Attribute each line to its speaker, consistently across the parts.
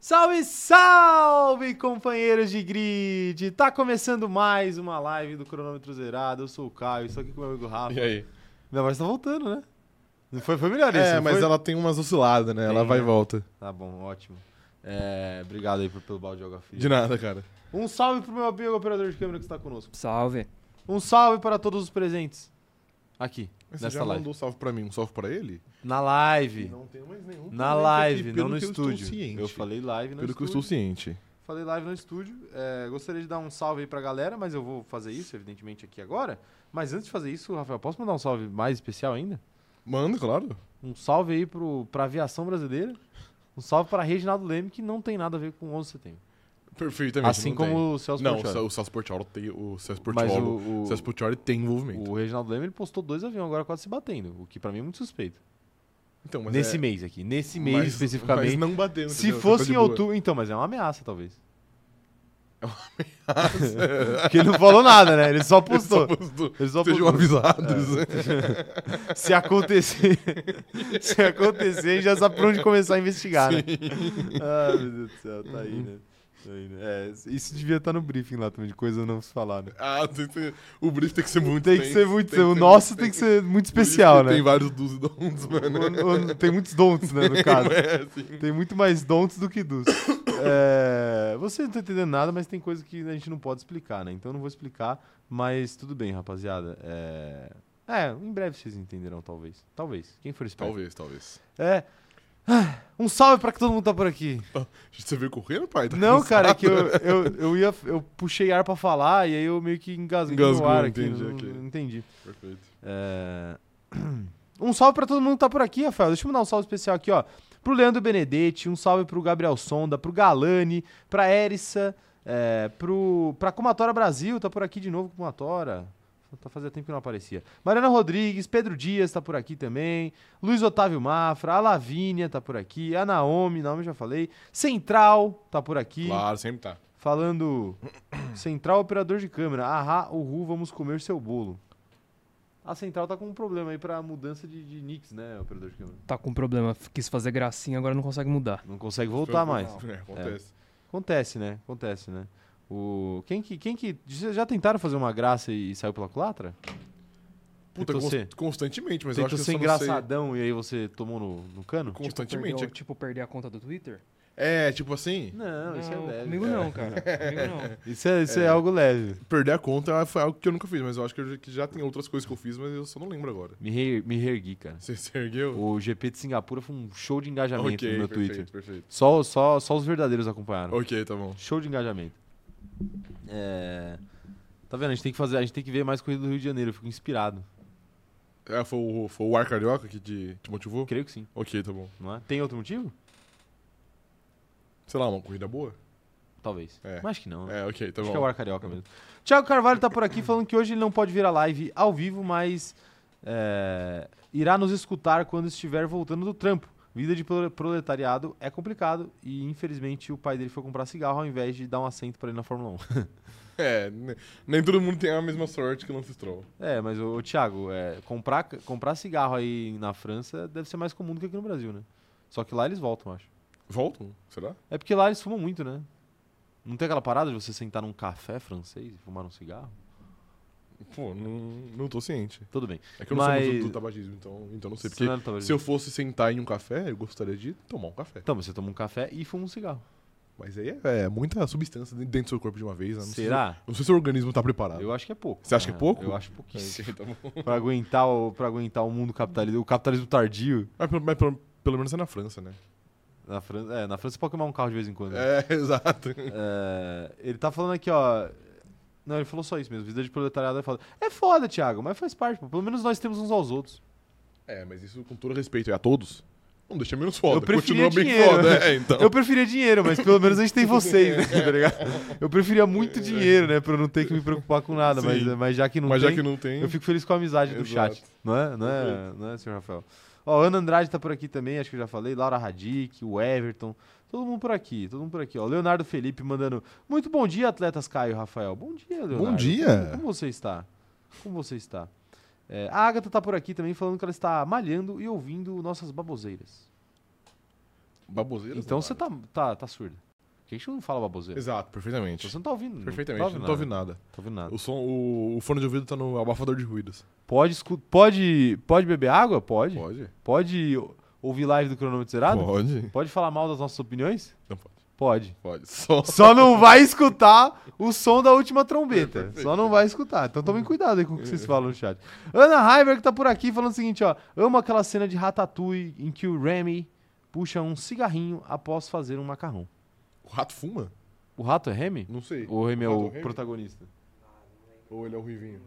Speaker 1: Salve, salve, companheiros de grid! Tá começando mais uma live do Cronômetro Zerado. Eu sou o Caio, estou aqui com o meu amigo Rafa.
Speaker 2: E aí?
Speaker 1: Minha voz tá voltando, né? Foi, foi melhor isso.
Speaker 2: É,
Speaker 1: não
Speaker 2: mas
Speaker 1: foi?
Speaker 2: ela tem umas osciladas, né? Ela
Speaker 1: Tem,
Speaker 2: vai e
Speaker 1: né?
Speaker 2: volta.
Speaker 1: Tá bom, ótimo. É, obrigado aí por- pelo balde de água fria.
Speaker 2: De nada, cara.
Speaker 1: Um salve pro meu amigo operador de câmera que está conosco.
Speaker 3: Salve.
Speaker 1: Um salve para todos os presentes. Aqui,
Speaker 2: Mas você
Speaker 1: nessa
Speaker 2: já
Speaker 1: live.
Speaker 2: mandou um salve pra mim, um salve pra ele?
Speaker 1: Na live.
Speaker 2: Não é tenho mais nenhum.
Speaker 1: Na live, não no estúdio. Eu falei live no
Speaker 2: Pelo que eu
Speaker 1: estúdio.
Speaker 2: estou ciente.
Speaker 1: Falei live no estúdio. É, gostaria de dar um salve aí pra galera, mas eu vou fazer isso, evidentemente, aqui agora. Mas antes de fazer isso, Rafael, posso mandar um salve mais especial ainda?
Speaker 2: Manda, claro.
Speaker 1: Um salve aí pro, pra aviação brasileira. Um salve para Reginaldo Leme, que não tem nada a ver com 11 de setembro.
Speaker 2: Perfeitamente.
Speaker 1: assim
Speaker 2: não
Speaker 1: como
Speaker 2: tem.
Speaker 1: o Celso
Speaker 2: Não, o
Speaker 1: Portiolli.
Speaker 2: Cel- o Celso Portiolli tem, o Celso
Speaker 1: Mas
Speaker 2: Portiolli, o,
Speaker 1: o,
Speaker 2: Celso Portiolli tem envolvimento.
Speaker 1: o, o Reginaldo Leme ele postou dois aviões agora quase se batendo, o que pra mim é muito suspeito.
Speaker 2: Então, mas
Speaker 1: nesse
Speaker 2: é-
Speaker 1: mês aqui, nesse
Speaker 2: mas-
Speaker 1: mês especificamente.
Speaker 2: Mas não bateu.
Speaker 1: se fosse em outubro, então, mas é uma ameaça talvez.
Speaker 2: É
Speaker 1: Porque ele não falou nada, né? Ele só postou.
Speaker 2: postou.
Speaker 1: Ele só
Speaker 2: Sejam
Speaker 1: postou.
Speaker 2: avisados.
Speaker 1: Se acontecer, se acontecer, já sabe por onde começar a investigar, né? Ah, meu Deus do céu, tá aí, né? Tá aí, né? É, isso devia estar no briefing lá também, de coisa não se falar, né?
Speaker 2: Ah, tem que ser- o brief tem que ser muito
Speaker 1: Tem que
Speaker 2: tenso,
Speaker 1: ser muito,
Speaker 2: tem que
Speaker 1: o
Speaker 2: ser
Speaker 1: nosso
Speaker 2: muito
Speaker 1: tem que
Speaker 2: tenso.
Speaker 1: ser muito especial,
Speaker 2: Tem
Speaker 1: né?
Speaker 2: vários dos e dons, mano.
Speaker 1: O- o- Tem muitos dons, né, no caso.
Speaker 2: É, assim.
Speaker 1: Tem muito mais dons do que dos. É, você não tá entendendo nada, mas tem coisa que a gente não pode explicar, né? Então eu não vou explicar, mas tudo bem, rapaziada. É, é em breve vocês entenderão, talvez. Talvez. Quem for esperto.
Speaker 2: Talvez, talvez.
Speaker 1: É. Ah, Um salve pra que todo mundo tá por aqui.
Speaker 2: Você veio correndo, pai? Tá
Speaker 1: Não,
Speaker 2: cansado?
Speaker 1: cara, é que eu, eu, eu ia. Eu puxei ar pra falar e aí eu meio que engasguei no
Speaker 2: Engasgou,
Speaker 1: ar aqui.
Speaker 2: entendi,
Speaker 1: não-
Speaker 2: ok.
Speaker 1: não entendi.
Speaker 2: Perfeito.
Speaker 1: É, Um salve pra todo mundo que tá por aqui, Rafael. Deixa eu mandar um salve especial aqui, ó. Pro Leandro Benedetti, um salve pro Gabriel Sonda, pro Galani, pra Erissa, é, pro, pra Comatora Brasil, tá por aqui de novo, Comatora. Tá fazia tempo que não aparecia. Mariana Rodrigues, Pedro Dias tá por aqui também. Luiz Otávio Mafra, a Lavínia tá por aqui. A Naomi, Naomi já falei. Central tá por aqui.
Speaker 2: Claro, sempre tá.
Speaker 1: Falando Central Operador de Câmera. Ahá, uhu, vamos comer seu bolo. A Central tá com um problema aí pra mudança de, de nicks, né, operador de câmera?
Speaker 3: Tá com problema, quis fazer gracinha, agora não consegue mudar.
Speaker 1: Não consegue voltar mais.
Speaker 2: É, acontece.
Speaker 1: Acontece, né? Acontece, né? O... Quem que. Quem que. Já já tentaram fazer uma graça e saiu pela culatra?
Speaker 2: Puta,
Speaker 1: Tentou
Speaker 2: cons-
Speaker 1: ser.
Speaker 2: constantemente, mas eu acho
Speaker 1: Tentou
Speaker 2: que
Speaker 1: ser
Speaker 2: eu só não
Speaker 1: engraçadão e aí você tomou no, no cano?
Speaker 2: sei constantemente.
Speaker 3: Tipo, perdeu- tipo, perder a conta do Twitter?
Speaker 2: É, tipo assim,
Speaker 1: Não, isso é leve.
Speaker 3: Comigo não, cara. Comigo não.
Speaker 1: Isso é, isso é algo leve.
Speaker 2: perder a conta foi algo que eu nunca fiz, mas eu acho que, eu já- que já tem outras coisas que eu fiz, mas eu só não lembro agora.
Speaker 1: Me, re... me reergui, cara.
Speaker 2: Você se ergueu?
Speaker 1: O GP de Singapura foi um show de engajamento no meu
Speaker 2: perfeito,
Speaker 1: Twitter.
Speaker 2: perfeito.
Speaker 1: Só, só, só os verdadeiros acompanharam.
Speaker 2: Ok, tá bom.
Speaker 1: Show de engajamento. É, Tá vendo? A gente tem que fazer, a gente tem que ver mais corrida do Rio de Janeiro, eu fico inspirado.
Speaker 2: É, foi, o, foi o ar carioca que te, te motivou?
Speaker 1: Creio que sim,
Speaker 2: Ok, tá bom.
Speaker 1: não é? Tem outro motivo?
Speaker 2: Sei lá, uma corrida boa?
Speaker 1: Talvez.
Speaker 2: É.
Speaker 1: Mas acho que não. né?
Speaker 2: É, ok, tá
Speaker 1: acho
Speaker 2: bom.
Speaker 1: que é o ar carioca mesmo. Thiago Carvalho tá por aqui falando que hoje ele não pode vir à live ao vivo, mas é, irá nos escutar quando estiver voltando do trampo. Vida de prole- proletariado é complicado e infelizmente o pai dele foi comprar cigarro ao invés de dar um assento pra ele na Fórmula 1.
Speaker 2: É, ne- nem todo mundo tem a mesma sorte que o Lance Stroll.
Speaker 1: É, mas o Thiago, é, comprar, comprar cigarro aí na França deve ser mais comum do que aqui no Brasil, né? Só que lá eles voltam, eu acho.
Speaker 2: Voltam? um, Será?
Speaker 1: É porque lá eles fumam muito, né? Não tem aquela parada de você sentar num café francês e fumar um cigarro?
Speaker 2: Pô, não, não tô ciente.
Speaker 1: Tudo bem.
Speaker 2: É que eu não
Speaker 1: Mas-
Speaker 2: sou muito do tabagismo, então, então não sei.
Speaker 1: Você
Speaker 2: Porque
Speaker 1: não é do tabagismo?
Speaker 2: se eu fosse sentar em um café, eu gostaria de tomar um café.
Speaker 1: Então, mas você toma um café e fuma um cigarro.
Speaker 2: Mas aí é, é muita substância dentro do seu corpo de uma vez. né? Não sei
Speaker 1: Será?
Speaker 2: se- não sei se o organismo tá preparado.
Speaker 1: Eu acho que é pouco.
Speaker 2: Você acha que é pouco?
Speaker 1: Eu acho pouquíssimo.
Speaker 2: Ok, tá bom.
Speaker 1: pra, aguentar o, pra aguentar o mundo capitalista, o capitalismo tardio.
Speaker 2: mas pelo, mas pelo- pelo menos é na França, né?
Speaker 1: Na França, é, na França você pode queimar um carro de vez em quando. né?
Speaker 2: É, exato.
Speaker 1: É, ele tá falando aqui, ó. Não, ele falou só isso mesmo. Vida de proletariado é foda. É foda, Thiago, mas faz parte, pô. Pelo menos nós temos uns aos outros.
Speaker 2: É, mas isso com todo respeito é a todos. Não deixa menos foda.
Speaker 1: Eu preferia
Speaker 2: Continua bem
Speaker 1: dinheiro.
Speaker 2: foda, é, então.
Speaker 1: Eu preferia dinheiro, mas pelo menos a gente tem vocês, né? Tá ligado? Eu preferia muito dinheiro, né? Pra eu não ter que me preocupar com nada,
Speaker 2: Sim.
Speaker 1: mas, mas já que não
Speaker 2: mas
Speaker 1: tem,
Speaker 2: já que não tem.
Speaker 1: eu fico feliz com a amizade do
Speaker 2: Exato.
Speaker 1: chat. Não é, não é, não é senhor Rafael? Ó, Ana Andrade tá por aqui também, acho que eu já falei. Laura Radic, o Everton. Todo mundo por aqui, todo mundo por aqui. Ó, Leonardo Felipe mandando. Muito bom dia, atletas Caio e Rafael. Bom dia, Leonardo.
Speaker 2: Bom dia.
Speaker 1: Como, como você está? Como você está? É, a Agatha tá por aqui também falando que ela está malhando e ouvindo nossas baboseiras.
Speaker 2: Baboseira.
Speaker 1: Então você tá, tá, tá surdo. Por que a gente não fala baboseira?
Speaker 2: né? Exato, perfeitamente.
Speaker 1: Você não tá ouvindo. não
Speaker 2: Perfeitamente, não tô ouvindo nada.
Speaker 1: Tá ouvindo nada.
Speaker 2: O, som, o, o fone de ouvido tá no abafador de ruídos.
Speaker 1: Pode, escu- pode, pode beber água? Pode. Pode,
Speaker 2: Pode?
Speaker 1: ouvir live do cronômetro zerado? Pode.
Speaker 2: Pode?
Speaker 1: falar mal das nossas opiniões?
Speaker 2: Não pode.
Speaker 1: Pode.
Speaker 2: Pode. Só.
Speaker 1: Só não vai escutar o som da última trombeta.
Speaker 2: É, perfeito.
Speaker 1: Só não vai escutar. Então tomem cuidado aí com o que vocês falam no chat. Ana Heiberg tá por aqui falando o seguinte, ó. Amo aquela cena de Ratatouille em que o Remy puxa um cigarrinho após fazer um macarrão.
Speaker 2: O rato fuma?
Speaker 1: O rato é Remy?
Speaker 2: Não sei.
Speaker 1: O Remy é
Speaker 2: Rato
Speaker 1: o
Speaker 2: Remy?
Speaker 1: protagonista.
Speaker 2: Ou ele é o ruivinho?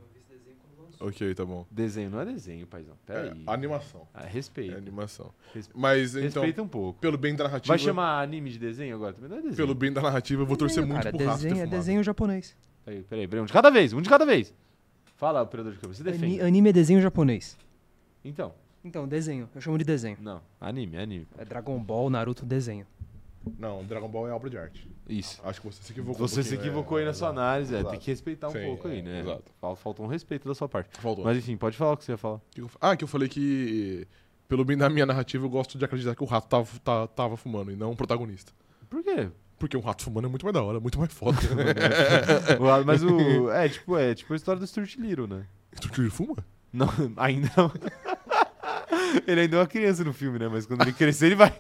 Speaker 2: Ok, tá bom.
Speaker 1: Desenho não é desenho, paizão.
Speaker 2: É,
Speaker 1: Peraí.
Speaker 2: animação.
Speaker 1: Ah,
Speaker 2: É
Speaker 1: respeita.
Speaker 2: animação.
Speaker 1: Respe-
Speaker 2: Mas então,
Speaker 1: Respeita um pouco.
Speaker 2: pelo bem da narrativa.
Speaker 1: Vai chamar anime de desenho agora também? Não é desenho.
Speaker 2: Pelo bem da narrativa, eu vou torcer muito
Speaker 3: Cara,
Speaker 2: pro rato ter
Speaker 3: desenho, é
Speaker 2: fumado.
Speaker 3: desenho japonês.
Speaker 1: Peraí, peraí, peraí. Um de cada vez, um de cada vez. Fala, operador de câmera. Você defende.
Speaker 3: Ani- Anime é desenho japonês.
Speaker 1: Então,
Speaker 3: Então, desenho. Eu chamo de desenho.
Speaker 1: não. Anime, anime.
Speaker 3: É Dragon Ball, Naruto, desenho.
Speaker 2: Não, Dragon Ball é obra de arte.
Speaker 1: Isso.
Speaker 2: Acho que você se equivocou. um
Speaker 1: Você se
Speaker 2: pouquinho,
Speaker 1: equivocou
Speaker 2: é,
Speaker 1: aí na sua
Speaker 2: exato.
Speaker 1: análise. é,
Speaker 2: Exato.
Speaker 1: tem que respeitar um
Speaker 2: Sim,
Speaker 1: pouco aí,
Speaker 2: é,
Speaker 1: né?
Speaker 2: exato.
Speaker 1: Fal- Faltou um respeito da sua parte.
Speaker 2: Faltou.
Speaker 1: Mas enfim, pode falar o que você ia falar.
Speaker 2: Que que eu fa- Ah, que eu falei que, pelo bem da minha narrativa, eu gosto de acreditar que o rato tava, tá- tava fumando e não o protagonista.
Speaker 1: Por quê?
Speaker 2: Porque um rato fumando é muito mais da hora, muito mais foda.
Speaker 1: O- Mas o. É tipo, é tipo a história do Stuart Little, né?
Speaker 2: tu que fuma?
Speaker 1: Não, ainda não. ele ainda é uma criança no filme, né? Mas quando ele crescer, ele vai.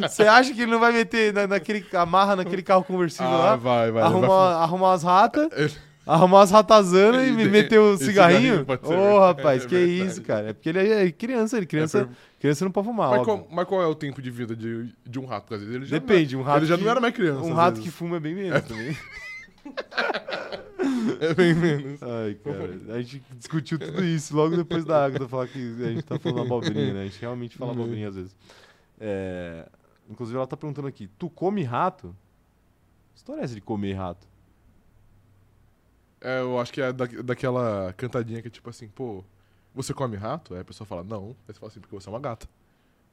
Speaker 1: Você acha que ele não vai meter na, naquele. amarra naquele carro conversível lá?
Speaker 2: Ah, vai, vai.
Speaker 1: arrumar,
Speaker 2: vai
Speaker 1: arrumar umas ratas,
Speaker 2: Ele-
Speaker 1: arrumar umas ratazanas e me
Speaker 2: Ele-
Speaker 1: meter o
Speaker 2: esse
Speaker 1: cigarrinho.
Speaker 2: cigarrinho pode
Speaker 1: Ô,
Speaker 2: ser verdade.
Speaker 1: rapaz,
Speaker 2: É
Speaker 1: que
Speaker 2: verdade.
Speaker 1: isso, cara. É porque ele é criança, ele criança,
Speaker 2: per-
Speaker 1: criança não pode fumar,
Speaker 2: mas,
Speaker 1: óbvio.
Speaker 2: qual, mas qual é o tempo de vida de, de um rato? Às vezes ele já não
Speaker 1: Depende, um
Speaker 2: era-
Speaker 1: rato
Speaker 2: Ele já
Speaker 1: que-
Speaker 2: não era mais criança.
Speaker 1: Um
Speaker 2: às
Speaker 1: rato que
Speaker 2: vezes.
Speaker 1: fuma é bem menos também.
Speaker 2: É bem menos.
Speaker 1: Ai, cara, a gente discutiu tudo isso logo depois da água, falar que a gente tá falando abobrinha, né? A gente realmente fala
Speaker 2: Uhum.
Speaker 1: abobrinha às vezes. É, Inclusive, ela tá perguntando aqui: tu come rato? Que história é essa de comer rato?
Speaker 2: É, eu acho que é da, daquela cantadinha que é tipo assim, pô, você come rato? Aí a pessoa fala, não. Aí você fala assim, porque você é uma gata.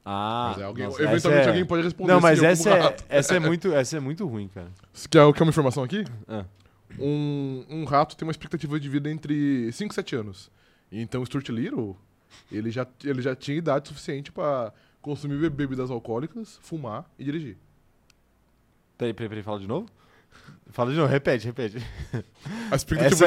Speaker 1: Ah,
Speaker 2: mas aí alguém,
Speaker 1: nossa,
Speaker 2: eventualmente
Speaker 1: essa é-
Speaker 2: alguém pode responder
Speaker 1: Não,
Speaker 2: assim,
Speaker 1: mas
Speaker 2: eu como
Speaker 1: essa é,
Speaker 2: rato.
Speaker 1: essa, é muito, essa é muito ruim, cara.
Speaker 2: Você Quer, quer uma informação aqui?
Speaker 1: Ah.
Speaker 2: Um, um rato tem uma expectativa de vida entre 5 e 7 anos. Então o Stuart Little, ele já, ele já tinha idade suficiente pra consumir be- bebidas alcoólicas, fumar e dirigir.
Speaker 1: Peraí, peraí, peraí, fala de novo? Fala de novo, repete, repete.
Speaker 2: A expectativa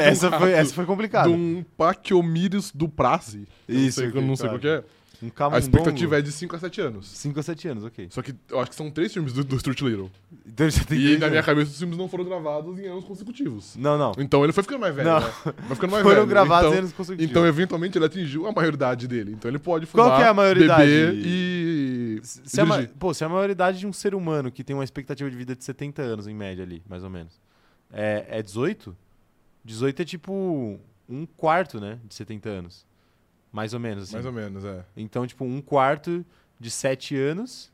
Speaker 1: Essa,
Speaker 2: de um
Speaker 1: essa,
Speaker 2: rato,
Speaker 1: foi, essa foi complicada.
Speaker 2: de um Pachyomirus do Praze. eu
Speaker 1: Isso,
Speaker 2: Não sei, eu não sei
Speaker 1: cara.
Speaker 2: qual que é.
Speaker 1: Um
Speaker 2: A expectativa é de 5 a 7 anos.
Speaker 1: 5 a 7 anos, ok.
Speaker 2: Só que eu acho que são três filmes do, do Stuart Little.
Speaker 1: Então ele já tem
Speaker 2: E
Speaker 1: três
Speaker 2: na minha
Speaker 1: anos.
Speaker 2: cabeça os filmes não foram gravados em anos consecutivos.
Speaker 1: Não, não.
Speaker 2: Então ele foi ficando mais velho,
Speaker 1: Não.
Speaker 2: né? Vai ficando mais velho.
Speaker 1: Foram gravados
Speaker 2: então,
Speaker 1: anos consecutivos.
Speaker 2: Então, eventualmente, ele atingiu a maioridade dele. Então, ele pode
Speaker 1: Qual
Speaker 2: fumar,
Speaker 1: que é a maioridade?
Speaker 2: beber e...
Speaker 1: Se se a, ma-
Speaker 2: dirigir.
Speaker 1: pô, se a maioridade de um ser humano que tem uma expectativa de vida de 70 anos, em média, ali, mais ou menos, é, é 18? 18 é tipo um quarto, né? De 70 anos. Mais ou menos, assim.
Speaker 2: Mais ou menos, é.
Speaker 1: Então, tipo, um quarto de 7 anos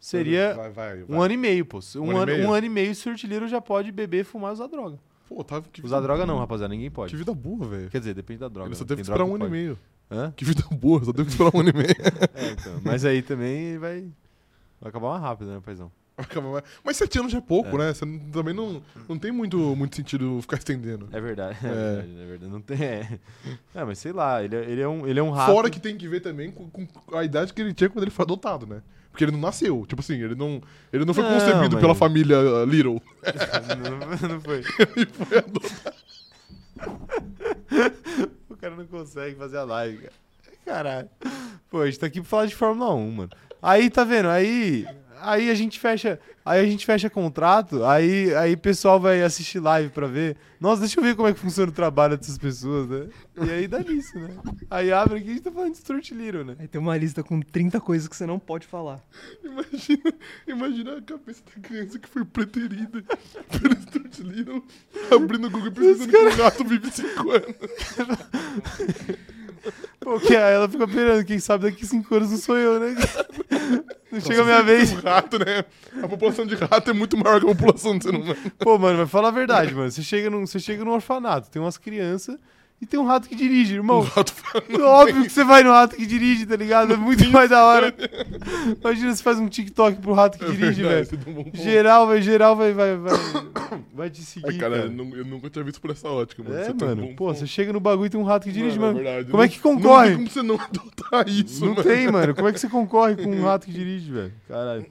Speaker 1: seria
Speaker 2: Vai, vai, vai.
Speaker 1: um ano e meio, pô. Um,
Speaker 2: Um ano e
Speaker 1: ano,
Speaker 2: meio?
Speaker 1: um ano e meio, o Stuart Little já pode beber, fumar e usar droga.
Speaker 2: Pô, tá... Que
Speaker 1: Tipo, Usar droga não, rapaziada, ninguém
Speaker 2: Que
Speaker 1: pode.
Speaker 2: vida boa, velho.
Speaker 1: Quer dizer, depende da droga.
Speaker 2: Ele só
Speaker 1: né?
Speaker 2: teve
Speaker 1: Tem
Speaker 2: que
Speaker 1: droga
Speaker 2: esperar um
Speaker 1: não
Speaker 2: ano e
Speaker 1: pode.
Speaker 2: meio.
Speaker 1: Hã?
Speaker 2: Que vida boa, só teve que esperar um ano e meio.
Speaker 1: É, então. Mas aí também vai, vai acabar mais rápido, né, paizão?
Speaker 2: Acaba mais- Mas sete anos já é pouco,
Speaker 1: É.
Speaker 2: né? Você não- também não, não tem muito, muito sentido ficar estendendo.
Speaker 1: É verdade, é,
Speaker 2: É.
Speaker 1: verdade, é verdade. Não tem. É. É, mas sei lá, ele, é- ele, é, um, ele é um rato.
Speaker 2: Fora que tem que ver também com, com a idade que ele tinha quando ele foi adotado, né? Porque ele não nasceu. Tipo assim, ele não, ele não foi
Speaker 1: Não,
Speaker 2: concebido
Speaker 1: mas- é.
Speaker 2: pela família uh, Little.
Speaker 1: não, não foi.
Speaker 2: Ele foi adotado.
Speaker 1: O cara não consegue fazer a live, cara. Caralho. Pô, a gente tá aqui pra falar de Fórmula 1, mano. Aí, tá vendo? Aí. Aí a gente fecha. Aí a gente fecha contrato. Aí, aí o pessoal vai assistir live pra ver. Nossa, deixa eu ver como é que funciona o trabalho dessas pessoas, né? E aí dá nisso, né? Aí abre aqui e a gente tá falando de Stuart Little, né?
Speaker 3: Aí tem uma lista com 30 coisas que você não pode falar.
Speaker 2: Imagina, imagina a cabeça da criança que foi preterida pelo Stuart Little, abrindo o Google e pesquisando que um gato vive 5 anos.
Speaker 1: Porque aí ela fica esperando, quem sabe daqui cinco anos não sou eu, né? Não chega a minha vez.
Speaker 2: Um rato, né? A população de rato é muito maior que a população do ser humano.
Speaker 1: Pô, mano, mas fala a verdade, mano. Você chega num, você chega num orfanato, tem umas crianças e tem um rato que dirige, irmão.
Speaker 2: rato
Speaker 1: Óbvio que você vai no rato que dirige, tá ligado? É muito mais da hora. Imagina se faz um TikTok pro
Speaker 2: é
Speaker 1: rato que dirige, velho. Geral, vai, geral vai, vai, vai, vai te seguir.
Speaker 2: Ai, cara,
Speaker 1: cara,
Speaker 2: Eu, nu- eu nunca tinha visto por essa ótica, mano.
Speaker 1: É,
Speaker 2: Você tem um bom
Speaker 1: mano. Pô,
Speaker 2: ponto.
Speaker 1: você chega no bagulho e tem um rato que dirige,
Speaker 2: Mano,
Speaker 1: mano.
Speaker 2: é verdade.
Speaker 1: Como é
Speaker 2: Não-
Speaker 1: que concorre?
Speaker 2: Não tem como você não adotar isso,
Speaker 1: Não
Speaker 2: mano.
Speaker 1: tem, mano. Como é que você concorre com um rato que dirige, velho? Caralho.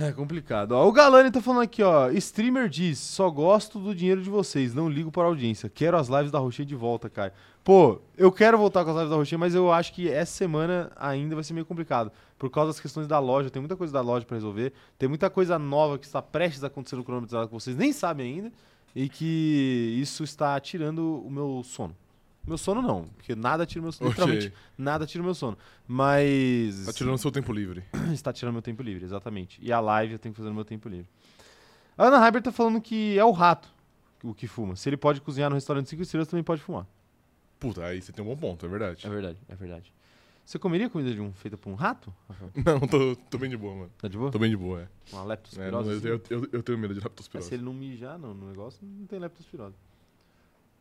Speaker 1: É complicado. Ó, o Galani tá falando aqui, ó. Streamer diz: só gosto do dinheiro de vocês, não ligo para a audiência. Quero as lives da Rocher de volta, cara. Pô, eu quero voltar com as lives da Rocher, mas eu acho que essa semana ainda vai ser meio complicado. Por causa das questões da loja, tem muita coisa da loja pra resolver. Tem muita coisa nova que está prestes a acontecer no cronometrado que vocês nem sabem ainda. E que isso está tirando o meu sono. Meu sono não, porque nada tira o meu sono.
Speaker 2: Ok.
Speaker 1: Literalmente, nada tira o meu sono. Mas.
Speaker 2: Tá tirando seu tempo livre.
Speaker 1: Está tirando meu tempo livre, exatamente. E a live eu tenho que fazer no meu tempo livre. A Ana Heiber tá falando que é o rato o que fuma. Se ele pode cozinhar no restaurante 5 estrelas, também pode fumar.
Speaker 2: Puta, aí você tem um bom ponto, é verdade.
Speaker 1: É verdade, é verdade. Você comeria comida de um feita por um rato? Rafael?
Speaker 2: Não, tô, tô bem de boa, mano.
Speaker 1: Tá de boa?
Speaker 2: Tô bem de boa, é.
Speaker 1: Uma
Speaker 2: É, não,
Speaker 1: leptospirose?
Speaker 2: eu,
Speaker 1: assim?
Speaker 2: eu, eu- eu tenho medo de
Speaker 1: É,
Speaker 2: leptospirose.
Speaker 1: se ele não mijar no, no negócio, não tem leptospirose.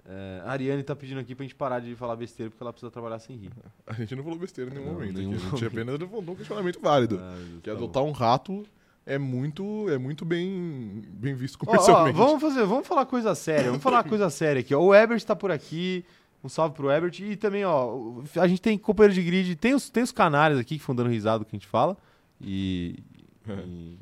Speaker 1: É, a Ariane tá pedindo aqui pra gente parar de falar besteira porque ela precisa trabalhar sem rir.
Speaker 2: A gente não falou besteira em nenhum
Speaker 1: Não,
Speaker 2: momento
Speaker 1: nenhum
Speaker 2: aqui. A gente apenas levantou um questionamento válido.
Speaker 1: Ah,
Speaker 2: que
Speaker 1: tá bom.
Speaker 2: adotar um rato é muito, é muito bem, bem visto
Speaker 1: Ó, ó,
Speaker 2: comercialmente.
Speaker 1: vamos fazer, vamos falar coisa séria, vamos falar coisa séria aqui. ó. O Ebert tá por aqui. Um salve pro Ebert. E também, ó, o- a gente tem companheiro de grid, tem os, tem os canários aqui que ficam dando risada do que a gente fala. E. e,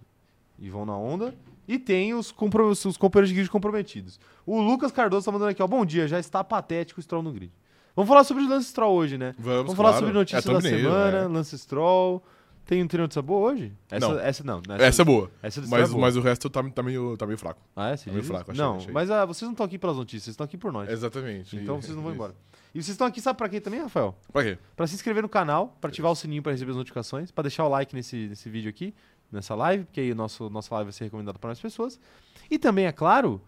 Speaker 1: e vão na onda. E tem os, compro- os companheiros de grid comprometidos. O Lucas Cardoso tá mandando aqui, ó. Bom dia, já está patético o Stroll no grid. Vamos falar sobre o Lance Stroll hoje, né? Vamos, falar
Speaker 2: claro.
Speaker 1: sobre notícia
Speaker 2: É
Speaker 1: da
Speaker 2: thumbnail,
Speaker 1: semana, Lance Stroll. Tem um treino de sabor hoje? Essa
Speaker 2: Não.
Speaker 1: Essa não. né?
Speaker 2: é. Essa é boa.
Speaker 1: essa do Stroll é
Speaker 2: Mas,
Speaker 1: boa.
Speaker 2: mas o resto tá, tá, meio, tá meio fraco.
Speaker 1: Ah, é? Você
Speaker 2: É meio
Speaker 1: diz
Speaker 2: fraco,
Speaker 1: isso?
Speaker 2: achei,
Speaker 1: Não,
Speaker 2: achei.
Speaker 1: mas ah, vocês não estão aqui pelas notícias, vocês estão aqui por nós.
Speaker 2: Exatamente.
Speaker 1: Então vocês não vão
Speaker 2: Isso.
Speaker 1: embora. E vocês estão aqui, sabe pra quê também, Rafael?
Speaker 2: Pra quê?
Speaker 1: Pra se inscrever no canal, pra ativar o sininho pra receber as notificações, pra deixar o like nesse, nesse vídeo aqui, nessa live, porque aí o nosso, nossa live vai ser recomendada pra mais pessoas. E também, é claro,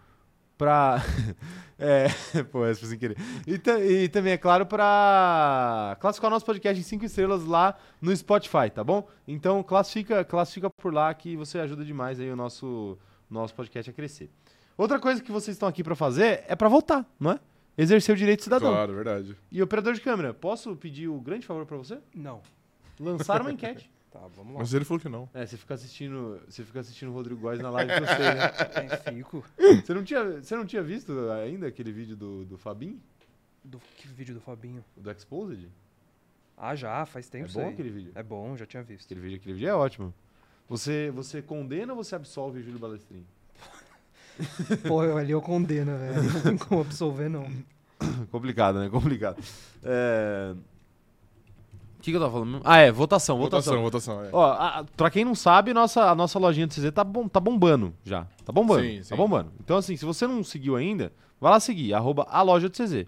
Speaker 1: pra. é, pô, essa foi sem querer. E, ta- e também, é claro, pra classificar o nosso podcast em 5 estrelas lá no Spotify, tá bom? Então classifica, classifica por lá que você ajuda demais aí o nosso, nosso podcast a crescer. Outra coisa que vocês estão aqui pra fazer é pra votar, não é? Exercer o direito de cidadão.
Speaker 2: Claro, verdade.
Speaker 1: E operador de câmera, posso pedir o grande favor pra você?
Speaker 3: Não.
Speaker 1: Lançar uma enquete.
Speaker 3: Tá, vamos lá.
Speaker 2: Mas ele falou que não.
Speaker 1: É, você fica assistindo, você fica assistindo o Rodrigo Góes na live que eu sei, né?
Speaker 3: É, fico.
Speaker 1: Você não tinha, você não tinha visto ainda aquele vídeo do, do Fabinho,
Speaker 3: Do, que vídeo do Fabinho?
Speaker 1: do Exposed?
Speaker 3: Ah, já, faz tempo
Speaker 1: é
Speaker 3: isso
Speaker 1: bom
Speaker 3: aí.
Speaker 1: aquele vídeo?
Speaker 3: É bom, já tinha visto.
Speaker 1: Aquele vídeo, aquele vídeo é ótimo. Você, você condena ou você absolve o Júlio Balestrin?
Speaker 3: Pô, eu- ali eu condeno, velho. Não tem como absolver, não.
Speaker 1: Complicado, né? Complicado. É... O que, que eu tava falando? mesmo? Ah, é, votação, votação.
Speaker 2: votação, votação, é.
Speaker 1: Ó, a, a- pra quem não sabe, nossa, a nossa lojinha do CZ tá, bom, tá bombando já. Tá bombando.
Speaker 2: Sim,
Speaker 1: Tá
Speaker 2: sim.
Speaker 1: bombando. Então, assim, se você não seguiu ainda, vai lá seguir, arroba a loja do CZ.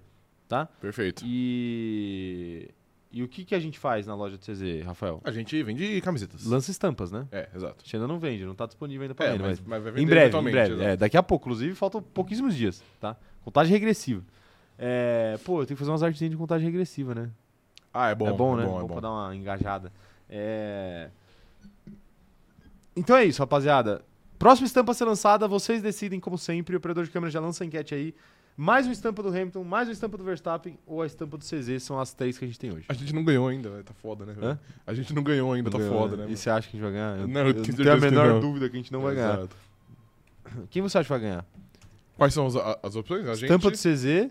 Speaker 2: Perfeito.
Speaker 1: E. E o que, que a gente faz na loja do CZ, Rafael?
Speaker 2: A gente vende camisetas.
Speaker 1: Lança estampas, né?
Speaker 2: É, exato.
Speaker 1: A gente ainda não vende, não tá disponível ainda pra
Speaker 2: É,
Speaker 1: venda,
Speaker 2: mas,
Speaker 1: mas
Speaker 2: mas vai vender
Speaker 1: em breve, em
Speaker 2: eventualmente, né?
Speaker 1: breve.
Speaker 2: exato.
Speaker 1: É, daqui a pouco, inclusive, faltam pouquíssimos dias, tá? Contagem regressiva. É, pô, eu tenho que fazer umas artezinhas de contagem regressiva, né?
Speaker 2: Ah, é bom.
Speaker 1: é bom, né?
Speaker 2: É
Speaker 1: bom,
Speaker 2: bom, é
Speaker 1: pra
Speaker 2: bom.
Speaker 1: dar uma engajada. É... Então é isso, rapaziada. Próxima estampa a ser lançada, vocês decidem, como sempre. O operador de câmera já lança a enquete aí. Mais uma estampa do Hamilton, mais uma estampa do Verstappen ou a estampa do CZ são as três que a gente tem hoje.
Speaker 2: A gente não ganhou ainda, velho. Tá foda, né? velho?
Speaker 1: Hã?
Speaker 2: A gente não ganhou ainda, tá
Speaker 1: Ganhou,
Speaker 2: foda, né?
Speaker 1: E você acha que a gente vai ganhar? Eu,
Speaker 2: Não,
Speaker 1: eu não
Speaker 2: eu tenho
Speaker 1: tenho a
Speaker 2: certeza que
Speaker 1: menor
Speaker 2: não.
Speaker 1: dúvida que a gente não
Speaker 2: mano?
Speaker 1: vai ganhar.
Speaker 2: Exato.
Speaker 1: Quem você acha que vai ganhar?
Speaker 2: Quais são as, a- as opções? A gente...
Speaker 1: Estampa do CZ,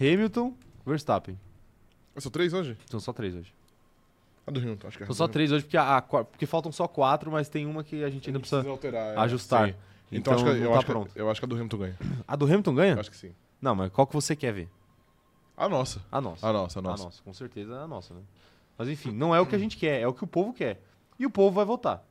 Speaker 1: Hamilton, Verstappen.
Speaker 2: São três hoje?
Speaker 1: São só três hoje.
Speaker 2: A do Hamilton, acho que é.
Speaker 1: São só três hoje porque, a- a qua- porque faltam só quatro, mas tem uma que a gente ainda precisa
Speaker 2: alterar, é.
Speaker 1: ajustar.
Speaker 2: Sim. Então, acho que,
Speaker 1: não
Speaker 2: eu,
Speaker 1: tá
Speaker 2: acho
Speaker 1: pronto. É.
Speaker 2: que, eu acho que a do Hamilton ganha.
Speaker 1: A do Hamilton ganha?
Speaker 2: Eu acho que sim.
Speaker 1: Não, mas qual que você quer ver?
Speaker 2: A nossa.
Speaker 1: A nossa.
Speaker 2: A nossa, a
Speaker 1: A
Speaker 2: nossa.
Speaker 1: nossa, com certeza a nossa, né? Mas enfim, não é o que a gente quer, é o que o povo quer. E o povo vai votar.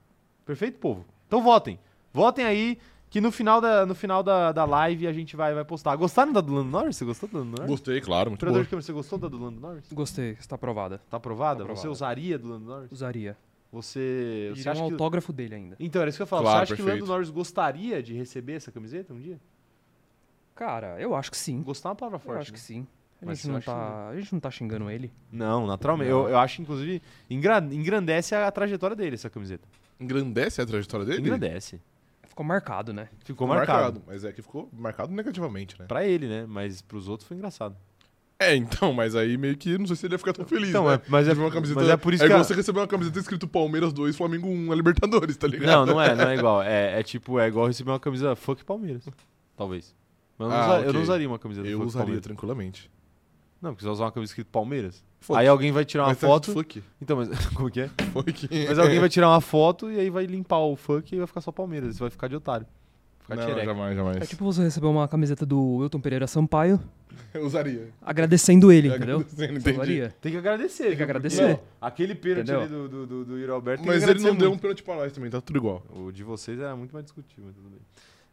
Speaker 1: Perfeito, povo? Então votem. Votem aí, que no final da, no final da, da live a gente vai, vai postar. Gostaram da do Lando Norris? Você gostou da do Lando Norris?
Speaker 2: Gostei, claro, muito
Speaker 1: Operador
Speaker 2: boa.
Speaker 1: de câmera, você gostou da do Lando Norris?
Speaker 3: Gostei, está aprovada.
Speaker 1: Tá aprovada?
Speaker 3: Tá aprovada.
Speaker 1: Você usaria do Lando Norris?
Speaker 3: Usaria.
Speaker 1: Você, você
Speaker 3: Iria
Speaker 1: acha
Speaker 3: um
Speaker 1: que...
Speaker 3: autógrafo dele ainda.
Speaker 1: Então, era isso que eu ia falar.
Speaker 2: Claro,
Speaker 1: você acha que o Lando
Speaker 2: perfeito.
Speaker 1: Norris gostaria de receber essa camiseta um dia?
Speaker 3: Cara, eu acho que sim.
Speaker 1: Gostar é uma palavra
Speaker 3: Eu
Speaker 1: forte,
Speaker 3: acho
Speaker 1: né?
Speaker 3: que sim. A
Speaker 1: Mas
Speaker 3: gente,
Speaker 1: eu
Speaker 3: não
Speaker 1: acho
Speaker 3: tá, a gente não tá xingando ele.
Speaker 1: Não, naturalmente. Eu, eu acho, inclusive, engra- engrandece a, a trajetória dele, essa camiseta.
Speaker 2: Engrandece a trajetória dele?
Speaker 1: Engrandece.
Speaker 4: Ficou marcado, né?
Speaker 1: Ficou marcado.
Speaker 2: Mas é que ficou marcado negativamente, né?
Speaker 1: Pra ele, né? Mas pros outros foi engraçado.
Speaker 2: É, então, mas aí meio que não sei se ele ia ficar tão feliz.
Speaker 1: Então,
Speaker 2: né?
Speaker 1: é- mas é-
Speaker 2: Teve uma camiseta,
Speaker 1: mas é por isso
Speaker 2: é
Speaker 1: que
Speaker 2: igual
Speaker 1: a-
Speaker 2: você receber uma camiseta escrito Palmeiras 2, Flamengo 1, a Libertadores, tá ligado?
Speaker 1: Não, não é, não é igual. É, é tipo, é igual receber uma camisa fuck Palmeiras. Talvez. Mas eu não,
Speaker 2: Ah,
Speaker 1: usa- eu
Speaker 2: ok.
Speaker 1: não usaria uma camisa do
Speaker 2: Eu
Speaker 1: fuck
Speaker 2: usaria
Speaker 1: Palmeiras.
Speaker 2: tranquilamente.
Speaker 1: Não, porque você vai usar uma camisa escrito Palmeiras.
Speaker 2: Foda-se.
Speaker 1: Aí alguém vai tirar uma
Speaker 2: Mas tá
Speaker 1: foto.
Speaker 2: Fuck.
Speaker 1: Então, mas. Como que é?
Speaker 2: Fuck.
Speaker 1: Mas alguém vai tirar uma foto e aí vai limpar o funk e vai ficar só Palmeiras. Você vai ficar de otário. Ficar
Speaker 2: Não,
Speaker 1: tchereca.
Speaker 2: jamais, jamais.
Speaker 4: É tipo você receber uma camiseta do Wilton Pereira Sampaio
Speaker 2: Eu usaria.
Speaker 4: agradecendo ele,
Speaker 2: Eu
Speaker 4: entendeu?
Speaker 2: agradecendo,
Speaker 4: Você
Speaker 2: entendi.
Speaker 4: faria.
Speaker 1: Tem que agradecer.
Speaker 4: Tem que
Speaker 1: viu? Porque,
Speaker 4: agradecer.
Speaker 1: ó, aquele pênalti
Speaker 4: Entendeu?
Speaker 1: ali do, do, do, do Yuri Alberto. tem que
Speaker 2: Mas ele não
Speaker 1: agradecer
Speaker 2: deu um
Speaker 1: muito.
Speaker 2: pênalti pra nós também, tá tudo igual.
Speaker 1: O de vocês era muito mais discutível, mas tudo bem.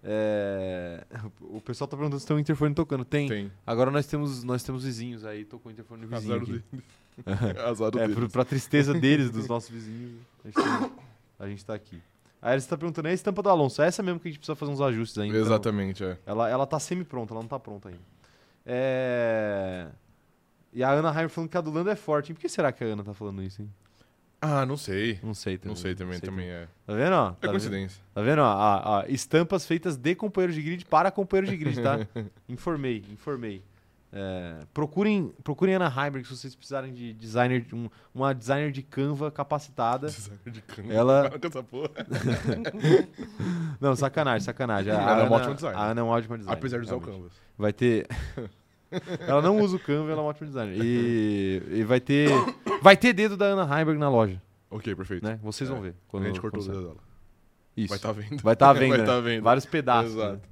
Speaker 1: É, O pessoal tá perguntando se tem um interfone tocando. Tem.
Speaker 2: Tem.
Speaker 1: Agora nós temos, nós temos vizinhos aí. Tocou o interfone do vizinho.
Speaker 2: Azar
Speaker 1: aqui.
Speaker 2: dele. Azar
Speaker 1: É,
Speaker 2: dele.
Speaker 1: pro, pra tristeza deles, dos nossos vizinhos, a gente, tem- a gente tá aqui. Aí você tá perguntando, é a estampa do Alonso? É essa mesmo que a gente precisa fazer uns ajustes ainda. então,
Speaker 2: Exatamente, é.
Speaker 1: ela, ela tá semi-pronta, ela não tá pronta ainda. É... E a Ana Heimer falando que a do Lando é forte. hein? Por que será que a Ana tá falando isso, hein?
Speaker 2: Ah, não sei.
Speaker 1: Não sei também.
Speaker 2: Não sei também, também é.
Speaker 1: Tá vendo, ó?
Speaker 2: É
Speaker 1: Tá vendo?
Speaker 2: coincidência.
Speaker 1: Tá vendo? ó? Ah, ah, estampas feitas de companheiros de grid para companheiros de grid, tá? informei, informei. É, procurem, procurem Ana Heimberg se vocês precisarem de designer, de um- uma designer de Canva capacitada.
Speaker 2: Designer de câmera.
Speaker 1: Ela.
Speaker 2: Para com essa porra.
Speaker 1: Não, sacanagem, sacanagem. A,
Speaker 2: Ela é
Speaker 1: Ana,
Speaker 2: uma ótima designer.
Speaker 1: a Ana é uma ótima designer.
Speaker 2: Apesar de usar o
Speaker 1: realmente.
Speaker 2: canvas.
Speaker 1: Vai ter. ela não usa o Canva, ela é uma ótima designer. E, e vai ter. Vai ter dedo da Ana Heimberg na loja,
Speaker 2: Ok, perfeito.
Speaker 1: né? Vocês vão ver.
Speaker 2: É. A
Speaker 1: Quando,
Speaker 2: gente cortou o
Speaker 1: quando sair.
Speaker 2: dedo dela.
Speaker 1: Isso.
Speaker 2: Vai estar vendo.
Speaker 1: Vai estar à venda.
Speaker 2: Vai tá
Speaker 1: né?
Speaker 2: vendo.
Speaker 1: Vários pedaços. né?
Speaker 2: Exato.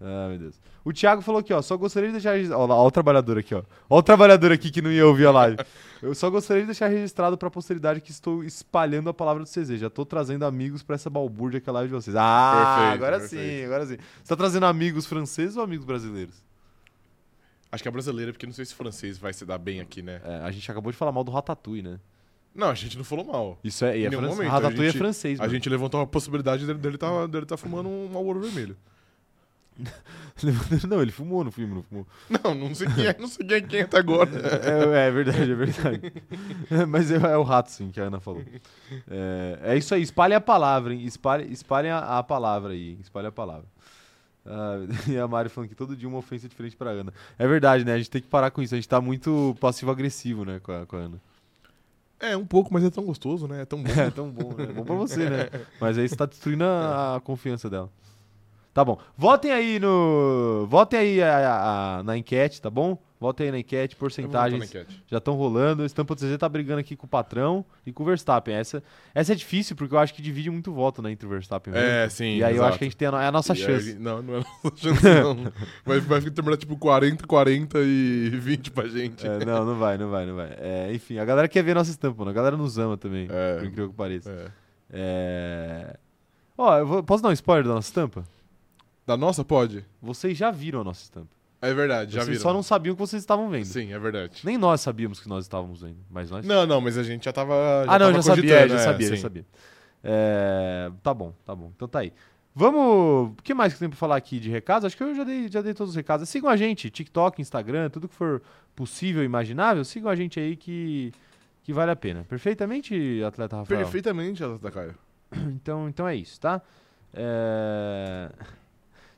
Speaker 1: Ah, meu Deus. O Thiago falou aqui, ó. Só gostaria de deixar registrado. Ó, lá, ó o trabalhador aqui, ó. Ó o trabalhador aqui que não ia ouvir a live. Eu só gostaria de deixar registrado pra posteridade que estou espalhando a palavra do CZ. Já tô trazendo amigos pra essa balbúrdia que é a live de vocês. Ah,
Speaker 2: Perfeito,
Speaker 1: agora
Speaker 2: perfeito.
Speaker 1: sim, agora sim. Você tá trazendo amigos franceses ou amigos brasileiros?
Speaker 2: Acho que é brasileira, porque não sei se francês vai se dar bem aqui, né?
Speaker 1: É, a gente acabou de falar mal do Ratatouille, né?
Speaker 2: Não, a gente não falou mal.
Speaker 1: Isso é, e
Speaker 2: Em
Speaker 1: é
Speaker 2: nenhum
Speaker 1: francês.
Speaker 2: momento,
Speaker 1: Ratatouille
Speaker 2: a gente-
Speaker 1: é francês,
Speaker 2: A
Speaker 1: mano.
Speaker 2: gente levantou a possibilidade dele, dele, tá, dele tá fumando um ouro vermelho.
Speaker 1: não, ele fumou no filme, não fumou.
Speaker 2: Não, não sei quem é, não sei quem é quem até agora.
Speaker 1: É, é verdade, é verdade. Mas é, é o rato, sim, que a Ana falou. É, é isso aí, espalhem a palavra, hein? Espalhem, espalhem a, a palavra aí, hein? espalhem a palavra. Ah, e a Mari falando que todo dia uma ofensa diferente pra Ana. É verdade, né? A gente tem que parar com isso. A gente tá muito passivo-agressivo, né, com a, com a Ana.
Speaker 2: É, um pouco, mas é tão gostoso, né? É tão bom.
Speaker 1: É tão bom, né? Bom pra você, né? Mas aí você tá destruindo a, a confiança dela. Tá bom. Votem aí no. Votem aí a- a- a- na enquete, tá bom? Votem aí na enquete,
Speaker 2: Eu vou botar na
Speaker 1: porcentagens
Speaker 2: enquete.
Speaker 1: já estão rolando. O Estampa do CZ tá brigando aqui com o patrão e com o Verstappen. Essa, essa é difícil porque eu acho que divide muito voto né, entre o Verstappen mesmo.
Speaker 2: É, sim.
Speaker 1: E aí eu
Speaker 2: exato.
Speaker 1: acho que a gente tem a, no- é a nossa
Speaker 2: E aí,
Speaker 1: chance.
Speaker 2: não, não é nossa chance, não. Vai, vai terminar tipo 40, 40 e 20 pra gente.
Speaker 1: É, não, não vai, não vai, não vai. É, enfim, a galera quer ver nossa estampa, mano. A galera nos ama também,
Speaker 2: É.
Speaker 1: por incrível que pareça.
Speaker 2: É.
Speaker 1: É. Ó, eu vou- posso dar um spoiler da nossa estampa?
Speaker 2: Da nossa, pode?
Speaker 1: Vocês já viram a nossa estampa.
Speaker 2: É verdade, já
Speaker 1: vocês
Speaker 2: viram.
Speaker 1: só não sabiam o que vocês estavam vendo.
Speaker 2: Sim, é verdade.
Speaker 1: Nem nós sabíamos que nós estávamos vendo, mas nós
Speaker 2: Não, não, mas a gente já tava.
Speaker 1: ah, não,
Speaker 2: tava
Speaker 1: já sabia,
Speaker 2: cogitando,
Speaker 1: já
Speaker 2: é,
Speaker 1: sabia, já
Speaker 2: sim.
Speaker 1: sabia. É, tá bom, tá bom. Então tá aí. Vamos. O que mais que tem pra falar aqui de recados? Acho que eu já dei, já dei todos os recados. Sigam a gente, TikTok, Instagram, tudo que for possível, e imaginável. Sigam a gente aí que, que vale a pena. Perfeitamente, atleta Rafael.
Speaker 2: Perfeitamente, Atleta Caio.
Speaker 1: Então, então é isso, tá? É,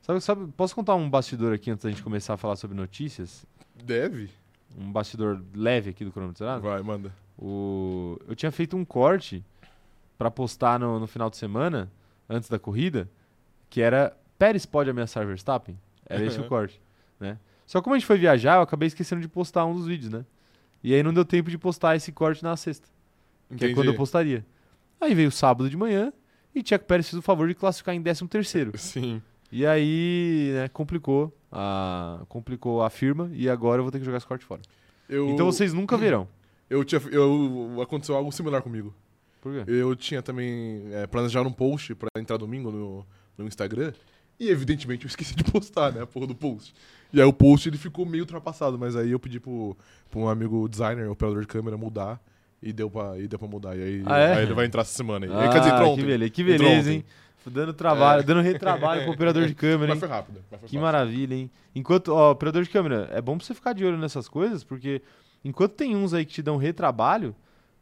Speaker 1: Sabe, sabe, posso contar um bastidor aqui antes da gente começar a falar sobre notícias?
Speaker 2: Deve?
Speaker 1: Um bastidor leve aqui do cronômetro Zerado?
Speaker 2: Vai, manda.
Speaker 1: O... Eu tinha feito um corte pra postar no, no final de semana, antes da corrida, que era Pérez pode ameaçar Verstappen? Era esse o corte, né? Só como a gente foi viajar, eu acabei esquecendo de postar um dos vídeos, né? E aí não deu tempo de postar esse corte na sexta, que é
Speaker 2: Entendi.
Speaker 1: quando eu postaria. Aí veio sábado de manhã e Tcheco Pérez fez o favor de classificar em 13 terceiro.
Speaker 2: Sim.
Speaker 1: E aí, né, complicou a, complicou a firma e agora eu vou ter que jogar esse corte fora.
Speaker 2: Eu,
Speaker 1: Então vocês nunca verão.
Speaker 2: eu tinha. Eu, aconteceu algo similar comigo.
Speaker 1: Por quê?
Speaker 2: Eu tinha também é, planejado um post pra entrar domingo no, no Instagram. E evidentemente eu esqueci de postar, né? A porra do post. E aí o post ele ficou meio ultrapassado, mas aí eu pedi pro, pro um amigo designer, operador de câmera, mudar. E deu pra, e deu pra mudar. E aí,
Speaker 1: Ah, é?
Speaker 2: aí ele vai entrar essa semana. aí.
Speaker 1: Ah,
Speaker 2: Quer dizer, entrou
Speaker 1: que
Speaker 2: ontem.
Speaker 1: beleza, que
Speaker 2: Entrou
Speaker 1: beleza,
Speaker 2: ontem.
Speaker 1: hein? Dando trabalho, dando retrabalho pro operador de câmera,
Speaker 2: Mas
Speaker 1: hein?
Speaker 2: foi rápido. Mas foi
Speaker 1: Que
Speaker 2: fácil.
Speaker 1: maravilha, hein? Enquanto, ó, operador de câmera, é bom pra você ficar de olho nessas coisas, porque enquanto tem uns aí que te dão retrabalho,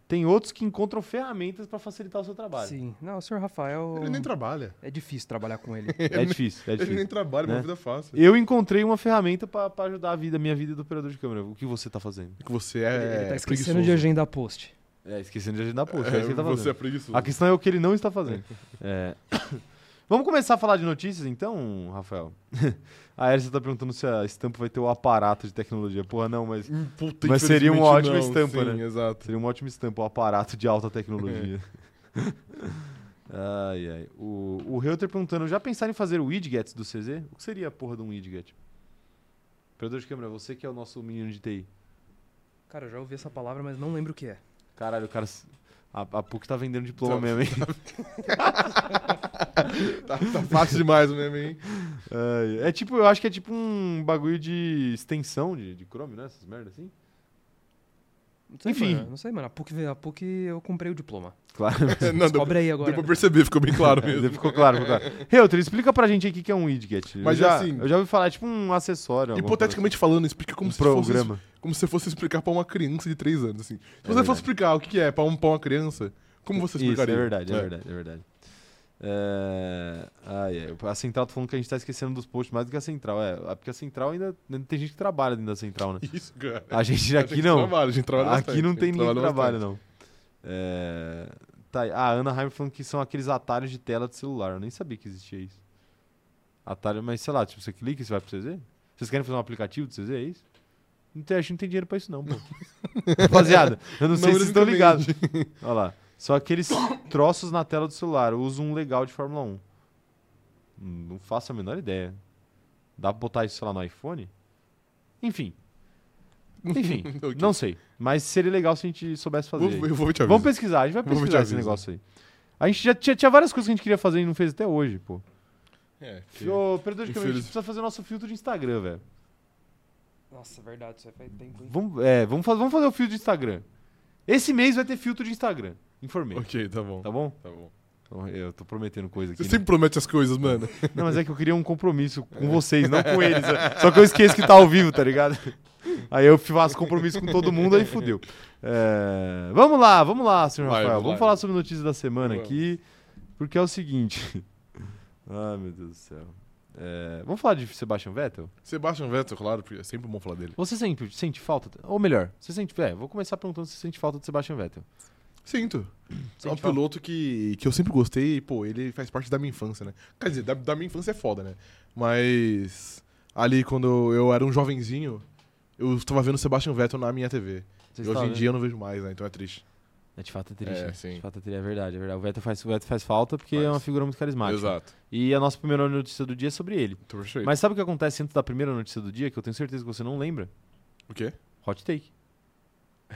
Speaker 1: Tem outros que encontram ferramentas pra facilitar o seu trabalho.
Speaker 4: Sim. Não, o senhor Rafael.
Speaker 2: Ele nem tá- trabalha.
Speaker 4: É difícil trabalhar com ele.
Speaker 1: É difícil, é
Speaker 2: Ele nem
Speaker 1: difícil.
Speaker 2: trabalha, é uma
Speaker 1: né?
Speaker 2: vida fácil.
Speaker 1: Eu encontrei uma ferramenta pra pra ajudar a vida, minha vida do operador de câmera. O que você tá fazendo?
Speaker 2: Que você é.
Speaker 4: ele tá esquecendo
Speaker 2: preguiçoso.
Speaker 4: de agenda post.
Speaker 1: É, esquecendo de agendar post. É,
Speaker 2: É,
Speaker 1: isso que ele tá
Speaker 2: você
Speaker 1: fazendo.
Speaker 2: é preguiçoso.
Speaker 1: A questão é o que ele não está fazendo. É. Vamos começar a falar de notícias então, Rafael? A Erika tá perguntando se a estampa vai ter o aparato de tecnologia. Porra, não, mas
Speaker 2: Hum, puta,
Speaker 1: Mas seria uma
Speaker 2: infelizmente
Speaker 1: ótima
Speaker 2: não,
Speaker 1: estampa,
Speaker 2: sim,
Speaker 1: né?
Speaker 2: Exato.
Speaker 1: seria uma ótima estampa, o aparato de alta tecnologia. ai, ai. O, o Reuter perguntando, já pensaram em fazer widgets do CZ? O que seria a porra de um widget? Operador de câmera, você que é o nosso menino de TI.
Speaker 4: Cara, eu já ouvi essa palavra, mas não lembro o que é.
Speaker 1: Caralho, o cara... A, a PUC tá vendendo
Speaker 2: Tá-
Speaker 1: diploma mesmo, hein?
Speaker 2: Tá, tá fácil demais o meme, hein?
Speaker 1: Ai, É, tipo, eu acho que é tipo um bagulho de extensão de, de Chrome, né? Essas merdas assim.
Speaker 4: Não sei,
Speaker 1: Enfim.
Speaker 4: Mano, não sei, mano. A PUC, veio- a PUC eu comprei o diploma.
Speaker 1: Claro.
Speaker 2: Não, deu,
Speaker 4: Descobre aí agora. né?
Speaker 2: deu pra perceber, ficou bem claro
Speaker 1: É,
Speaker 2: mesmo.
Speaker 1: ficou claro, ficou claro. Reuter, explica pra gente aí o que que é um widget.
Speaker 2: Mas
Speaker 1: eu já,
Speaker 2: assim-
Speaker 1: eu já ouvi falar, é tipo um acessório. alguma
Speaker 2: Hipoteticamente falando, explica como,
Speaker 1: coisa
Speaker 2: se
Speaker 1: assim. um
Speaker 2: fosse,
Speaker 1: programa. É
Speaker 2: como se fosse explicar pra uma criança de 3 anos, assim. Se você
Speaker 1: verdade.
Speaker 2: fosse explicar o que é pra, um, pra uma criança, como você
Speaker 1: Isso, é
Speaker 2: explicaria?
Speaker 1: verdade, é, verdade, é verdade. É, Ai, ai, a Central tá falando que a gente tá esquecendo dos posts mais do que a Central. É, é porque a Central ainda, ainda tem gente que trabalha dentro da Central, né?
Speaker 2: Isso, cara.
Speaker 1: A gente
Speaker 2: A
Speaker 1: aqui
Speaker 2: gente
Speaker 1: não.
Speaker 2: Trabalha, a gente trabalha
Speaker 1: Aqui
Speaker 2: bastante,
Speaker 1: não
Speaker 2: a gente
Speaker 1: tem ninguém que trabalha,
Speaker 2: bastante.
Speaker 1: não. É... Tá aí. Ah, a Ana Heimer falando que são aqueles atalhos de tela de celular. Eu nem sabia que existia isso. Atalho, mas sei lá, tipo, você clica e você vai pro CZ? Vocês querem fazer um aplicativo do CZ? É isso? Não tem, a gente não tem dinheiro pra isso, não, pô. Rapaziada, eu não, sei se vocês estão ligados.
Speaker 2: ironicamente.
Speaker 1: Olha lá. Só aqueles troços na tela do celular. Eu uso um legal de Fórmula 1. Hum, Não faço a menor ideia. Dá pra botar isso, sei lá, no iPhone? Enfim. Enfim,
Speaker 2: Ok.
Speaker 1: não sei. Mas seria legal se a gente soubesse fazer.
Speaker 2: Vou, eu vou te avisar.
Speaker 1: Vamos pesquisar, a gente vai
Speaker 2: Vou te
Speaker 1: pesquisar esse
Speaker 2: avisar.
Speaker 1: negócio aí. A gente já tinha, tinha várias coisas que a gente queria fazer e não fez até hoje, pô.
Speaker 2: É, que-
Speaker 1: Ô, perdão de câmera, a gente
Speaker 2: Infeliz-
Speaker 1: precisa fazer nosso filtro de Instagram, velho.
Speaker 4: Nossa, é verdade. Isso aí faz tempo, hein?
Speaker 1: Vamos, é, vamos, fa- vamos fazer o filtro de Instagram. Esse mês vai ter filtro de Instagram. Informei.
Speaker 2: Ok, tá bom.
Speaker 1: Tá bom?
Speaker 2: Tá bom.
Speaker 1: Então, Eu tô prometendo coisa aqui.
Speaker 2: Você
Speaker 1: né?
Speaker 2: sempre promete as coisas, mano.
Speaker 1: Não, mas é que eu queria um compromisso com vocês, não com eles. Só que eu esqueço que tá ao vivo, tá ligado? Aí eu faço compromisso com todo mundo, aí fudeu. É, Vamos lá, vamos lá, senhor
Speaker 2: Vai,
Speaker 1: Rafael. Vamos
Speaker 2: vai.
Speaker 1: falar sobre notícias da semana
Speaker 2: Vamos.
Speaker 1: aqui, porque é o seguinte. Ai, meu Deus do céu. É, Vamos falar de Sebastian Vettel?
Speaker 2: Sebastian Vettel, claro, porque é sempre bom falar dele.
Speaker 1: Você sempre sente falta, ou melhor, você sente, é, vou começar perguntando se você sente falta de Sebastian Vettel.
Speaker 2: Sinto. É um
Speaker 1: Sente falta?
Speaker 2: piloto que, que eu sempre gostei e, pô, ele faz parte da minha infância, né? Quer dizer, da, da minha infância é foda, né? Mas ali quando eu era um jovenzinho, eu estava vendo Sebastian Vettel na minha TV.
Speaker 1: Você
Speaker 2: E
Speaker 1: está
Speaker 2: hoje em
Speaker 1: vendo?
Speaker 2: dia eu não vejo mais, né? Então é triste.
Speaker 1: É, de fato é triste.
Speaker 2: É,
Speaker 1: né?
Speaker 2: sim.
Speaker 1: De fato é triste, é verdade, é verdade. O Vettel faz, o Vettel faz falta porque é
Speaker 2: Faz.
Speaker 1: uma figura muito carismática.
Speaker 2: Exato. Então,
Speaker 1: E a nossa primeira notícia do dia é sobre ele.
Speaker 2: Perfeito.
Speaker 1: Mas sabe o que acontece antes da primeira notícia do dia, que eu tenho certeza que você não lembra?
Speaker 2: O quê?
Speaker 1: Hot take.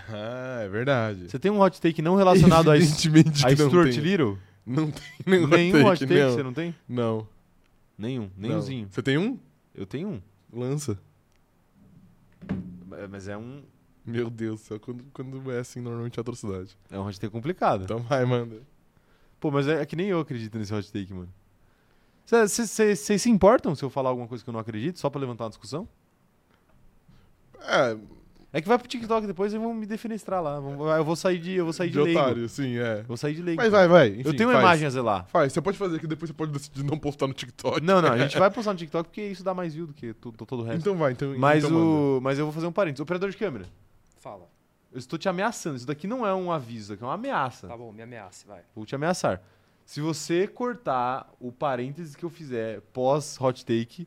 Speaker 2: Ah, é verdade.
Speaker 1: Você tem um hot take não relacionado a, es-
Speaker 2: Evidentemente
Speaker 1: a
Speaker 2: que não
Speaker 1: Stuart
Speaker 2: tem.
Speaker 1: Little?
Speaker 2: Não tem nenhum,
Speaker 1: Nenhum hot
Speaker 2: hot
Speaker 1: take você
Speaker 2: não.
Speaker 1: não tem?
Speaker 2: Não.
Speaker 1: Nenhum,
Speaker 2: não.
Speaker 1: nenhumzinho.
Speaker 2: Você tem um?
Speaker 1: Eu tenho um.
Speaker 2: Lança.
Speaker 1: Ma- Mas é um,
Speaker 2: Meu Deus do céu, quando, quando é assim, normalmente é atrocidade.
Speaker 1: é um hot take complicado.
Speaker 2: Então vai, manda.
Speaker 1: Pô, mas é, é que nem eu acredito nesse hot take, mano. Vocês se importam se eu falar alguma coisa que eu não acredito, só pra levantar uma discussão?
Speaker 2: É,
Speaker 1: É que vai pro TikTok depois e vão me defenestrar lá. Vão- Eu vou sair de, eu vou sair de,
Speaker 2: de
Speaker 1: leigo.
Speaker 2: otário, sim, é.
Speaker 1: Vou sair de leigo.
Speaker 2: Mas vai, vai.
Speaker 1: eu
Speaker 2: enfim,
Speaker 1: tenho uma
Speaker 2: faz.
Speaker 1: imagem a zelar.
Speaker 2: Faz, você pode fazer que depois você pode decidir não postar no TikTok.
Speaker 1: Não, não, a gente vai postar no TikTok porque isso dá mais view do que tu- todo o resto.
Speaker 2: Então vai, então.
Speaker 1: Mas,
Speaker 2: então manda.
Speaker 1: o, mas eu vou fazer um parênteses. Operador de câmera,
Speaker 4: Fala.
Speaker 1: eu estou te ameaçando. Isso daqui não é um aviso, isso daqui é uma ameaça.
Speaker 4: Tá bom, me ameace, vai.
Speaker 1: Vou te ameaçar. Se você cortar o parênteses que eu fizer pós hot take,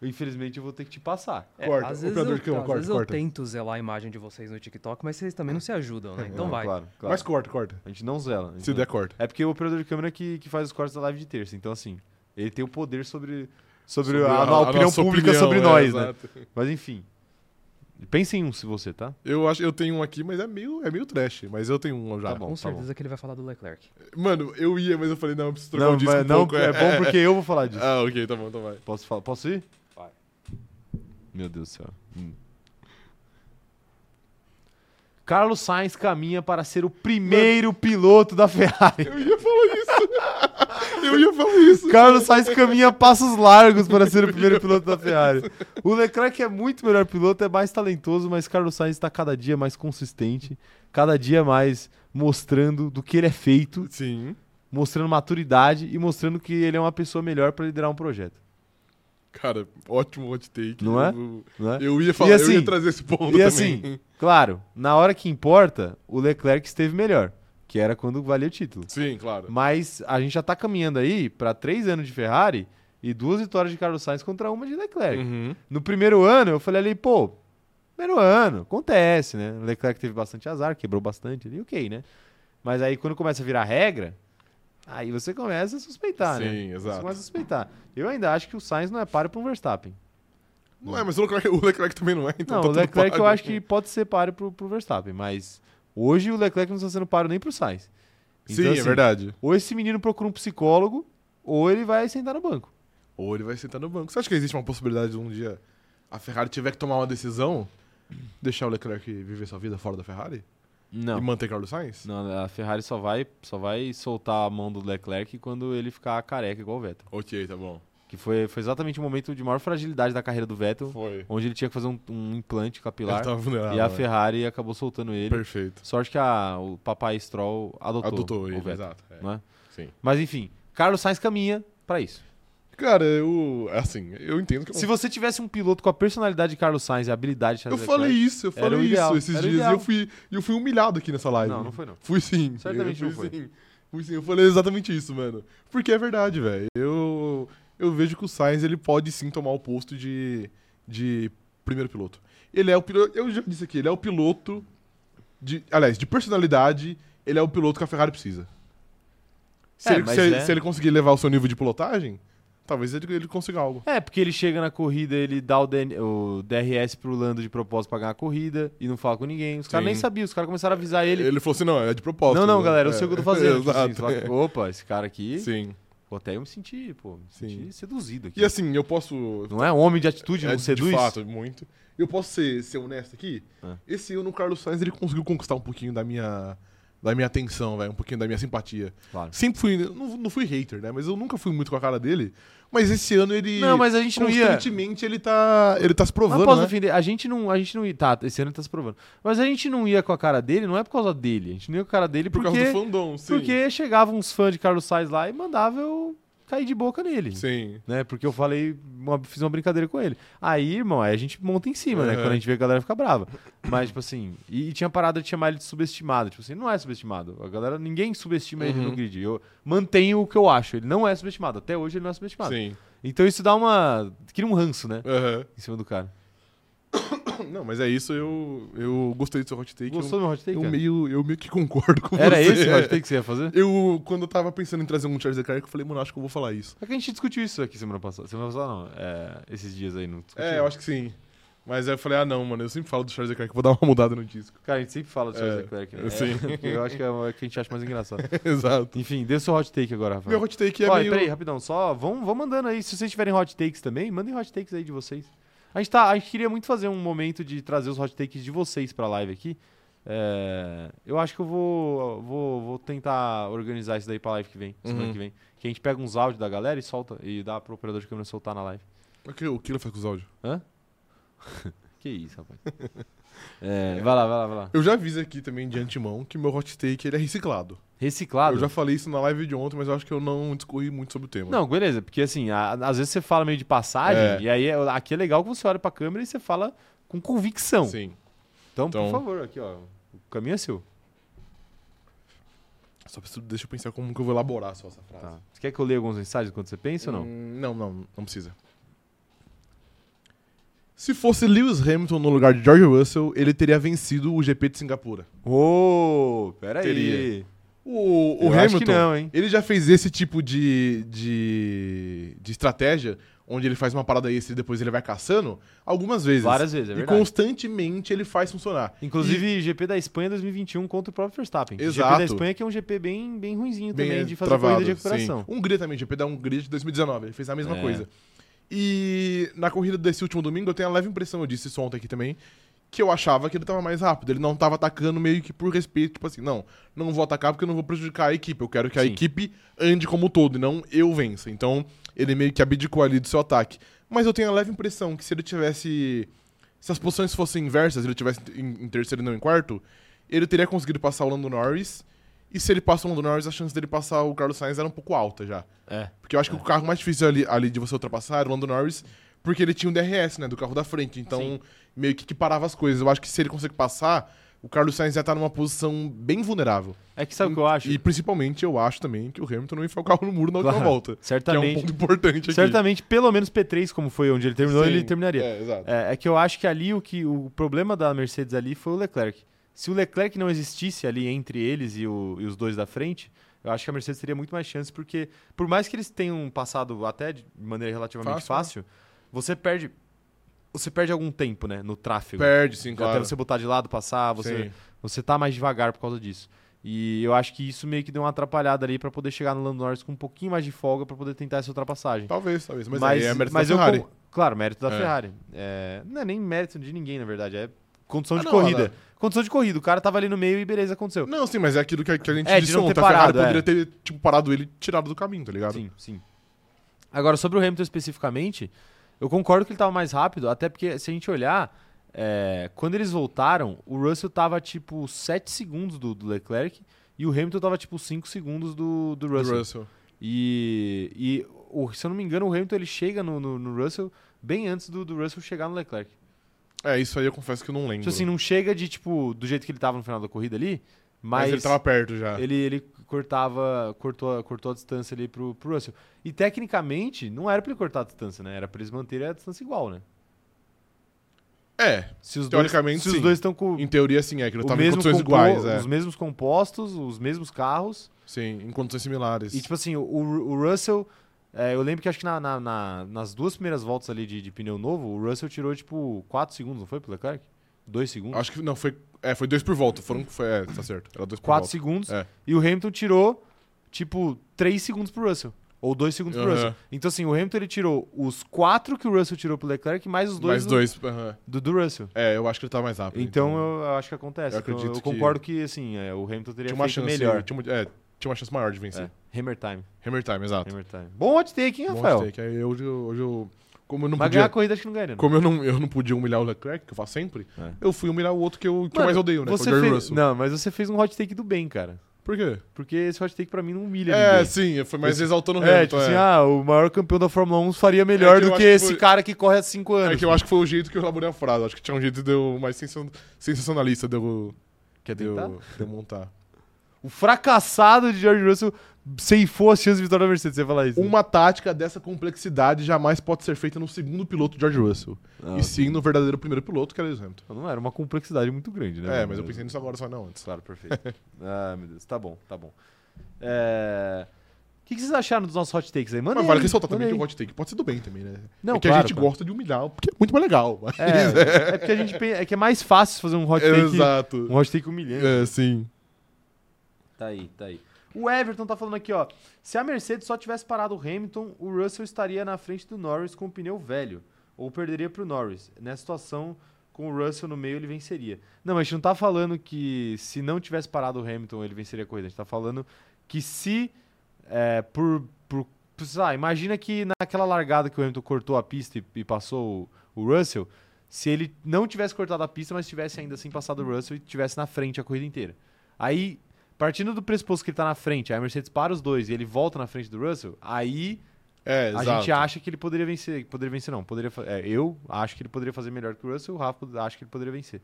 Speaker 1: eu, infelizmente eu vou ter que te passar.
Speaker 2: Corta,
Speaker 4: É, às vezes,
Speaker 2: operador
Speaker 4: eu,
Speaker 2: de câmera,
Speaker 4: às
Speaker 2: corta,
Speaker 4: vezes
Speaker 2: corta.
Speaker 4: eu tento zelar a imagem de vocês no TikTok, mas vocês também não se ajudam, né? Então
Speaker 1: Não,
Speaker 4: vai.
Speaker 1: É, Claro, claro.
Speaker 2: Mas corta, corta.
Speaker 1: A gente não zela. a gente
Speaker 2: Se
Speaker 1: não-
Speaker 2: der, corta.
Speaker 1: É porque o operador de câmera que, que faz os cortes da live de terça. Então, assim, ele tem o poder sobre, sobre, a, a opinião
Speaker 2: nossa
Speaker 1: pública
Speaker 2: opinião,
Speaker 1: sobre
Speaker 2: é,
Speaker 1: nós, né?
Speaker 2: exato.
Speaker 1: Mas, enfim. Pensa em um se você, tá?
Speaker 2: Eu acho eu tenho um aqui, mas é meio, é meio trash. Mas eu tenho um já.
Speaker 1: Tá bom,
Speaker 4: Com
Speaker 1: tá
Speaker 4: certeza que ele vai falar do Leclerc.
Speaker 2: Mano, eu ia, mas eu falei, não, eu preciso trocar o disco.
Speaker 1: mas
Speaker 2: um
Speaker 1: não
Speaker 2: pouco,
Speaker 1: é bom porque eu vou falar disso.
Speaker 2: Ah, ok, tá bom, então vai.
Speaker 1: Posso, falar? Posso ir?
Speaker 4: Vai.
Speaker 1: Meu Deus do céu. Hum. Carlos Sainz caminha para ser o primeiro piloto da Ferrari.
Speaker 2: Eu ia falar isso. eu ia falar isso.
Speaker 1: Carlos Sainz caminha passos largos para ser o primeiro piloto da Ferrari. O Leclerc é muito melhor tá piloto, é mais talentoso, mas Carlos Sainz está cada dia mais consistente, cada dia mais mostrando do que ele é feito,
Speaker 2: Sim.
Speaker 1: mostrando maturidade e mostrando que ele é uma pessoa melhor pra liderar um projeto,
Speaker 2: Cara, ótimo hot take.
Speaker 1: Não é?
Speaker 2: Eu,
Speaker 1: não é?
Speaker 2: eu ia falar,
Speaker 1: assim-
Speaker 2: eu ia trazer esse ponto
Speaker 1: e
Speaker 2: também.
Speaker 1: assim- Claro, na hora que importa, o Leclerc esteve melhor, que era quando valia o título.
Speaker 2: Sim, claro.
Speaker 1: Mas a gente já tá caminhando aí pra três anos de Ferrari e duas vitórias de Carlos Sainz contra uma de Leclerc.
Speaker 2: Uhum.
Speaker 1: No primeiro ano, eu falei ali, pô, primeiro ano, acontece, né? O Leclerc teve bastante azar, quebrou bastante ali, ok, né? Mas aí quando começa a virar regra, aí você começa a suspeitar, né?
Speaker 2: Sim,
Speaker 1: Você
Speaker 2: exato.
Speaker 1: começa a suspeitar. Eu ainda acho que o Sainz não é páreo para um Verstappen.
Speaker 2: Não é, mas o Leclerc, o Leclerc também não é, então
Speaker 1: não,
Speaker 2: tá
Speaker 1: o
Speaker 2: tudo
Speaker 1: Leclerc
Speaker 2: pago.
Speaker 1: eu acho que pode ser páreo pro, pro Verstappen, mas hoje o Leclerc não está sendo páreo nem pro Sainz.
Speaker 2: Sim,
Speaker 1: Então,
Speaker 2: é
Speaker 1: assim,
Speaker 2: verdade.
Speaker 1: Ou esse menino procura um psicólogo, ou ele vai sentar no banco.
Speaker 2: Ou ele vai sentar no banco. Você acha que existe uma possibilidade de um dia a Ferrari tiver que tomar uma decisão, deixar o Leclerc viver sua vida fora da Ferrari? E
Speaker 1: Não.
Speaker 2: manter Carlos Sainz?
Speaker 1: Não, a Ferrari só vai, só vai soltar a mão do Leclerc quando ele ficar careca igual o Vettel.
Speaker 2: Ok, tá bom.
Speaker 1: Que foi, foi exatamente o momento de maior fragilidade da carreira do Vettel,
Speaker 2: Foi.
Speaker 1: onde ele tinha que fazer um, um implante capilar.
Speaker 2: Ele tava vulnerável.
Speaker 1: e a
Speaker 2: né?
Speaker 1: Ferrari acabou soltando ele.
Speaker 2: Perfeito.
Speaker 1: Sorte que a- o papai Stroll adotou,
Speaker 2: Adotou
Speaker 1: o
Speaker 2: ele,
Speaker 1: Vettel.
Speaker 2: exato. é.
Speaker 1: não é?
Speaker 2: Sim.
Speaker 1: Mas enfim, Carlos Sainz caminha pra isso.
Speaker 2: Cara, eu. Assim, eu entendo que. é um-
Speaker 1: Se você tivesse um piloto com a personalidade de Carlos Sainz e a habilidade de
Speaker 2: Eu
Speaker 1: Charles
Speaker 2: falei
Speaker 1: Leclerc-
Speaker 2: isso, eu
Speaker 1: é Era o
Speaker 2: falei
Speaker 1: ideal,
Speaker 2: isso esses
Speaker 1: era o
Speaker 2: dias e eu
Speaker 1: ideal.
Speaker 2: fui, e eu fui humilhado aqui nessa live.
Speaker 1: Não, não foi não.
Speaker 2: Fui sim.
Speaker 1: Certamente
Speaker 2: eu
Speaker 1: não
Speaker 2: fui
Speaker 1: foi.
Speaker 2: sim. Fui sim, eu falei exatamente isso, mano. Porque é verdade, velho. Eu, eu vejo que o Sainz ele pode sim tomar o posto de, de primeiro piloto. Ele é o piloto, eu já disse aqui, ele é o piloto de, aliás, de personalidade, ele é o piloto que a Ferrari precisa. Se,
Speaker 1: É,
Speaker 2: ele,
Speaker 1: mas
Speaker 2: se ele-
Speaker 1: é-
Speaker 2: se ele conseguir levar o seu nível de pilotagem, talvez ele, ele consiga algo.
Speaker 1: É, porque ele chega na corrida, ele dá o, DN o DRS pro Lando de propósito pra ganhar a corrida e não fala com ninguém. Os caras
Speaker 2: Sim.
Speaker 1: nem sabiam, os caras começaram a avisar ele.
Speaker 2: Ele falou assim, não, é de propósito.
Speaker 1: não, não,
Speaker 2: né?
Speaker 1: galera, eu
Speaker 2: É,
Speaker 1: sei o que eu tô fazendo. Tipo assim,
Speaker 2: Exato.
Speaker 1: só que, Opa, esse cara aqui.
Speaker 2: Sim.
Speaker 1: Pô, até eu me senti, pô, me
Speaker 2: Sim.
Speaker 1: senti seduzido aqui.
Speaker 2: E assim, eu posso.
Speaker 1: Não é homem de atitude,
Speaker 2: é,
Speaker 1: não seduz?
Speaker 2: De fato, muito. Eu posso ser, ser honesto aqui?
Speaker 1: Ah.
Speaker 2: Esse ano, o Carlos Sainz, ele conseguiu conquistar um pouquinho da minha. Da minha atenção, velho, um pouquinho da minha simpatia.
Speaker 1: Claro.
Speaker 2: Sempre fui. Não, não fui hater, né? Mas eu nunca fui muito com a cara dele. Mas esse ano ele.
Speaker 1: Não, mas a gente não ia.
Speaker 2: Constantemente ele tá. Ele tá
Speaker 1: Mas
Speaker 2: se provando.
Speaker 1: posso
Speaker 2: né?
Speaker 1: defender. A gente não, a gente não ia. Tá, esse ano ele tá se provando. Mas a gente não ia com a cara dele, não é por causa dele. A gente não ia com a cara dele
Speaker 2: Por
Speaker 1: porque.
Speaker 2: causa do fandom, sim.
Speaker 1: porque chegavam uns fãs de Carlos Sainz lá e mandava eu cair de boca nele.
Speaker 2: Sim.
Speaker 1: Né? Porque eu falei, uma- fiz uma brincadeira com ele. Aí, irmão, aí a gente monta em cima, né?
Speaker 2: Uhum.
Speaker 1: Quando a gente vê a galera fica brava. Mas, tipo assim, e, e tinha parada de chamar ele de subestimado. Tipo assim, não é subestimado. A galera, ninguém subestima ele no
Speaker 2: Uhum.
Speaker 1: grid. Eu mantenho o que eu acho. Ele não é subestimado. Até hoje ele não é subestimado.
Speaker 2: Sim.
Speaker 1: Então isso dá uma. cria um ranço, né?
Speaker 2: Aham.
Speaker 1: Em cima do cara.
Speaker 2: Não, mas é isso, eu, eu gostei do seu hot take.
Speaker 1: Gostou do meu um hot take?
Speaker 2: eu, eu,
Speaker 1: cara?
Speaker 2: um meio, eu meio que concordo com
Speaker 1: Era
Speaker 2: você.
Speaker 1: esse o hot take que você ia fazer?
Speaker 2: Eu, quando eu tava pensando em trazer um Charles Leclerc, eu falei, mano, acho que eu vou falar isso.
Speaker 1: É que a gente discutiu isso aqui semana passada. Semana passada não. é, esses dias aí não. discutiu?
Speaker 2: É, eu acho que sim. Mas aí eu falei, ah, não, mano, eu sempre falo do Charles Leclerc, vou dar uma mudada no disco.
Speaker 1: Cara, a gente sempre fala do Charles
Speaker 2: É,
Speaker 1: Leclerc. Né?
Speaker 2: sim.
Speaker 1: É, porque eu acho que é o que a gente acha mais engraçado.
Speaker 2: Exato.
Speaker 1: Enfim, dê seu hot take agora, Rafael.
Speaker 2: Meu hot take é
Speaker 1: Olha,
Speaker 2: meio...
Speaker 1: peraí, rapidão, só vão, vão mandando aí. Se vocês tiverem hot takes também, mandem hot takes aí de vocês. A gente, tá, a gente queria muito fazer um momento de trazer os hot takes de vocês pra live aqui. É, eu acho que eu vou, vou, vou tentar organizar isso daí pra live que vem, semana
Speaker 2: Uhum.
Speaker 1: que vem. Que a gente pega uns áudios da galera e solta, e dá pro operador de câmera soltar na live.
Speaker 2: O que, o que ele faz com os áudios?
Speaker 1: Que isso, rapaz. É, vai lá, vai lá, vai lá.
Speaker 2: Eu já aviso aqui também de antemão que meu hot take ele é reciclado.
Speaker 1: Reciclado.
Speaker 2: Eu já falei isso na live de ontem, mas eu acho que eu não discorri muito sobre o tema.
Speaker 1: Não, beleza, porque assim, a- às vezes você fala meio de passagem,
Speaker 2: Tipo- É.
Speaker 1: e aí é- aqui é legal que você olha pra câmera e você fala com convicção.
Speaker 2: Sim.
Speaker 1: Então,
Speaker 2: Então-
Speaker 1: por favor, aqui, ó. O caminho é seu.
Speaker 2: Só preciso, deixa eu pensar como que eu vou elaborar só essa frase.
Speaker 1: Tá. Você quer que eu leia alguns mensagens quando você pensa ou não?
Speaker 2: Hum, Não, não, não precisa. Se fosse Lewis Hamilton no lugar de George Russell, ele teria vencido o GP de Singapura.
Speaker 1: Ô, peraí.
Speaker 2: Teria.
Speaker 1: Eu
Speaker 2: O, o Hamilton,
Speaker 1: acho que não, hein?
Speaker 2: ele já fez esse tipo de, de, de estratégia, onde ele faz uma parada extra e depois ele vai caçando, algumas vezes.
Speaker 1: Várias vezes, é
Speaker 2: e
Speaker 1: verdade.
Speaker 2: constantemente ele faz funcionar.
Speaker 1: Inclusive, GP da Espanha 2021 contra o próprio Verstappen.
Speaker 2: Exato.
Speaker 1: GP da Espanha que é um GP bem, bem ruinzinho
Speaker 2: E bem
Speaker 1: também de fazer
Speaker 2: travado,
Speaker 1: corrida de recuperação.
Speaker 2: Sim. Hungria também, GP da Hungria um de 2019, ele fez a mesma
Speaker 1: É.
Speaker 2: coisa. E na corrida desse último domingo, eu tenho a leve impressão, eu disse isso ontem aqui também, que eu achava que ele tava mais rápido, ele não tava atacando meio que por respeito, tipo assim, não, não vou atacar porque eu não vou prejudicar a equipe, eu quero que a
Speaker 1: Sim.
Speaker 2: equipe ande como um todo e não eu vença. Então, ele meio que abdicou ali do seu ataque. Mas eu tenho a leve impressão que se ele tivesse se as posições fossem inversas, ele tivesse em, em terceiro e não em quarto, ele teria conseguido passar o Lando Norris. E se ele passa o Lando Norris, a chance dele passar o Carlos Sainz era um pouco alta já.
Speaker 1: É.
Speaker 2: Porque eu acho que o carro mais difícil ali, ali de você ultrapassar era o Lando Norris, porque ele tinha um DRS, né, do carro da frente. Então,
Speaker 1: Sim.
Speaker 2: meio que que parava as coisas. Eu acho que se ele consegue passar, o Carlos Sainz já tá numa posição bem vulnerável.
Speaker 1: É que sabe o que eu acho?
Speaker 2: E principalmente, eu acho também que o Hamilton não enfiou o carro no muro na última
Speaker 1: Claro,
Speaker 2: volta. Que é um
Speaker 1: certamente.
Speaker 2: ponto importante aqui.
Speaker 1: certamente, pelo menos P3, como foi onde ele terminou,
Speaker 2: Sim,
Speaker 1: ele terminaria.
Speaker 2: É, exato.
Speaker 1: É, é que eu acho que ali o, que, o problema da Mercedes ali foi o Leclerc. Se o Leclerc não existisse ali entre eles e, o- e os dois da frente, eu acho que a Mercedes teria muito mais chance, porque por mais que eles tenham passado até de maneira relativamente fácil,
Speaker 2: Fácil, né?
Speaker 1: você perde. Você perde algum tempo, né? No tráfego.
Speaker 2: Perde, sim, claro.
Speaker 1: Até você botar de lado, passar, você,
Speaker 2: Sim.
Speaker 1: você tá mais devagar por causa disso. E eu acho que isso meio que deu uma atrapalhada ali pra poder chegar no Lando Norris com um pouquinho mais de folga pra poder tentar essa ultrapassagem.
Speaker 2: Talvez, talvez. Mas,
Speaker 1: Mas,
Speaker 2: aí é mérito
Speaker 1: mas
Speaker 2: da
Speaker 1: eu
Speaker 2: Ferrari.
Speaker 1: con- Claro, mérito da
Speaker 2: É.
Speaker 1: Ferrari. É, não é nem mérito de ninguém, na verdade. É condição
Speaker 2: Ah,
Speaker 1: de
Speaker 2: não,
Speaker 1: corrida.
Speaker 2: ela-
Speaker 1: Condição de corrida. O cara tava ali no meio e beleza, aconteceu.
Speaker 2: Não, sim, mas é aquilo que a, que a gente
Speaker 1: É, de
Speaker 2: disse
Speaker 1: não ter
Speaker 2: ontem. A Ferrari
Speaker 1: parado, é.
Speaker 2: poderia ter, tipo, parado ele e tirado do caminho, tá ligado?
Speaker 1: Sim, sim. Agora, sobre o Hamilton especificamente, eu concordo que ele tava mais rápido, até porque se a gente olhar, é, quando eles voltaram, o Russell tava tipo 7 segundos do, do Leclerc e o Hamilton tava tipo 5 segundos do, do
Speaker 2: Do
Speaker 1: Russell.
Speaker 2: Russell.
Speaker 1: E, e o- se eu não me engano, o Hamilton ele chega no, no- no Russell bem antes do, do Russell chegar no Leclerc.
Speaker 2: É, isso aí eu confesso que eu não lembro.
Speaker 1: Tipo assim, não chega de, tipo, do jeito que ele tava no final da corrida ali, mas,
Speaker 2: mas, ele tava perto já.
Speaker 1: ele, ele cortava, cortou, a- cortou a distância ali pro, pro Russell. E tecnicamente, não era pra ele cortar a distância, né? Era pra eles manterem a distância igual, né?
Speaker 2: É,
Speaker 1: Se os
Speaker 2: Teoricamente,
Speaker 1: dois, se os
Speaker 2: sim.
Speaker 1: dois estão com
Speaker 2: em teoria sim, é que ele
Speaker 1: o
Speaker 2: tava em
Speaker 1: mesmo
Speaker 2: condições
Speaker 1: compo-
Speaker 2: iguais, é.
Speaker 1: os mesmos compostos, os mesmos carros.
Speaker 2: Sim, em condições similares.
Speaker 1: E tipo assim, o, o Russell, é, eu lembro que acho que na- na- na- nas duas primeiras voltas ali de, de pneu novo, o Russell tirou tipo 4 segundos, não foi, pro Leclerc? 2 segundos?
Speaker 2: Acho que não, foi. É, foi dois por volta. Foram. Foi, é, tá certo. Era dois por
Speaker 1: 4
Speaker 2: volta.
Speaker 1: segundos.
Speaker 2: É.
Speaker 1: E o Hamilton tirou, tipo, 3 segundos pro Russell. Ou 2 segundos pro
Speaker 2: Aham.
Speaker 1: Russell. Então, assim, o Hamilton ele tirou os 4 que o Russell tirou pro Leclerc, mais os 2
Speaker 2: Mais
Speaker 1: do,
Speaker 2: dois. aham.
Speaker 1: do, do Russell.
Speaker 2: É, eu acho que ele tava mais rápido.
Speaker 1: Então, eu, eu acho que acontece.
Speaker 2: Eu
Speaker 1: Então,
Speaker 2: acredito
Speaker 1: eu
Speaker 2: que-
Speaker 1: concordo que, assim, é, o Hamilton teria
Speaker 2: tinha uma
Speaker 1: feito
Speaker 2: chance
Speaker 1: melhor.
Speaker 2: Tinha, uma- é, tinha uma chance maior de vencer.
Speaker 1: É. Hammer time.
Speaker 2: Hammer time, exato.
Speaker 1: Hammer time. Bom hot take, hein,
Speaker 2: Bom
Speaker 1: Rafael?
Speaker 2: take. Aí hoje, eu- hoje eu. Como eu não
Speaker 1: Vai
Speaker 2: podia.
Speaker 1: ganhar a corrida, acho que não ganha, né?
Speaker 2: Como eu não, eu não podia humilhar o Leclerc, que eu faço sempre,
Speaker 1: É.
Speaker 2: eu fui humilhar o outro que eu, que eu
Speaker 1: Mano,
Speaker 2: mais odeio, né? Que é o
Speaker 1: Você
Speaker 2: George
Speaker 1: fez-
Speaker 2: Russell.
Speaker 1: Não, mas você fez um hot take do bem, cara.
Speaker 2: Por quê?
Speaker 1: Porque esse hot take pra mim não humilha
Speaker 2: É,
Speaker 1: ninguém.
Speaker 2: sim, foi mais
Speaker 1: Esse-
Speaker 2: exaltando o
Speaker 1: é,
Speaker 2: Hamilton.
Speaker 1: tipo assim, ah, o maior campeão da Fórmula 1 faria melhor
Speaker 2: É que eu
Speaker 1: do que,
Speaker 2: acho que
Speaker 1: esse
Speaker 2: foi-
Speaker 1: cara que corre há 5 anos.
Speaker 2: É que eu acho que foi o jeito que eu elaborei a frase. Acho que tinha um jeito de eu mais sensa- sensacionalista de eu,
Speaker 1: Quer
Speaker 2: de eu-
Speaker 1: tentar?
Speaker 2: de eu montar.
Speaker 1: O fracassado de George Russell ceifou as chances de vitória da Mercedes. Você ia falar isso. né?
Speaker 2: Uma tática dessa complexidade jamais pode ser feita no segundo piloto George Russell.
Speaker 1: Ah,
Speaker 2: e sim no verdadeiro primeiro piloto, que era Lewis Hamilton.
Speaker 1: Não era uma complexidade muito grande, né?
Speaker 2: É, mas eu pensei nisso agora, só não antes.
Speaker 1: Claro, perfeito. ah, meu Deus. Tá bom, tá bom. É, O que, que vocês acharam dos nossos hot takes aí? Manda
Speaker 2: Mas vale
Speaker 1: aí,
Speaker 2: ressaltar
Speaker 1: manda
Speaker 2: também que
Speaker 1: aí.
Speaker 2: o hot take pode ser do bem também, né?
Speaker 1: Não,
Speaker 2: é que
Speaker 1: claro,
Speaker 2: a gente
Speaker 1: claro.
Speaker 2: gosta de humilhar, porque é muito mais legal. mas-
Speaker 1: É, é porque a gente pensa, é que é mais fácil fazer um hot take,
Speaker 2: Exato.
Speaker 1: um hot take humilhante.
Speaker 2: É, sim.
Speaker 1: Tá aí, tá aí. O Everton tá falando aqui, ó. Se a Mercedes só tivesse parado o Hamilton, o Russell estaria na frente do Norris com o pneu velho. Ou perderia pro Norris. Nessa situação, com o Russell no meio, ele venceria. Não, mas a gente não tá falando que se não tivesse parado o Hamilton, ele venceria a corrida. A gente tá falando que se. É, por, por, por- sei lá, imagina que naquela largada que o Hamilton cortou a pista e, e passou o, o Russell, se ele não tivesse cortado a pista, mas tivesse ainda assim passado o Russell e tivesse na frente a corrida inteira. Aí, partindo do pressuposto que ele tá na frente, aí a Mercedes para os dois e ele volta na frente do Russell, aí a
Speaker 2: É, exato.
Speaker 1: gente acha que ele poderia vencer. que Poderia vencer, não. Poderia, fa- é, eu acho que ele poderia fazer melhor que o Russell, o Rafa acho que ele poderia vencer.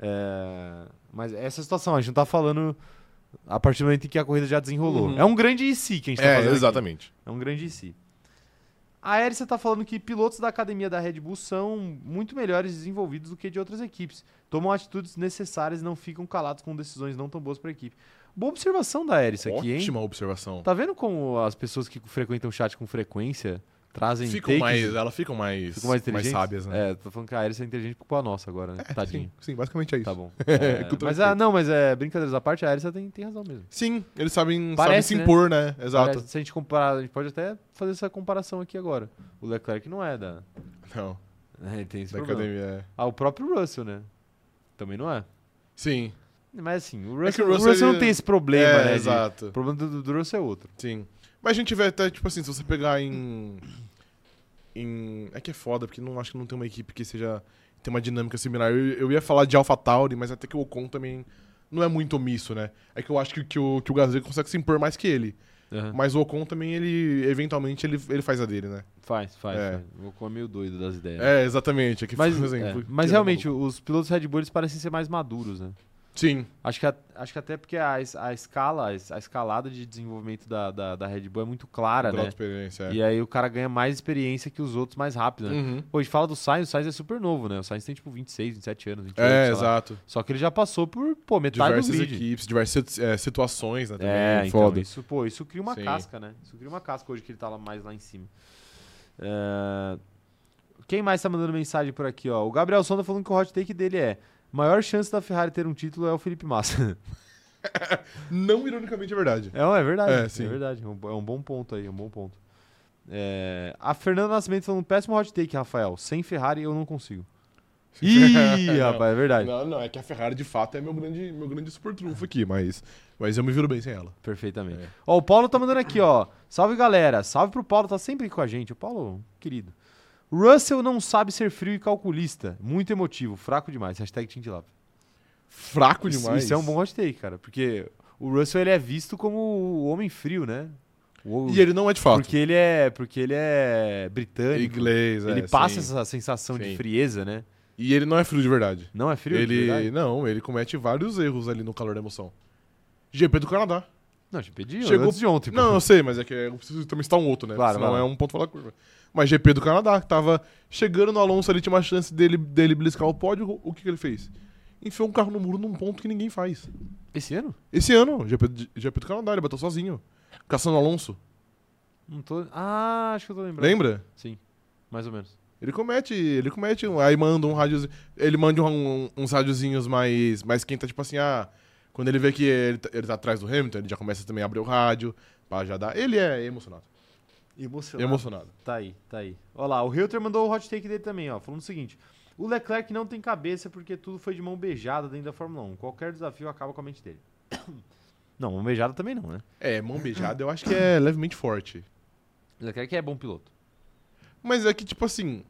Speaker 1: É, mas essa situação, a gente não tá falando a partir do momento em que a corrida já desenrolou.
Speaker 2: Uhum.
Speaker 1: É um grande e si que a gente tá
Speaker 2: É,
Speaker 1: fazendo. aqui.
Speaker 2: exatamente.
Speaker 1: É um grande e si. A Erissa tá falando que pilotos da academia da Red Bull são muito melhores desenvolvidos do que de outras equipes. Tomam atitudes necessárias e não ficam calados com decisões não tão boas pra equipe. Boa observação da Erissa aqui, hein?
Speaker 2: Ótima observação.
Speaker 1: Tá vendo como as pessoas que frequentam o chat com frequência trazem
Speaker 2: Ficam
Speaker 1: takes,
Speaker 2: mais, elas ficam mais,
Speaker 1: ficam mais inteligentes?
Speaker 2: sábias, né?
Speaker 1: É, tô falando que a Erissa é inteligente com a nossa agora, né? Tadinho.
Speaker 2: Sim, sim, basicamente é isso.
Speaker 1: Tá bom. É,
Speaker 2: Com todo
Speaker 1: mas,
Speaker 2: respeito.
Speaker 1: ah, não, mas é, brincadeiras à parte, a Erissa tem, tem razão mesmo.
Speaker 2: Sim, eles sabem,
Speaker 1: Parece,
Speaker 2: sabem
Speaker 1: né?
Speaker 2: se impor, né? Exato.
Speaker 1: Parece- se a gente comparar, a gente pode até fazer essa comparação aqui agora. O Leclerc não é da...
Speaker 2: Não,
Speaker 1: É, tem esse
Speaker 2: da
Speaker 1: problema.
Speaker 2: academia. é.
Speaker 1: Ah, o próprio Russell, né? Também não é.
Speaker 2: Sim.
Speaker 1: Mas assim, o
Speaker 2: É que
Speaker 1: Russell,
Speaker 2: o
Speaker 1: o
Speaker 2: Russell,
Speaker 1: Russell não
Speaker 2: ele-
Speaker 1: tem esse problema,
Speaker 2: é,
Speaker 1: né? de-
Speaker 2: exato.
Speaker 1: O problema do, do Russell é outro.
Speaker 2: Sim. Mas a gente vê até, tipo assim, se você pegar em. em é que é foda, porque não acho que não tem uma equipe que seja. tem uma dinâmica similar. Eu, eu ia falar de AlphaTauri, mas até que o Ocon também não é muito omisso, né? É que eu acho que, que o, que o Gasly consegue se impor mais que ele.
Speaker 1: Aham.
Speaker 2: Mas o Ocon também, ele eventualmente, ele, ele faz a dele, né?
Speaker 1: Faz, faz.
Speaker 2: É.
Speaker 1: faz. Vou comer meio doido das ideias.
Speaker 2: É, exatamente. Aqui
Speaker 1: Mas,
Speaker 2: foi um exemplo.
Speaker 1: é,
Speaker 2: que
Speaker 1: mas
Speaker 2: era
Speaker 1: realmente,
Speaker 2: maluco.
Speaker 1: os pilotos Red Bull eles parecem ser mais maduros, né?
Speaker 2: Sim,
Speaker 1: Acho que, a- acho que até porque a, es- a escala, a es- a escalada de desenvolvimento da, da, da Red Bull é muito clara,
Speaker 2: grau de
Speaker 1: né?
Speaker 2: experiência. é.
Speaker 1: E aí o cara ganha mais experiência que os outros mais rápido, né?
Speaker 2: Uhum.
Speaker 1: Pô, a gente fala do Sainz, o Sainz é super novo, né? O Sainz tem tipo 26, 27 anos, 28,
Speaker 2: É,
Speaker 1: sei lá.
Speaker 2: exato.
Speaker 1: Só que ele já passou por, pô, metade
Speaker 2: diversas
Speaker 1: do Tá grid.
Speaker 2: equipes, diversas é, situações, né? Também.
Speaker 1: É,
Speaker 2: Foda.
Speaker 1: então, isso, pô, isso cria uma
Speaker 2: Sim.
Speaker 1: casca, né? Isso cria uma casca hoje que ele tá lá mais lá em cima. É, Quem mais tá mandando mensagem por aqui, ó? O Gabriel Sonda falando que o hot take dele é maior chance da Ferrari ter um título é o Felipe Massa.
Speaker 2: Não ironicamente é verdade.
Speaker 1: é, é verdade.
Speaker 2: É,
Speaker 1: É,
Speaker 2: sim.
Speaker 1: verdade. É um, bo- é um bom ponto aí, é um bom ponto. É, A Fernanda Nascimento falando, péssimo hot take, Rafael. Sem Ferrari eu não consigo. Ih,
Speaker 2: Não.
Speaker 1: rapaz, é verdade.
Speaker 2: Não, não, é que a Ferrari de fato é meu grande, meu grande super trunfo aqui, mas, mas eu me viro bem sem ela.
Speaker 1: Perfeitamente.
Speaker 2: É.
Speaker 1: Ó, o Paulo tá mandando aqui, ó. Salve galera. Salve pro Paulo, tá sempre aqui com a gente. O Paulo, querido. Russell não sabe ser frio e calculista. Muito emotivo, fraco demais. Hashtag Tintilap.
Speaker 2: Fraco
Speaker 1: Isso-
Speaker 2: demais.
Speaker 1: Isso é um bom hashtag, cara. Porque o Russell ele é visto como o homem frio, né? O-
Speaker 2: E ele não é de fato.
Speaker 1: Porque ele é. Porque ele é britânico.
Speaker 2: Inglês, é,
Speaker 1: Ele passa
Speaker 2: sim.
Speaker 1: essa sensação
Speaker 2: Sim.
Speaker 1: de frieza, né?
Speaker 2: E ele não é frio de verdade.
Speaker 1: Não é frio? de
Speaker 2: ele
Speaker 1: verdade?
Speaker 2: não, ele comete vários erros ali no calor da emoção. GP do Canadá.
Speaker 1: Não, te pedi
Speaker 2: Chegou-
Speaker 1: antes de ontem. pô.
Speaker 2: Não, eu sei, mas é que eu preciso também citar um outro, né?
Speaker 1: Claro,
Speaker 2: Senão
Speaker 1: vai
Speaker 2: é
Speaker 1: lá.
Speaker 2: um ponto fora da curva. Mas GP do Canadá, que tava chegando no Alonso ali, tinha uma chance dele, dele beliscar o pódio, o que, que ele fez? Enfiou um carro no muro num ponto que ninguém faz.
Speaker 1: Esse ano?
Speaker 2: Esse ano, GP, do- GP do Canadá, ele bateu sozinho. Caçando o Alonso.
Speaker 1: Não tô. Ah, acho que eu tô lembrando.
Speaker 2: Lembra?
Speaker 1: Sim. Mais ou menos.
Speaker 2: Ele comete, ele comete, um- aí manda um rádio, ele manda um- uns rádiozinhos mais, mais quenta, tipo assim, ah, quando ele vê que ele, tá- ele tá atrás do Hamilton, ele já começa também a abrir o rádio, pá, já dá. Ele é emocionado,
Speaker 1: Emocionado.
Speaker 2: emocionado.
Speaker 1: Tá aí, tá aí. Olha lá, o Reuter mandou o hot take dele também, ó. Falando o seguinte: o Leclerc não tem cabeça porque tudo foi de mão beijada dentro da Fórmula 1. Qualquer desafio acaba com a mente dele. Não, mão beijada também não, né?
Speaker 2: É, mão beijada eu acho que é levemente forte.
Speaker 1: O Leclerc é bom piloto.
Speaker 2: Mas é que, tipo assim,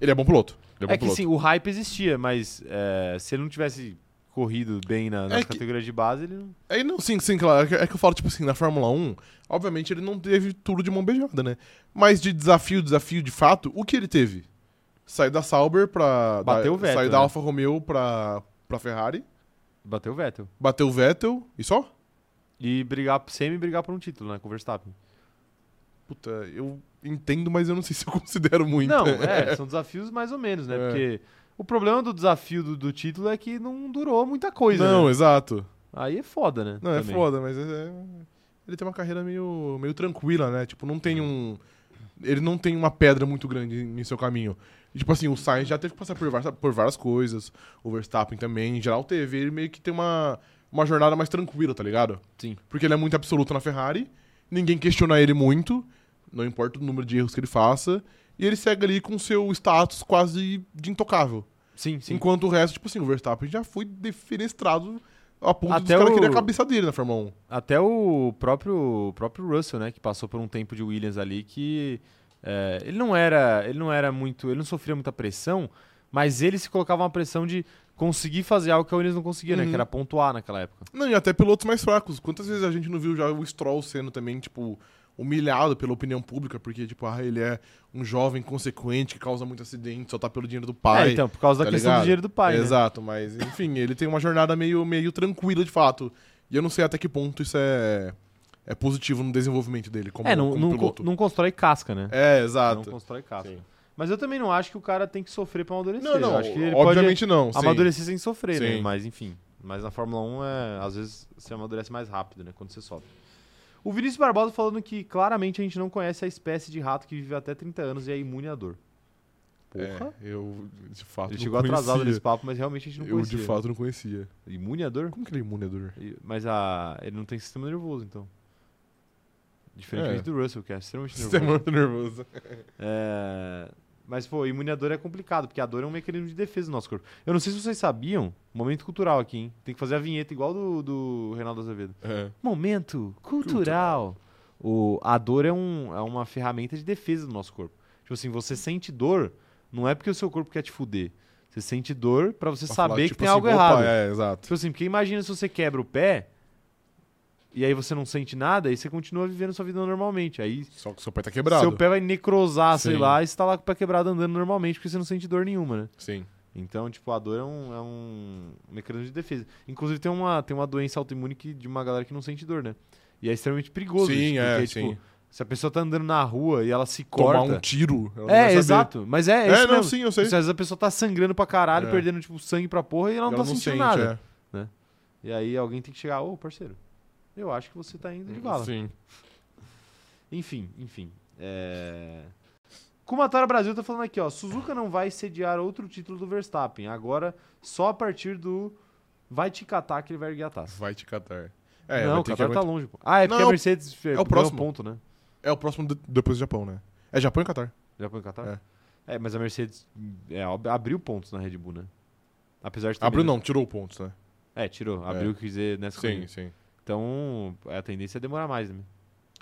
Speaker 2: ele é bom piloto. Ele é bom
Speaker 1: É que
Speaker 2: piloto.
Speaker 1: sim, o hype existia, mas é, se ele não tivesse corrido bem na- nas
Speaker 2: É que-
Speaker 1: categorias de base, ele não.
Speaker 2: É, não, sim, sim, claro. É que- É que eu falo, tipo assim, na Fórmula 1, obviamente ele não teve tudo de mão beijada, né? Mas de desafio, desafio de fato, o que ele teve? Saiu da Sauber pra.
Speaker 1: Bateu
Speaker 2: da,
Speaker 1: o Vettel,
Speaker 2: Saiu da
Speaker 1: né?
Speaker 2: Alfa Romeo pra, pra Ferrari,
Speaker 1: Bateu o Vettel.
Speaker 2: bateu o Vettel e só?
Speaker 1: E brigar, sempre brigar por um título, né? Com o Verstappen.
Speaker 2: Puta, eu entendo, mas eu não sei se eu considero muito.
Speaker 1: Não, é, são desafios mais ou menos, né?
Speaker 2: Então, É.
Speaker 1: Porque o problema do desafio do, do título é que não durou muita coisa.
Speaker 2: Não,
Speaker 1: né?
Speaker 2: exato.
Speaker 1: Aí é foda, né?
Speaker 2: Não,
Speaker 1: também.
Speaker 2: é foda, mas é- é- ele tem uma carreira meio, meio tranquila, né? Tipo, não tem um. Ele não tem uma pedra muito grande em em seu caminho. E, tipo assim, o Sainz já teve que passar por, var- por várias coisas, o Verstappen também, em geral teve. Ele meio que tem uma, uma jornada mais tranquila, tá ligado?
Speaker 1: Sim.
Speaker 2: Porque ele é muito absoluto na Ferrari, ninguém questiona ele muito, não importa o número de erros que ele faça, e ele segue ali com seu status quase de intocável.
Speaker 1: Sim, sim.
Speaker 2: Enquanto o resto, tipo assim, o Verstappen já foi defenestrado a ponto
Speaker 1: Até
Speaker 2: dos caras
Speaker 1: o-
Speaker 2: querer a cabeça dele na Fórmula 1.
Speaker 1: Até o próprio, o próprio Russell, né, que passou por um tempo de Williams ali que é, ele não era, ele não era muito, ele não sofria muita pressão, mas ele se colocava uma pressão de conseguir fazer algo que a Williams não conseguia, né,
Speaker 2: Uhum.
Speaker 1: que era pontuar naquela época.
Speaker 2: Não, e até pilotos mais fracos. Quantas vezes a gente não viu já o Stroll sendo também, tipo, humilhado pela opinião pública, porque, tipo, ah, ele é um jovem consequente que causa muito acidente, só tá pelo dinheiro do pai.
Speaker 1: é, então, por causa da
Speaker 2: tá
Speaker 1: questão
Speaker 2: ligado?
Speaker 1: do dinheiro do pai, né?
Speaker 2: Exato, mas, enfim, ele tem uma jornada meio, meio tranquila, de fato. E eu não sei até que ponto isso é, é positivo no desenvolvimento dele como,
Speaker 1: É, não,
Speaker 2: como
Speaker 1: não,
Speaker 2: piloto.
Speaker 1: não constrói casca, né?
Speaker 2: É,
Speaker 1: não
Speaker 2: exato.
Speaker 1: constrói casca.
Speaker 2: Sim.
Speaker 1: Mas eu também não acho que o cara tem que sofrer pra amadurecer.
Speaker 2: Não, não,
Speaker 1: Eu acho que ele
Speaker 2: obviamente não.
Speaker 1: pode
Speaker 2: sim.
Speaker 1: amadurecer sem sofrer, né?
Speaker 2: Sim.
Speaker 1: Mas enfim. Mas na Fórmula 1, é, às vezes, você amadurece mais rápido, né? Quando você sofre. O Vinícius Barbosa falando que claramente a gente não conhece a espécie de rato que vive até 30 anos e é imune à dor. Porra.
Speaker 2: É, eu, de fato,
Speaker 1: ele
Speaker 2: não
Speaker 1: chegou atrasado
Speaker 2: conhecia.
Speaker 1: nesse papo, mas realmente a gente não
Speaker 2: Eu,
Speaker 1: conhecia.
Speaker 2: de fato, não conhecia.
Speaker 1: Imune à dor?
Speaker 2: Como que ele é imune a dor?
Speaker 1: E- Mas a, ele não tem sistema nervoso, então. Diferentemente
Speaker 2: É.
Speaker 1: do Russell, que é extremamente nervoso.
Speaker 2: Você é muito nervoso.
Speaker 1: É, Mas, pô, imune à dor é complicado, porque a dor é um mecanismo de defesa do nosso corpo. Eu não sei se vocês sabiam, momento cultural aqui, hein? Tem que fazer a vinheta igual do, do Reinaldo Azevedo.
Speaker 2: É.
Speaker 1: Momento cultural. O, a dor é, um, é uma ferramenta de defesa do nosso corpo. Tipo assim, você sente dor, não é porque o seu corpo quer te fuder. Você sente dor pra você
Speaker 2: Pra
Speaker 1: saber
Speaker 2: falar,
Speaker 1: que
Speaker 2: tipo
Speaker 1: tem
Speaker 2: assim,
Speaker 1: algo
Speaker 2: opa,
Speaker 1: errado.
Speaker 2: É, exato.
Speaker 1: Tipo assim, porque imagina se você quebra o pé e aí você não sente nada e você continua vivendo sua vida normalmente. Aí
Speaker 2: Só que seu pé tá quebrado.
Speaker 1: seu pé vai necrosar, sei
Speaker 2: Sim.
Speaker 1: lá, e você tá lá com o pé quebrado andando normalmente porque você não sente dor nenhuma, né?
Speaker 2: Sim.
Speaker 1: Então, tipo, a dor é um, é um mecanismo de defesa. Inclusive, tem uma, tem uma doença autoimune que, de uma galera que não sente dor, né? E é extremamente perigoso.
Speaker 2: sim,
Speaker 1: isso,
Speaker 2: é,
Speaker 1: porque,
Speaker 2: sim.
Speaker 1: Tipo, se a pessoa tá andando na rua e ela se
Speaker 2: Tomar
Speaker 1: corta.
Speaker 2: um tiro. ela não vai
Speaker 1: É,
Speaker 2: saber.
Speaker 1: exato. Mas é, é,
Speaker 2: É,
Speaker 1: isso
Speaker 2: não,
Speaker 1: mesmo.
Speaker 2: sim, eu sei.
Speaker 1: Às vezes a pessoa tá sangrando pra caralho,
Speaker 2: É.
Speaker 1: perdendo, tipo, sangue pra porra e ela não tá sentindo
Speaker 2: sente,
Speaker 1: nada.
Speaker 2: é.
Speaker 1: E aí alguém tem que chegar, ô parceiro, eu acho que você tá indo de bala.
Speaker 2: Sim.
Speaker 1: Enfim, enfim. É... Kumatara Brasil tá falando aqui, ó. Suzuka não vai sediar outro título do Verstappen. Agora, só a partir do. Vai te catar que ele vai erguer a taça.
Speaker 2: Vai te catar. É,
Speaker 1: não,
Speaker 2: vai
Speaker 1: o
Speaker 2: ter que
Speaker 1: Qatar tá
Speaker 2: aguentar.
Speaker 1: longe, pô. Ah, é porque
Speaker 2: Não, é
Speaker 1: a
Speaker 2: o-
Speaker 1: Mercedes é
Speaker 2: o próximo.
Speaker 1: ponto, né?
Speaker 2: É o próximo de- depois do Japão, né? É Japão e Catar.
Speaker 1: Japão e Qatar? É. mas a Mercedes é, ab- abriu pontos na Red Bull, né? Apesar de ter.
Speaker 2: Abriu não, tirou pontos, né?
Speaker 1: É, tirou. Abriu, quer dizer, nessa
Speaker 2: Sim,
Speaker 1: corrida.
Speaker 2: sim.
Speaker 1: Então, a tendência é demorar mais, né?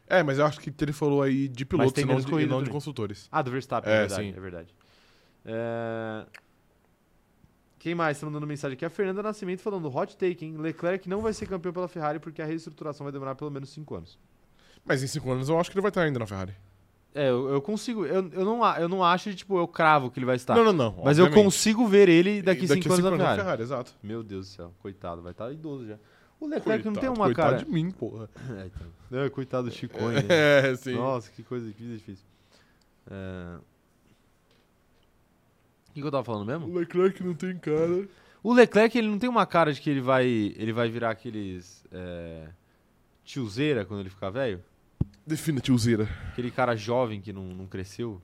Speaker 2: É, mas eu acho que ele falou aí de pilotos
Speaker 1: tem
Speaker 2: e não,
Speaker 1: menos
Speaker 2: de,
Speaker 1: corrida
Speaker 2: e não de
Speaker 1: também.
Speaker 2: consultores.
Speaker 1: Ah, do Verstappen, é,
Speaker 2: É,
Speaker 1: verdade.
Speaker 2: sim.
Speaker 1: É verdade. É, Quem mais está mandando mensagem aqui? A Fernanda Nascimento falando hot take, hein? Leclerc não vai ser campeão pela Ferrari porque a reestruturação vai demorar pelo menos 5 anos.
Speaker 2: Mas em cinco anos eu acho que ele vai estar ainda na Ferrari.
Speaker 1: É, eu, eu consigo. Eu, eu, não, a- eu não acho, tipo, eu cravo que ele vai estar.
Speaker 2: Não, não, não.
Speaker 1: mas eu
Speaker 2: obviamente.
Speaker 1: consigo ver ele
Speaker 2: E
Speaker 1: daqui 5 anos, na Ferrari.
Speaker 2: é exato.
Speaker 1: Meu Deus do céu, coitado, vai estar idoso já. O Leclerc É, não tem uma
Speaker 2: coitado
Speaker 1: cara.
Speaker 2: de mim, porra.
Speaker 1: É, então. É, coitado do Chico, né?
Speaker 2: É, sim.
Speaker 1: Nossa, que coisa, que vida difícil. É... O que, que eu tava falando mesmo?
Speaker 2: O Leclerc não tem cara.
Speaker 1: O Leclerc, ele não tem uma cara de que ele vai, ele vai virar aqueles. É, tiozeira quando ele ficar velho?
Speaker 2: Defina, tiozeira.
Speaker 1: Aquele cara jovem que não, não cresceu?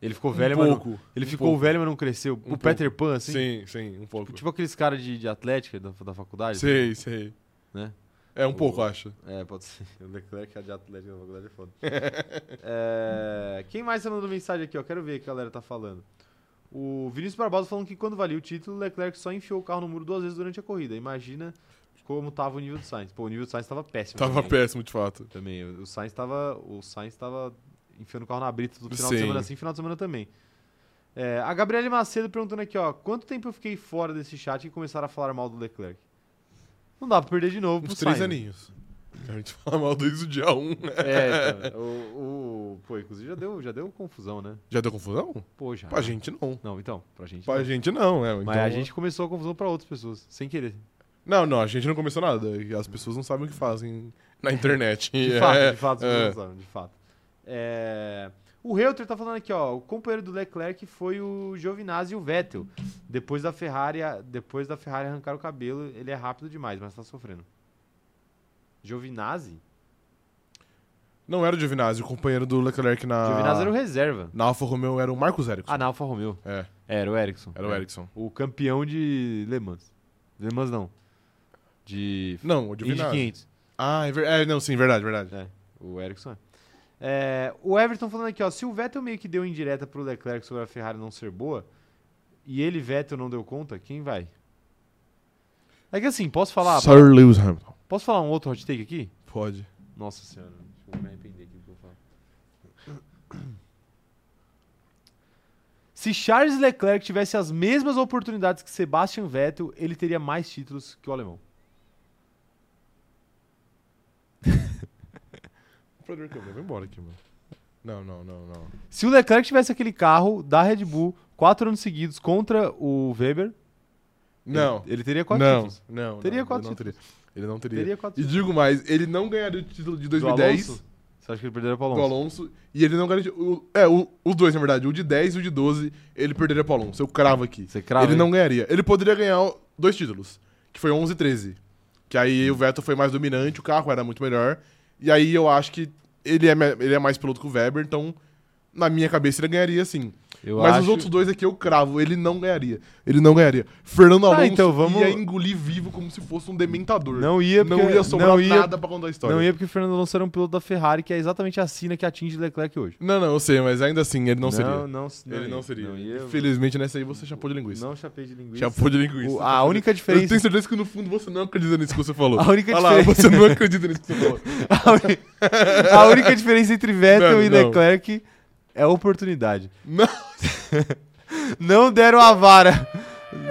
Speaker 1: Ele ficou
Speaker 2: Um
Speaker 1: velho, mas. Não,
Speaker 2: pouco.
Speaker 1: ele
Speaker 2: um
Speaker 1: ficou
Speaker 2: pouco. Um
Speaker 1: velho, mas não cresceu. o
Speaker 2: pouco.
Speaker 1: Peter Pan, assim?
Speaker 2: Sim, sim, um pouco.
Speaker 1: Tipo aqueles caras de, de atlética da, da faculdade?
Speaker 2: sei, sei.
Speaker 1: Né?
Speaker 2: É, um
Speaker 1: O-
Speaker 2: pouco, acho.
Speaker 1: É, pode ser. O Leclerc é de atlético na faculdade é foda. É, quem mais tá mandando mensagem aqui? ó? quero ver o que a galera tá falando. O Vinícius Barbosa falando que quando valia o título, o Leclerc só enfiou o carro no muro duas vezes durante a corrida. Imagina como tava o nível do Sainz. Pô, o nível do Sainz tava péssimo.
Speaker 2: Tava
Speaker 1: também.
Speaker 2: péssimo, de fato.
Speaker 1: Também. O o Sainz tava. O Sainz tava enfiando o carro na brita do final de
Speaker 2: Sim.
Speaker 1: semana assim, final de semana também. É, a Gabriele Macedo perguntando aqui, ó. Quanto tempo eu fiquei fora desse chat e começaram a falar mal do Leclerc? Não dá pra perder de novo pro
Speaker 2: Uns três
Speaker 1: Sainz. né?
Speaker 2: aninhos. A gente fala mal desde o dia um.
Speaker 1: É, então, o, o- Pô, inclusive já deu, já deu confusão, né?
Speaker 2: Já deu confusão?
Speaker 1: Pô, já.
Speaker 2: Pra gente não.
Speaker 1: Não, então, pra gente.
Speaker 2: Pra
Speaker 1: não.
Speaker 2: gente não, é.
Speaker 1: Ah. Mas
Speaker 2: então-
Speaker 1: a gente começou a confusão pra outras pessoas, sem querer.
Speaker 2: Não, não, a gente não começou nada. As pessoas não sabem o que fazem na internet.
Speaker 1: De
Speaker 2: É,
Speaker 1: fato, de fato,
Speaker 2: é.
Speaker 1: as pessoas não sabem, de fato. É, O Reuter tá falando aqui, ó. O companheiro do Leclerc foi o Giovinazzi e o Vettel. Depois da Ferrari, depois da Ferrari arrancar o cabelo, ele é rápido demais, mas tá sofrendo. Giovinazzi?
Speaker 2: Não era o Giovinazzi, o companheiro do Leclerc na.
Speaker 1: Giovinazzi era o reserva.
Speaker 2: Na Alfa Romeo era o Marcos Ericsson.
Speaker 1: Ah, na Alfa Romeo.
Speaker 2: É,
Speaker 1: Era o Ericsson. É.
Speaker 2: era o Ericsson.
Speaker 1: O campeão de Le Mans. Le Mans não. De
Speaker 2: Não, o
Speaker 1: Indy
Speaker 2: Giovinazzi.
Speaker 1: 500.
Speaker 2: Ah, é, ver... é, não, sim, verdade, verdade.
Speaker 1: É, o Ericsson é. É, O Everton falando aqui, ó. Se o Vettel meio que deu indireta pro Leclerc sobre a Ferrari não ser boa, e ele, Vettel, não deu conta, quem vai? É que assim, posso falar,
Speaker 2: Sir Lewis Hamilton.
Speaker 1: posso falar um outro hot take aqui?
Speaker 2: Pode.
Speaker 1: Nossa senhora, deixa eu me arrepender aqui do que eu falo. Se Charles Leclerc tivesse as mesmas oportunidades que Sebastian Vettel, ele teria mais títulos que o alemão.
Speaker 2: O Frederico Câmara, vai embora aqui, mano. Não, não, não, não.
Speaker 1: Se o Leclerc tivesse aquele carro da Red Bull quatro anos seguidos contra o Weber,
Speaker 2: Não.
Speaker 1: ele, ele teria quatro
Speaker 2: não,
Speaker 1: títulos.
Speaker 2: Não, não,
Speaker 1: Teria
Speaker 2: ele
Speaker 1: quatro
Speaker 2: não
Speaker 1: títulos.
Speaker 2: teria. Ele não teria.
Speaker 1: Teria quatro
Speaker 2: E digo mais, ele não ganharia o título de
Speaker 1: títulos. Do
Speaker 2: 2010
Speaker 1: Alonso? Você acha que ele perderia pro
Speaker 2: do
Speaker 1: Alonso?
Speaker 2: Alonso. E ele não ganharia. o- é, o- os dois, na verdade. O de 10 e o de 12, ele perderia pro Alonso. Eu cravo aqui.
Speaker 1: Você crava,
Speaker 2: ele
Speaker 1: hein?
Speaker 2: não ganharia. Ele poderia ganhar o- dois títulos, que foi 11 e 13. Que aí o Vettel foi mais dominante, o carro era muito melhor. E aí eu acho que ele é, me- ele é mais piloto que o Weber, então na minha cabeça ele ganharia sim.
Speaker 1: Eu
Speaker 2: Mas os
Speaker 1: acho-
Speaker 2: outros dois aqui eu cravo, ele não ganharia. Ele não ganharia. Fernando
Speaker 1: Tá,
Speaker 2: Alonso
Speaker 1: então vamos-
Speaker 2: ia engolir vivo como se fosse um dementador.
Speaker 1: Não ia porque...
Speaker 2: não ia sobrar
Speaker 1: não ia-
Speaker 2: nada pra contar a história.
Speaker 1: Não ia porque o Fernando Alonso era um piloto da Ferrari, que é exatamente a sina que atinge Leclerc hoje.
Speaker 2: Não, não, eu sei, mas ainda assim ele não,
Speaker 1: Não,
Speaker 2: seria.
Speaker 1: não,
Speaker 2: Ele não
Speaker 1: ia.
Speaker 2: seria.
Speaker 1: ia.
Speaker 2: Infelizmente nessa aí você chapou de linguiça.
Speaker 1: Não chapei de linguiça.
Speaker 2: chapou de linguiça.
Speaker 1: O- a única
Speaker 2: Eu
Speaker 1: diferença...
Speaker 2: tenho certeza que no fundo você não acredita nisso que você falou.
Speaker 1: A única
Speaker 2: Olha lá,
Speaker 1: diferença-
Speaker 2: você não acredita nisso que você falou.
Speaker 1: A uni- a única diferença entre Vettel
Speaker 2: Mano,
Speaker 1: e
Speaker 2: não.
Speaker 1: Leclerc é a oportunidade.
Speaker 2: Não.
Speaker 1: Não deram a vara.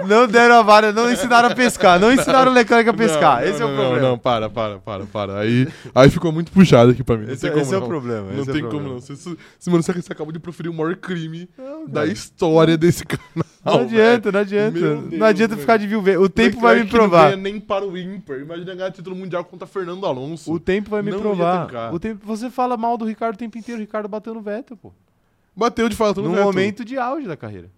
Speaker 1: Não deram a vara, não ensinaram a pescar. Não ensinaram o Leclerc a pescar.
Speaker 2: Não,
Speaker 1: esse
Speaker 2: não,
Speaker 1: é o
Speaker 2: não,
Speaker 1: problema.
Speaker 2: Não, para, para, para, para. Aí, aí ficou muito puxado aqui pra mim. Não
Speaker 1: Esse,
Speaker 2: tem como
Speaker 1: esse é o
Speaker 2: não.
Speaker 1: problema. esse
Speaker 2: Não
Speaker 1: é o
Speaker 2: tem como
Speaker 1: problema.
Speaker 2: não. Você, você, mano, você você acabou de proferir o maior crime da
Speaker 1: cara.
Speaker 2: história desse canal.
Speaker 1: Não adianta, não adianta.
Speaker 2: Meu Deus,
Speaker 1: não adianta
Speaker 2: velho.
Speaker 1: ficar de viu ver. O
Speaker 2: velho.
Speaker 1: tempo vai me
Speaker 2: Leclerc não
Speaker 1: provar.
Speaker 2: ganha nem para o ímpar. Imagina ganhar título mundial contra Fernando Alonso.
Speaker 1: O tempo vai me
Speaker 2: Não ia
Speaker 1: provar.
Speaker 2: tancar.
Speaker 1: O tempo, você fala mal do Ricardo o tempo inteiro, o Ricardo bateu no Vettel, pô.
Speaker 2: Bateu de fato no
Speaker 1: Num
Speaker 2: Vettel.
Speaker 1: momento de auge da carreira.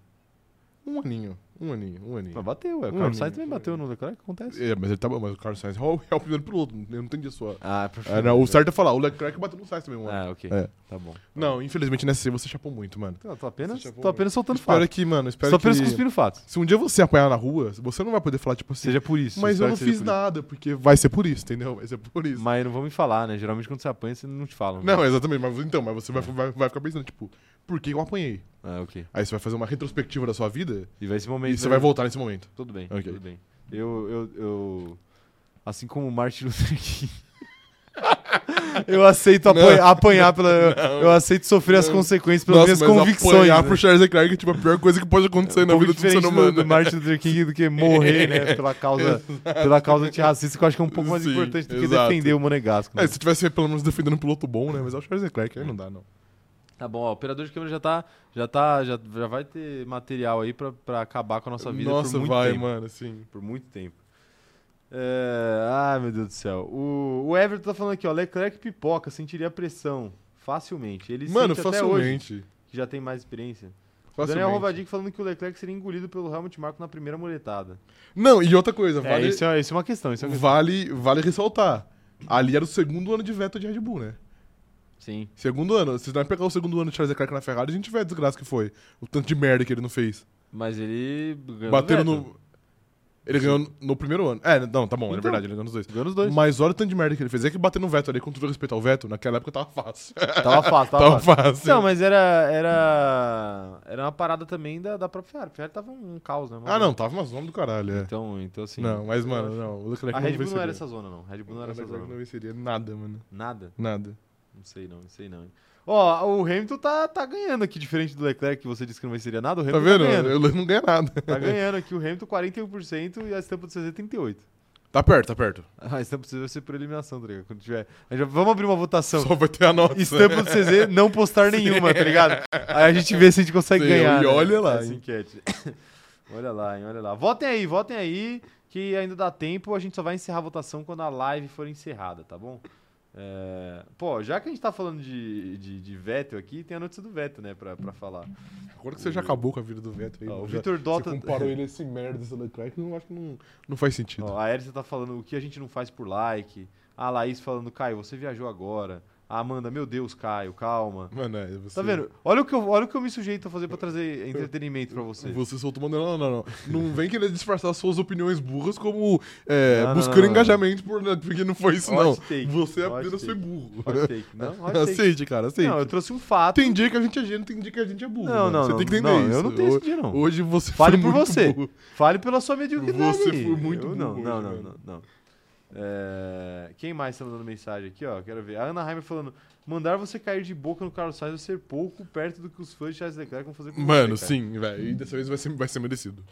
Speaker 2: Um aninho. Um aninho, um aninho.
Speaker 1: Mas bateu, ué. O
Speaker 2: Um
Speaker 1: Carlos
Speaker 2: aninho,
Speaker 1: Sainz também
Speaker 2: um
Speaker 1: bateu no Leclerc, acontece.
Speaker 2: É, mas ele tá bom, mas o Carlos Sainz é o, é o primeiro piloto. Eu não entendi a sua.
Speaker 1: Ah,
Speaker 2: É, não, o certo é falar, o Leclerc bateu no Sainz também, mano.
Speaker 1: Ah, ok.
Speaker 2: É.
Speaker 1: Tá bom.
Speaker 2: Não, infelizmente nessa série você chapou muito, mano.
Speaker 1: Eu Então, tô apenas,
Speaker 2: Você já
Speaker 1: tô
Speaker 2: foi-
Speaker 1: apenas soltando
Speaker 2: Espero
Speaker 1: fato.
Speaker 2: que, mano, espero
Speaker 1: Só
Speaker 2: que.
Speaker 1: apenas cuspindo fato.
Speaker 2: Se um dia você apanhar na rua, você não vai poder falar, tipo assim,
Speaker 1: Seja por isso.
Speaker 2: mas
Speaker 1: espero
Speaker 2: eu não
Speaker 1: que seja
Speaker 2: fiz
Speaker 1: por
Speaker 2: nada, porque vai ser por isso, entendeu? Vai ser por
Speaker 1: isso.
Speaker 2: isso.
Speaker 1: Mas não vão me falar, né? Geralmente quando você apanha, você não te falam. né?
Speaker 2: Não, exatamente, mas então, mas você vai, vai, vai ficar pensando, tipo, por que eu apanhei?
Speaker 1: Ah, ok.
Speaker 2: Aí você vai fazer uma retrospectiva da sua vida
Speaker 1: E vai esse momento.
Speaker 2: e você
Speaker 1: né?
Speaker 2: vai voltar nesse momento.
Speaker 1: Tudo bem,
Speaker 2: Ok.
Speaker 1: tudo bem. Eu, eu, eu- Assim como o Martin Luther King. eu aceito apan- apanhar pela. Eu aceito sofrer as consequências pelas minhas convicções.
Speaker 2: apanhar
Speaker 1: né? É um
Speaker 2: pro Charles Leclerc é tipo a pior coisa que pode acontecer na
Speaker 1: pouco
Speaker 2: vida do ser
Speaker 1: diferente
Speaker 2: humano.
Speaker 1: do, do Martin Luther King do que morrer, né, pela causa, pela causa antirracista, que eu acho que é um pouco mais
Speaker 2: Sim,
Speaker 1: importante do que
Speaker 2: exato.
Speaker 1: defender o Monegasco. né?
Speaker 2: É, se tivesse pelo menos defendendo um piloto bom, né? Mas é o Charles Leclerc, aí não dá, não.
Speaker 1: Tá bom, ó, o operador de câmera já tá, já tá, já, já vai ter material aí pra, pra acabar com a nossa vida
Speaker 2: Nossa,
Speaker 1: por muito
Speaker 2: vai,
Speaker 1: tempo.
Speaker 2: mano, assim.
Speaker 1: Por muito tempo. É, Ah, meu Deus do céu. O, o Everton tá falando aqui, ó, Leclerc pipoca, sentiria pressão facilmente. Ele
Speaker 2: Mano,
Speaker 1: sente até hoje,
Speaker 2: facilmente.
Speaker 1: que já tem mais experiência. Daniel
Speaker 2: facilmente.
Speaker 1: Rovadic falando que o Leclerc seria engolido pelo Helmut Marko na primeira muletada.
Speaker 2: Não, e outra coisa,
Speaker 1: É,
Speaker 2: vale,
Speaker 1: isso é, isso é uma questão, isso é uma questão.
Speaker 2: vale, vale ressaltar. Ali era o segundo ano de Vettel de Red Bull, né?
Speaker 1: Sim.
Speaker 2: Segundo ano. Se vai pegar o segundo ano de Charles Leclerc na Ferrari, a gente vê a desgraça que foi. O tanto de merda que ele não fez.
Speaker 1: Mas ele ganhou
Speaker 2: Bateram
Speaker 1: do Vettel.
Speaker 2: no... Ele ganhou no- no primeiro ano. É, não, tá bom, é
Speaker 1: Então.
Speaker 2: verdade, ele ganhou nos dois.
Speaker 1: Ganhou os dois.
Speaker 2: Mas olha o tanto de merda que ele fez. É que bater no Vettel ali, com todo respeito ao Vettel, naquela época tava fácil.
Speaker 1: Tava fácil, tava,
Speaker 2: Tava
Speaker 1: fácil.
Speaker 2: fácil.
Speaker 1: Não, mas era, era, era uma parada também da, da própria Ferrari. A Ferrari tava um caos, né? mano?
Speaker 2: Ah, não, tava uma zona do caralho, é.
Speaker 1: Então, então assim...
Speaker 2: não, mas, mano, não. O Leclerc
Speaker 1: A
Speaker 2: não
Speaker 1: Red Bull não
Speaker 2: venceria.
Speaker 1: era essa zona, não. Red Bull não era
Speaker 2: O
Speaker 1: essa
Speaker 2: Leclerc
Speaker 1: zona.
Speaker 2: não é venceria nada, mano.
Speaker 1: Nada?
Speaker 2: Nada.
Speaker 1: Não sei não, não sei não. hein. Ó, o Hamilton tá, tá ganhando aqui, diferente do Leclerc, que você disse que não vai seria nada. O
Speaker 2: Tá
Speaker 1: Hamilton tá,
Speaker 2: vendo?
Speaker 1: ganhando.
Speaker 2: Eu não ganha nada.
Speaker 1: Tá ganhando aqui o Hamilton 41% e a estampa do CZ 38%.
Speaker 2: Tá perto, tá perto.
Speaker 1: Ah, A estampa do CZ vai ser por eliminação, tá ligado? Quando tiver... a gente vai- Vamos abrir uma votação.
Speaker 2: Só vai ter a nota.
Speaker 1: Estampa do CZ, não postar nenhuma, tá ligado? Aí a gente vê se a gente consegue
Speaker 2: Sim,
Speaker 1: ganhar.
Speaker 2: e
Speaker 1: né?
Speaker 2: olha lá,
Speaker 1: Essa
Speaker 2: hein?
Speaker 1: enquete. olha lá, hein? Olha lá. Votem aí, votem aí, que ainda dá tempo. A gente só vai encerrar a votação quando a live for encerrada, tá bom? É, Pô, já que a gente tá falando de, de, de Vettel aqui, tem a notícia do Vettel, né, pra, pra falar.
Speaker 2: Agora que você já acabou com a vida do Vettel aí.
Speaker 1: Ó, Ah, o
Speaker 2: já-
Speaker 1: Vitor Dota.
Speaker 2: Você comparou ele a esse merda, esse Leclerc, eu acho que não, não faz sentido.
Speaker 1: Ó, a Erika tá falando o que a gente não faz por like. A Laís falando, Caio, você viajou agora. A Amanda, meu Deus, Caio, calma.
Speaker 2: Mano, é, você...
Speaker 1: Tá vendo? Olha o, que eu, olha o que eu me sujeito a fazer pra trazer entretenimento pra você.
Speaker 2: Você soltou mandando. Não, não, não. Não vem querer disfarçar suas opiniões burras como é,
Speaker 1: Não, não,
Speaker 2: buscando
Speaker 1: não, não.
Speaker 2: engajamento por, né, porque não foi isso,
Speaker 1: Hot
Speaker 2: não.
Speaker 1: take,
Speaker 2: Você é
Speaker 1: hot
Speaker 2: apenas foi
Speaker 1: take,
Speaker 2: burro.
Speaker 1: Hot take. Não, hot take.
Speaker 2: Aceite, cara, aceite.
Speaker 1: Não, eu trouxe um fato.
Speaker 2: Tem dia que a gente é gênio, tem dia que a gente é burro.
Speaker 1: Não,
Speaker 2: mano.
Speaker 1: não,
Speaker 2: Você
Speaker 1: não,
Speaker 2: tem que entender
Speaker 1: não,
Speaker 2: isso.
Speaker 1: eu não tenho esse dia, não.
Speaker 2: Hoje você
Speaker 1: Fale
Speaker 2: foi
Speaker 1: por
Speaker 2: muito
Speaker 1: você.
Speaker 2: burro.
Speaker 1: Fale pela sua mediocridade.
Speaker 2: Você foi muito
Speaker 1: Eu não,
Speaker 2: burro
Speaker 1: não,
Speaker 2: hoje,
Speaker 1: não,
Speaker 2: velho.
Speaker 1: não, não. É, Quem mais tá mandando mensagem aqui, ó? Quero ver. A Ana Heimer falando: mandar você cair de boca no Carlos Sainz vai ser pouco perto do que os fãs de Charles Leclerc vão fazer com
Speaker 2: Mano,
Speaker 1: você. cara."
Speaker 2: sim, velho. E dessa vez vai ser, vai ser merecido.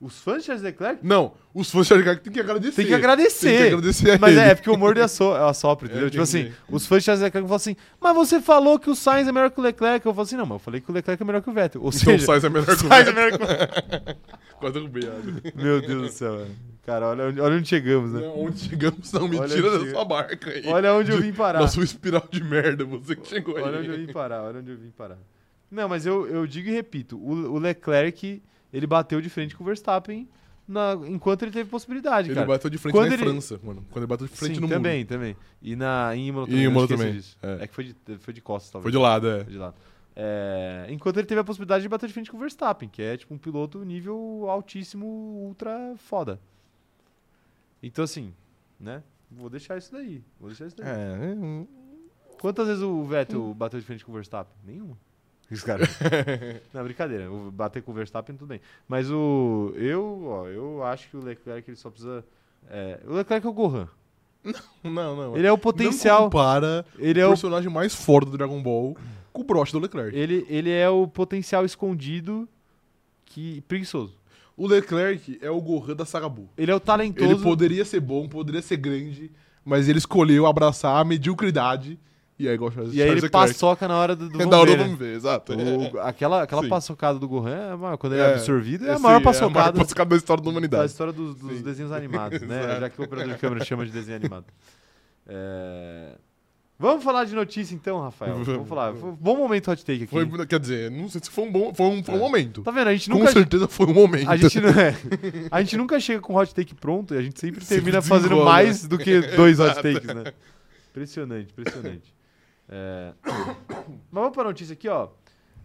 Speaker 1: Os fãs de Charles Leclerc
Speaker 2: Não, os fãs de Charlie Clark tem que agradecer.
Speaker 1: tem que agradecer.
Speaker 2: Tem que agradecer a
Speaker 1: Mas
Speaker 2: ele.
Speaker 1: é, é porque o humor é asso- é assopro, entendeu?
Speaker 2: É,
Speaker 1: tipo assim,
Speaker 2: entendi.
Speaker 1: os fãs de Charles Leclerc falam assim: mas você falou que o Sainz é melhor que o Leclerc. Eu falo assim: não, mas eu falei que o Leclerc é melhor que o Vettel. Ou
Speaker 2: Então o
Speaker 1: seja,
Speaker 2: Sainz é melhor que o
Speaker 1: Sainz é
Speaker 2: Vettel.
Speaker 1: melhor que o
Speaker 2: Quase derrubei a água.
Speaker 1: Meu Deus do céu, velho. Cara, olha onde, olha onde chegamos, né?
Speaker 2: Não, Onde chegamos, não. Me
Speaker 1: Olha
Speaker 2: tira
Speaker 1: onde
Speaker 2: da
Speaker 1: chega-
Speaker 2: sua barca aí.
Speaker 1: Olha onde eu vim parar.
Speaker 2: Na sua espiral de merda, você que chegou aí.
Speaker 1: Olha onde eu vim parar, olha onde eu vim parar. Não, mas eu, eu digo e repito, o, o Leclerc, ele bateu de frente com o Verstappen na- enquanto ele teve possibilidade,
Speaker 2: Ele
Speaker 1: cara.
Speaker 2: bateu de frente
Speaker 1: Quando
Speaker 2: na
Speaker 1: ele-
Speaker 2: França, mano. Quando ele bateu de frente
Speaker 1: Sim,
Speaker 2: no
Speaker 1: também, também. E na, em Imola também,
Speaker 2: Em
Speaker 1: eu
Speaker 2: Imola
Speaker 1: esqueci
Speaker 2: também,
Speaker 1: disso.
Speaker 2: é.
Speaker 1: É, que foi de, foi de costas,
Speaker 2: mundo.
Speaker 1: talvez.
Speaker 2: Foi de lado, é.
Speaker 1: Foi de lado. É, enquanto ele teve a possibilidade de bater de frente com o Verstappen, que é tipo um piloto nível altíssimo, ultra foda. Então assim, né? Vou deixar isso daí. Vou deixar isso daí. um-
Speaker 2: É,
Speaker 1: Quantas vezes o Vettel bateu de frente com o Verstappen? Nenhuma. Esse cara. Não, brincadeira. O Bater com o Verstappen, tudo bem. Mas o. Eu, ó, eu acho que o Leclerc ele só precisa. é, o Leclerc é o Gohan.
Speaker 2: não, não.
Speaker 1: Ele é o
Speaker 2: Não
Speaker 1: potencial.
Speaker 2: compara
Speaker 1: Ele é
Speaker 2: o
Speaker 1: o,
Speaker 2: personagem mais forte do Dragon Ball com o broche do Leclerc.
Speaker 1: ele, ele é o potencial escondido que preguiçoso.
Speaker 2: O Leclerc é o Gohan da Sagabu.
Speaker 1: Ele é o talentoso.
Speaker 2: Ele poderia ser bom, poderia ser grande, mas ele escolheu abraçar a mediocridade. E aí, igual Charles
Speaker 1: E aí
Speaker 2: Charles
Speaker 1: ele
Speaker 2: Leclerc.
Speaker 1: paçoca na hora do, do
Speaker 2: É da
Speaker 1: vamos ver,
Speaker 2: hora do
Speaker 1: né?
Speaker 2: vamos ver, exato. É,
Speaker 1: O- aquela aquela
Speaker 2: Sim.
Speaker 1: paçocada do Gohan, é uma- quando ele
Speaker 2: É,
Speaker 1: é absorvido, é a
Speaker 2: Sim,
Speaker 1: maior
Speaker 2: É a maior
Speaker 1: paçocada
Speaker 2: paçocada da história da
Speaker 1: da
Speaker 2: humanidade.
Speaker 1: história dos, dos
Speaker 2: Sim.
Speaker 1: desenhos animados, né?
Speaker 2: Exato.
Speaker 1: Já que o operador de câmera chama de desenho animado. É, Vamos falar de notícia então, Rafael. Vamos
Speaker 2: Vamos,
Speaker 1: falar.
Speaker 2: vamos.
Speaker 1: Foi um bom momento hot take aqui.
Speaker 2: Foi, quer dizer, não sei se foi um bom. Foi um, foi um
Speaker 1: É.
Speaker 2: momento.
Speaker 1: Tá vendo? A gente
Speaker 2: Com
Speaker 1: nunca
Speaker 2: certeza foi um momento.
Speaker 1: A gente, não- é. a gente nunca chega com hot take pronto e a gente sempre
Speaker 2: Sempre né?
Speaker 1: termina fazendo
Speaker 2: desenrola.
Speaker 1: mais do que dois hot takes, né? Impressionante, impressionante. É, Mas vamos para a notícia aqui, ó.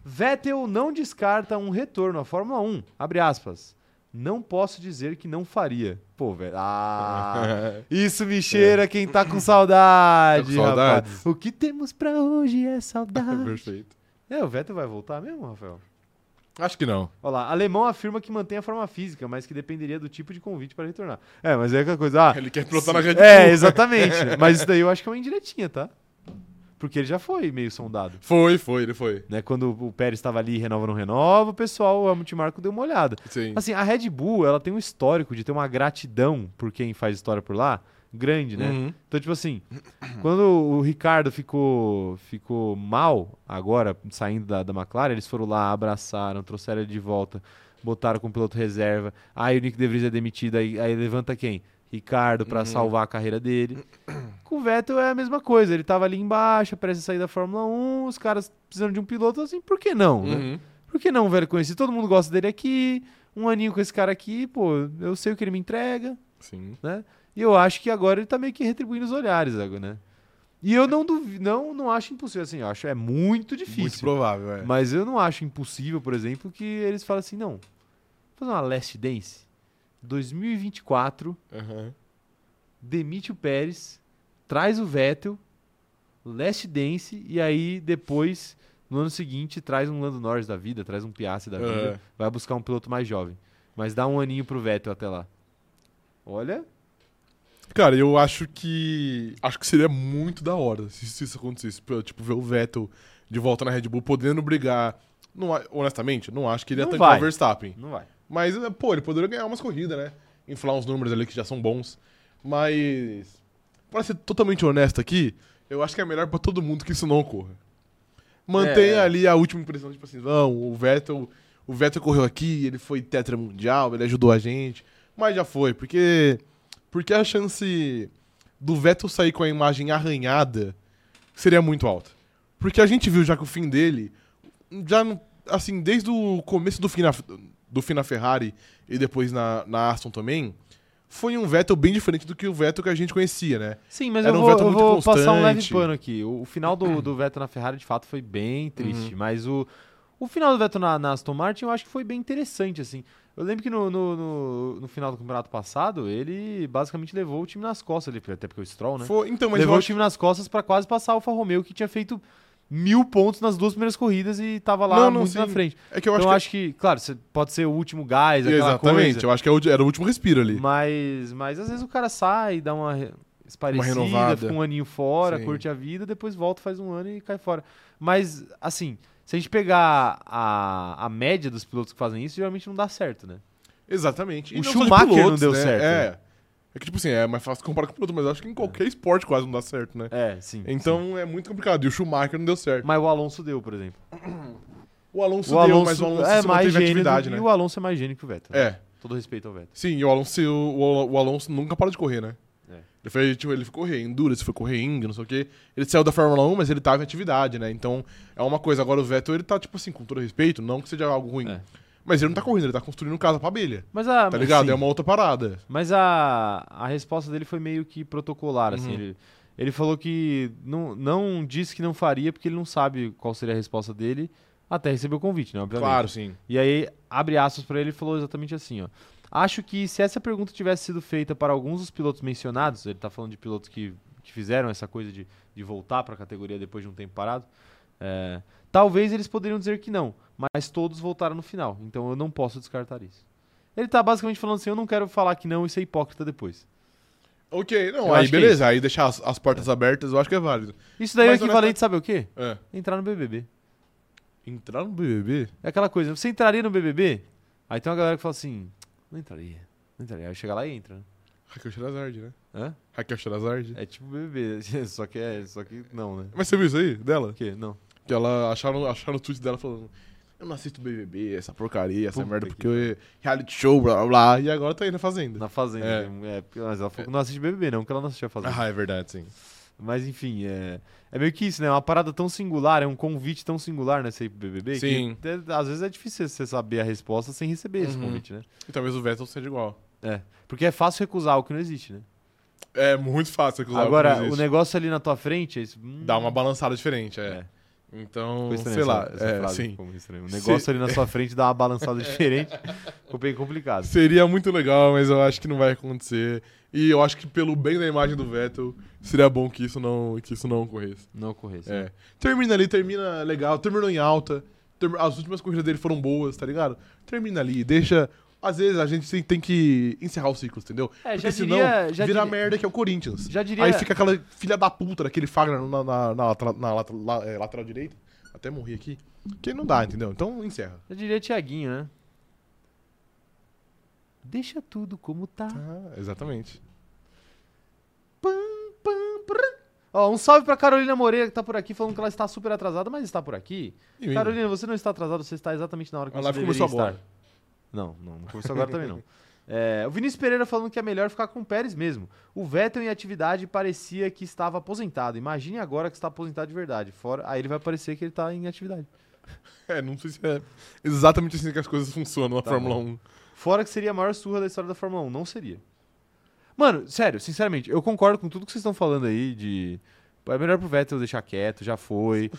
Speaker 1: Vettel não descarta um retorno à Fórmula 1. Abre aspas. Não posso dizer que não faria. Pô, velho. Ah,
Speaker 2: É,
Speaker 1: isso me cheira quem tá com saudade,
Speaker 2: Tá com saudades.
Speaker 1: rapaz. O que temos pra hoje é saudade.
Speaker 2: Perfeito.
Speaker 1: é, o Vettel vai voltar mesmo, Rafael?
Speaker 2: Acho que não.
Speaker 1: Olha lá, alemão afirma que mantém a forma física, mas que dependeria do tipo de convite para retornar. É, mas é aquela coisa. Ah,
Speaker 2: Ele quer pilotar na Red Bull.
Speaker 1: é, exatamente. né? Mas isso daí eu acho que é uma indiretinha, tá? Porque ele já foi meio sondado.
Speaker 2: Foi, foi, ele foi.
Speaker 1: Né? Quando o Pérez estava ali, renova, não renova, o pessoal, a Multimarco deu uma olhada.
Speaker 2: Sim.
Speaker 1: Assim, a Red Bull, ela tem um histórico de ter uma gratidão por quem faz história por lá, grande, né?
Speaker 2: Uhum.
Speaker 1: Então, tipo assim, quando o Ricardo ficou, ficou mal, agora saindo da, da McLaren, eles foram lá, abraçaram, trouxeram ele de volta, botaram com o piloto reserva. Aí o Nick De Vries é demitido, aí, aí levanta quem? Ricardo pra salvar a carreira dele. Com o Vettel é a mesma coisa, ele tava ali embaixo, parece sair da Fórmula 1, os caras precisando de um piloto, assim, por que não, né?
Speaker 2: Uhum.
Speaker 1: Por que não, velho? Conheci, todo mundo gosta dele aqui. Um aninho com esse cara aqui, pô, eu sei o que ele me entrega,
Speaker 2: Sim.
Speaker 1: né? E eu acho que agora ele tá meio que retribuindo os olhares, agora, né? E eu não duvido, não, não acho impossível, assim, eu acho é muito
Speaker 2: Muito
Speaker 1: difícil.
Speaker 2: provável, é.
Speaker 1: mas eu não acho impossível, por exemplo, que eles falem assim, não, fazer uma Last Dance, 2024,
Speaker 2: Aham.
Speaker 1: demite o Pérez, traz o Vettel, Last Dance, e aí depois, no ano seguinte, traz um Lando Norris da vida, traz um Piastri da vida,
Speaker 2: É.
Speaker 1: vai buscar um piloto mais jovem. Mas dá um aninho pro Vettel até lá. Olha,
Speaker 2: Cara, eu acho que. Acho que seria muito da hora se, se isso acontecesse. Pra, Tipo, ver o Vettel de volta na Red Bull podendo brigar. Não, a- honestamente, não acho que ele ia
Speaker 1: Não
Speaker 2: tancar
Speaker 1: vai.
Speaker 2: o Verstappen.
Speaker 1: não vai.
Speaker 2: Mas, eh, pô, ele poderia ganhar umas corridas, né? Inflar uns números ali que já são bons. Mas. Pra ser totalmente honesto aqui, eu acho que é melhor pra todo mundo que isso não ocorra. Mantenha
Speaker 1: É.
Speaker 2: ali a última impressão, tipo assim, não, o Vettel. O Vettel correu aqui, ele foi tetramundial, ele ajudou a gente. Mas já foi, porque. Porque a chance do Vettel sair com a imagem arranhada seria muito alta. Porque a gente viu já que o fim dele, já não- assim, desde o começo do fim na, do fim na Ferrari e depois na, na Aston também, foi um Vettel bem diferente do que o Vettel que a gente conhecia, né?
Speaker 1: Sim, mas
Speaker 2: Era
Speaker 1: eu
Speaker 2: um
Speaker 1: vou,
Speaker 2: Vettel
Speaker 1: eu
Speaker 2: muito
Speaker 1: vou passar um leve
Speaker 2: constante. Uhum.
Speaker 1: pano aqui. O, o final do, do Vettel na Ferrari, de fato, foi bem triste. Mas o, o final do Vettel na, na Aston Martin, eu acho que foi bem interessante, assim. Eu lembro que no, no, no- no final do campeonato passado, ele basicamente levou o time nas costas ali, até porque o Stroll, né?
Speaker 2: Foi- então, mas
Speaker 1: levou
Speaker 2: eu
Speaker 1: o
Speaker 2: acho-
Speaker 1: time nas costas pra quase passar o Alfa Romeo, que tinha feito mil pontos nas duas primeiras corridas e tava lá
Speaker 2: Não, não,
Speaker 1: muito na
Speaker 2: sim.
Speaker 1: frente.
Speaker 2: é que eu acho
Speaker 1: então
Speaker 2: que...
Speaker 1: acho que, claro, cê- pode ser o último gás, aquela
Speaker 2: Exatamente,
Speaker 1: coisa.
Speaker 2: eu acho que é o- era o último respiro ali.
Speaker 1: Mas, mas às vezes o cara sai, dá uma re- esparecida,
Speaker 2: renovada.
Speaker 1: fica um aninho fora,
Speaker 2: Sim.
Speaker 1: curte a vida, depois volta, faz um ano e cai fora. Mas, assim, se a gente pegar a, a média dos pilotos que fazem isso, geralmente não dá certo, né?
Speaker 2: Exatamente.
Speaker 1: O
Speaker 2: não só de
Speaker 1: Schumacher não deu certo,
Speaker 2: É. É que, tipo assim, é mais fácil comparar com o piloto, mas eu acho que em qualquer esporte quase não dá certo, né?
Speaker 1: É, sim.
Speaker 2: Então é muito complicado. E o Schumacher não deu certo.
Speaker 1: Mas o Alonso deu, por exemplo.
Speaker 2: O Alonso,
Speaker 1: o Alonso,
Speaker 2: deu, mas o Alonso
Speaker 1: é
Speaker 2: se
Speaker 1: mais
Speaker 2: manteve a
Speaker 1: gênio
Speaker 2: atividade,
Speaker 1: do-
Speaker 2: né?
Speaker 1: e o Alonso é mais gênio que o Vettel.
Speaker 2: É.
Speaker 1: Todo respeito ao Vettel.
Speaker 2: Sim, e o Alonso, o, Al- o Alonso nunca parou de correr, né?
Speaker 1: É.
Speaker 2: Ele foi, tipo, ele foi correr Endurance, foi correr Indy, não sei o quê. Ele saiu da Fórmula 1, mas ele tava em atividade, né? Então, é uma coisa. Agora o Vettel, ele tá, tipo assim, com todo respeito, não que seja algo ruim.
Speaker 1: É.
Speaker 2: Mas ele não tá correndo, ele tá construindo casa pra abelha.
Speaker 1: Mas ah, assim, a,
Speaker 2: Tá ligado?
Speaker 1: sim.
Speaker 2: É uma outra parada.
Speaker 1: Mas a, a resposta dele foi meio que protocolar, assim.
Speaker 2: Uhum.
Speaker 1: Ele, ele falou que não, não disse que não faria, porque ele não sabe qual seria a resposta dele até receber o convite, né? Obviamente.
Speaker 2: Claro, sim.
Speaker 1: E aí, abre aspas pra ele, ele falou exatamente assim, ó. Acho que se essa pergunta tivesse sido feita para alguns dos pilotos mencionados, ele tá falando de pilotos que, que fizeram essa coisa de, de voltar pra categoria depois de um tempo parado, é, talvez eles poderiam dizer que não, mas todos voltaram no final, então eu não posso descartar isso. Ele tá basicamente falando assim, eu não quero falar que não e ser hipócrita depois.
Speaker 2: Ok, não,
Speaker 1: Eu
Speaker 2: aí
Speaker 1: acho que é
Speaker 2: beleza. Aí deixar as, as portas abertas eu acho que é válido.
Speaker 1: Isso daí
Speaker 2: Mas,
Speaker 1: é equivalente, sabe o quê?
Speaker 2: É.
Speaker 1: Entrar no BBB.
Speaker 2: Entrar no BBB?
Speaker 1: É aquela coisa, você entraria no BBB? Aí tem uma galera que fala assim, não entraria, não entraria. Aí chega lá e entra. né?
Speaker 2: Raquel Sherazade, né?
Speaker 1: Hã?
Speaker 2: Raquel Sherazade.
Speaker 1: É tipo BBB, só que é, só que não, né?
Speaker 2: Mas você viu isso aí
Speaker 1: O
Speaker 2: dela?
Speaker 1: quê? Não.
Speaker 2: Que ela acharam, acharam o tweet dela falando: Eu não assisto BBB, essa porcaria, essa
Speaker 1: Puta
Speaker 2: merda,
Speaker 1: que
Speaker 2: porque eu- reality show, blá blá blá. E agora tá aí na Fazenda.
Speaker 1: Na Fazenda.
Speaker 2: É.
Speaker 1: né? É, porque- mas ela falou que não assiste BBB, não, porque ela não assistia a Fazenda.
Speaker 2: Ah, é verdade, sim.
Speaker 1: Mas enfim, é, é meio que isso, né? É uma parada tão singular, é um convite tão singular, né? Você ir pro BBB,
Speaker 2: Sim.
Speaker 1: que até- às vezes é difícil você saber a resposta sem receber esse
Speaker 2: Uhum.
Speaker 1: convite, né?
Speaker 2: E talvez o Vettel seja igual.
Speaker 1: Porque é fácil recusar o que não existe, né?
Speaker 2: É muito fácil acusar
Speaker 1: Agora,
Speaker 2: que não
Speaker 1: o
Speaker 2: existe.
Speaker 1: negócio ali na tua frente, é isso, hum,
Speaker 2: Dá uma balançada diferente, é.
Speaker 1: É.
Speaker 2: Então,
Speaker 1: ficou estranho
Speaker 2: sei lá,
Speaker 1: essa, essa
Speaker 2: é,
Speaker 1: frase,
Speaker 2: sim.
Speaker 1: ficou muito estranho. O
Speaker 2: Se-
Speaker 1: negócio ali na sua frente dá uma balançada diferente, ficou bem complicado.
Speaker 2: Seria muito legal, mas eu acho que não vai acontecer. E eu acho que pelo bem da imagem do Vettel, seria bom que isso não, que isso não ocorresse.
Speaker 1: Não ocorresse.
Speaker 2: É. Termina ali, termina legal, terminou em alta. term- As últimas corridas dele foram boas, tá ligado? Termina ali, deixa. Às vezes a gente tem, tem que encerrar os ciclos, entendeu?
Speaker 1: É,
Speaker 2: Porque
Speaker 1: já
Speaker 2: senão
Speaker 1: diria- já
Speaker 2: vira
Speaker 1: diria-
Speaker 2: merda que é o Corinthians.
Speaker 1: Já diria-
Speaker 2: Aí fica aquela filha da puta daquele Fagner na, na, na lateral- na lateral- la- é, lateral direita. Até morri aqui. Que não dá, entendeu? Então encerra.
Speaker 1: Eu diria Tiaguinho, né? Deixa tudo como tá.
Speaker 2: Ah, exatamente.
Speaker 1: Pam, pam, prã. Ó, um salve pra Carolina Moreira, que tá por aqui, falando que ela está super atrasada, mas está por aqui.
Speaker 2: E o Inter?
Speaker 1: Carolina, você não está atrasada, você está exatamente na hora que
Speaker 2: A
Speaker 1: você
Speaker 2: live
Speaker 1: deveria
Speaker 2: começou
Speaker 1: estar.
Speaker 2: agora.
Speaker 1: Não, não, não começou agora também não. É, o Vinícius Pereira falando que é melhor ficar com o Pérez mesmo. O Vettel em atividade parecia que estava aposentado. Imagine agora que está aposentado de verdade. Fora, aí ele vai parecer que ele está em atividade.
Speaker 2: É, não sei se é exatamente assim que as coisas funcionam na
Speaker 1: Tá
Speaker 2: Fórmula
Speaker 1: bom.
Speaker 2: 1.
Speaker 1: Fora que seria a maior surra da história da Fórmula 1. Não seria. Mano, sério, sinceramente, eu concordo com tudo que vocês estão falando aí de. "Pô, É melhor pro Vettel deixar quieto, já foi.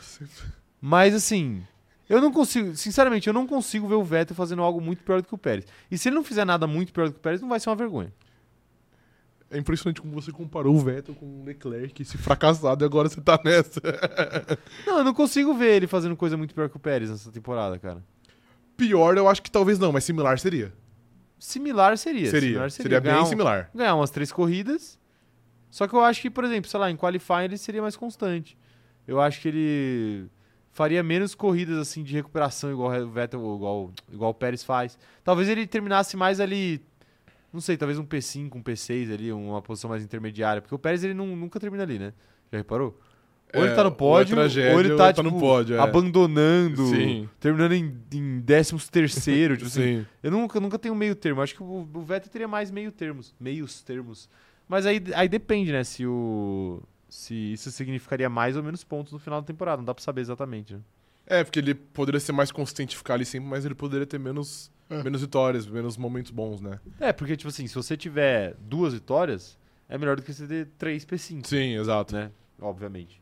Speaker 1: Mas assim, eu não consigo, sinceramente, eu não consigo ver o Vettel fazendo algo muito pior do que o Pérez. E se ele não fizer nada muito pior do que o Pérez, não vai ser uma vergonha.
Speaker 2: É impressionante como você comparou o Vettel com o Leclerc, esse fracassado, e agora você tá nessa.
Speaker 1: Não, eu não consigo ver ele fazendo coisa muito pior que o Pérez nessa temporada, cara.
Speaker 2: Pior, eu acho que talvez não, mas similar seria.
Speaker 1: Similar seria.
Speaker 2: Seria.
Speaker 1: similar
Speaker 2: Seria
Speaker 1: Ganhar
Speaker 2: bem
Speaker 1: um-
Speaker 2: similar.
Speaker 1: Ganhar umas três corridas. Só que eu acho que, por exemplo, sei lá, em qualifying ele seria mais constante. Eu acho que ele faria menos corridas assim de recuperação igual o Vettel, igual, igual o Pérez faz. Talvez ele terminasse mais ali, não sei, talvez um P5, um P6 ali, uma posição mais intermediária, porque o Pérez ele nun- nunca termina ali, né? Já reparou? Ou ele
Speaker 2: É,
Speaker 1: tá no
Speaker 2: ou é
Speaker 1: pódio, ou,
Speaker 2: tragédia,
Speaker 1: ele
Speaker 2: ou
Speaker 1: tá,
Speaker 2: tá no
Speaker 1: tipo,
Speaker 2: pódio, é.
Speaker 1: abandonando,
Speaker 2: Sim.
Speaker 1: terminando em, em 13 terceiro, tipo assim,
Speaker 2: Sim.
Speaker 1: eu nunca, eu nunca tenho meio termo. Acho que o, o Vettel teria mais meio termos. Meios termos. Mas aí, aí depende, né? Se o. Se isso significaria mais ou menos pontos no final da temporada. Não dá pra saber exatamente. né?
Speaker 2: É, porque ele poderia ser mais consistente e ficar ali sempre, mas ele poderia ter menos, menos vitórias, menos momentos bons, né?
Speaker 1: É, porque, tipo assim, se você tiver duas vitórias, é melhor do que você ter três P5,
Speaker 2: Sim, exato.
Speaker 1: né? Obviamente.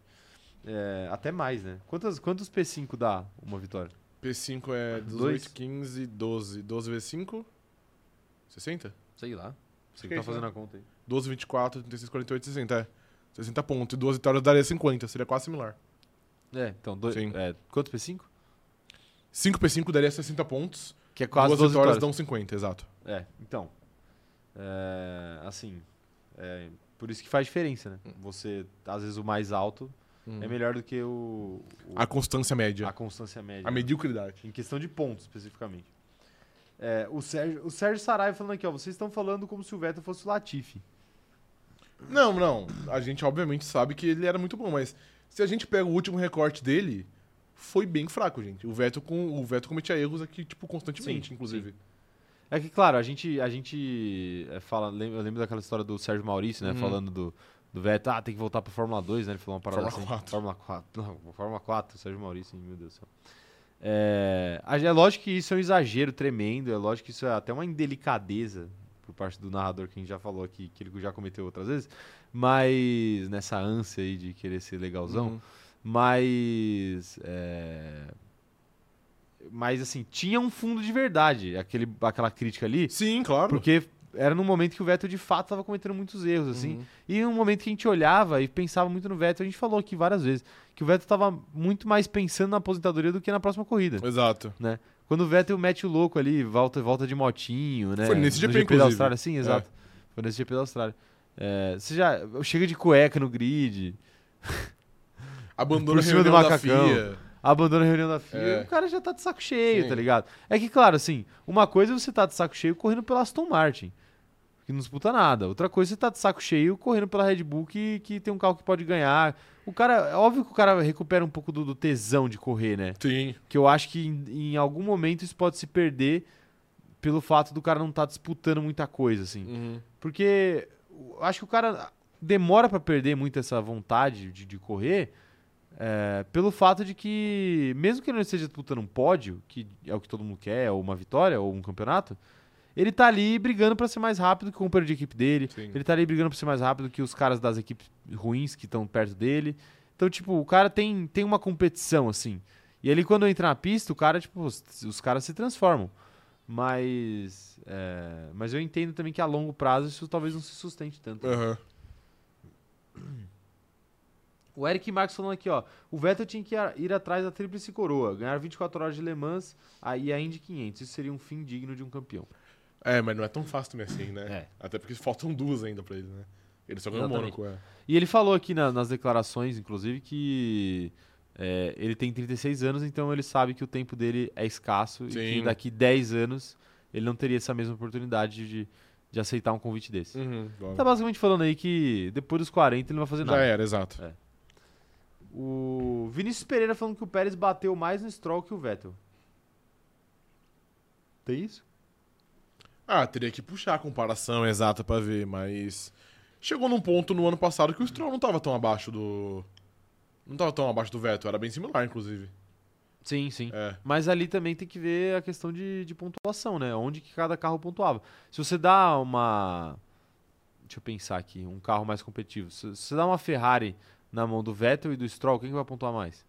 Speaker 1: É, até mais, né? Quantas, quantos P5 dá uma vitória?
Speaker 2: P5 é 18,
Speaker 1: Dois.
Speaker 2: 15, 12. 12 vezes 5? 60?
Speaker 4: Sei lá.
Speaker 1: Você
Speaker 2: que
Speaker 1: que
Speaker 2: é
Speaker 1: tá
Speaker 2: isso,
Speaker 1: fazendo
Speaker 2: né?
Speaker 1: a conta aí.
Speaker 2: 12, 24, 36, 48, 60, é. 60 pontos. E duas vitórias daria 50, seria quase similar.
Speaker 1: É, então, dois,
Speaker 2: Sim.
Speaker 1: é, quantos P5?
Speaker 2: 5x5 daria 60 pontos.
Speaker 1: Que é quase
Speaker 2: duas
Speaker 1: 12
Speaker 2: vitórias,
Speaker 1: vitórias.
Speaker 2: dão 50, exato.
Speaker 1: É, então. É, assim. é, por isso que faz diferença, né?
Speaker 2: Hum.
Speaker 1: Você, às vezes, o mais alto é melhor do que o. o-
Speaker 2: A constância média.
Speaker 1: a constância média.
Speaker 2: A
Speaker 1: né?
Speaker 2: mediocridade.
Speaker 1: Em questão de pontos, especificamente. É, o, Sérgio, o Sérgio Saraiva falando aqui, ó. Vocês estão falando como se o Vettel fosse o Latifi.
Speaker 2: Não, não. A gente obviamente sabe que ele era muito bom, mas se a gente pega o último recorte dele, foi bem fraco, gente. O Vettel, com, o Vettel cometia erros aqui, tipo, constantemente,
Speaker 1: Sim,
Speaker 2: inclusive.
Speaker 1: É que, claro, a gente, a gente é, fala. lem- Eu lembro daquela história do Sérgio Maurício, né?
Speaker 2: Uhum.
Speaker 1: Falando do, do Vettel. Ah, tem que voltar pra Fórmula 2, né? Ele falou uma parada
Speaker 2: Fórmula
Speaker 1: assim.
Speaker 2: 4.
Speaker 1: Fórmula 4. Não, Fórmula 4, Sérgio Maurício, meu Deus do céu. É, a- é lógico que isso é um exagero tremendo. É lógico que isso é até uma indelicadeza por parte do narrador que a gente já falou aqui, que ele já cometeu outras vezes. Mas nessa ânsia aí de querer ser legalzão.
Speaker 2: Uhum.
Speaker 1: Mas. é, Mas assim, tinha um fundo de verdade aquele, aquela crítica ali.
Speaker 2: Sim, claro.
Speaker 1: Porque era num momento que o Vettel de fato estava cometendo muitos erros, assim.
Speaker 2: Uhum.
Speaker 1: E um momento que a gente olhava e pensava muito no Vettel, a gente falou aqui várias vezes, que o Vettel estava muito mais pensando na aposentadoria do que na próxima corrida.
Speaker 2: Exato.
Speaker 1: Quando o Vettel mete o louco ali, volta, volta de motinho, né?
Speaker 2: Foi nesse
Speaker 1: No
Speaker 2: GP,
Speaker 1: da
Speaker 2: inclusive.
Speaker 1: Austrália, sim, exato. Foi nesse GP da Austrália. É, você já chega de cueca no grid,
Speaker 2: Abandona
Speaker 1: Por
Speaker 2: a
Speaker 1: cima do
Speaker 2: reunião da
Speaker 1: macacão.
Speaker 2: FIA.
Speaker 1: abandona a reunião da FIA,
Speaker 2: É.
Speaker 1: o cara já tá de saco cheio,
Speaker 2: Sim.
Speaker 1: tá ligado? É que, claro, assim, uma coisa é você tá de saco cheio correndo pela Aston Martin, que não disputa nada. Outra coisa é você tá de saco cheio correndo pela Red Bull, que, que tem um carro que pode ganhar. O cara, é óbvio que o cara recupera um pouco do, do tesão de correr, né?
Speaker 2: Sim.
Speaker 1: Que eu acho que em, em algum momento isso pode se perder pelo fato do cara não estar disputando muita coisa, assim. Porque eu acho que o cara demora pra perder muito essa vontade de, de correr é, pelo fato de que, mesmo que ele não esteja disputando um pódio, que é o que todo mundo quer, ou uma vitória, ou um campeonato, ele tá ali brigando pra ser mais rápido que o companheiro de equipe dele,
Speaker 2: Sim.
Speaker 1: ele tá ali brigando pra ser mais rápido que os caras das equipes ruins que estão perto dele. Então, tipo, o cara tem, tem uma competição, assim. E ele, quando entra na pista, o cara, tipo, os, os caras se transformam. Mas. é, mas eu entendo também que a longo prazo isso talvez não se sustente tanto.
Speaker 2: Aham.
Speaker 1: O Eric Marx falando aqui, ó. O Vettel tinha que ir atrás da tríplice coroa, ganhar 24 horas de Le Mans a- e a Indy 500. Isso seria um fim digno de um campeão.
Speaker 2: É, mas não é tão fácil também assim, né?
Speaker 1: É.
Speaker 2: Até porque faltam duas ainda pra ele, né? Ele só ganhou o
Speaker 1: Exatamente.
Speaker 2: Mônaco, é.
Speaker 1: E ele falou aqui na- nas declarações, inclusive, que é, ele tem 36 anos, então ele sabe que o tempo dele é escasso e que
Speaker 2: Sim.
Speaker 1: daqui 10 anos ele não teria essa mesma oportunidade de, de aceitar um convite
Speaker 2: é. Hum.
Speaker 1: desse.
Speaker 2: Logo.
Speaker 1: Tá basicamente falando aí que depois dos 40 ele não vai fazer
Speaker 2: Já é.
Speaker 1: nada.
Speaker 2: era, exato.
Speaker 1: O Vinícius Pereira falando que o Pérez bateu mais no Stroll que o Vettel. Tem isso?
Speaker 2: Ah, teria que puxar a comparação exata pra ver, mas. Chegou num ponto no ano passado que o Stroll não tava tão abaixo do. Não tava tão abaixo do Vettel, era bem similar, inclusive.
Speaker 1: Sim, sim.
Speaker 2: É.
Speaker 1: Mas ali também tem que ver a questão de, de pontuação, né? Onde que cada carro pontuava. Se você dá uma. Deixa eu pensar aqui, um carro mais competitivo. Se se você dá uma Ferrari na mão do Vettel e do Stroll, quem que vai pontuar mais?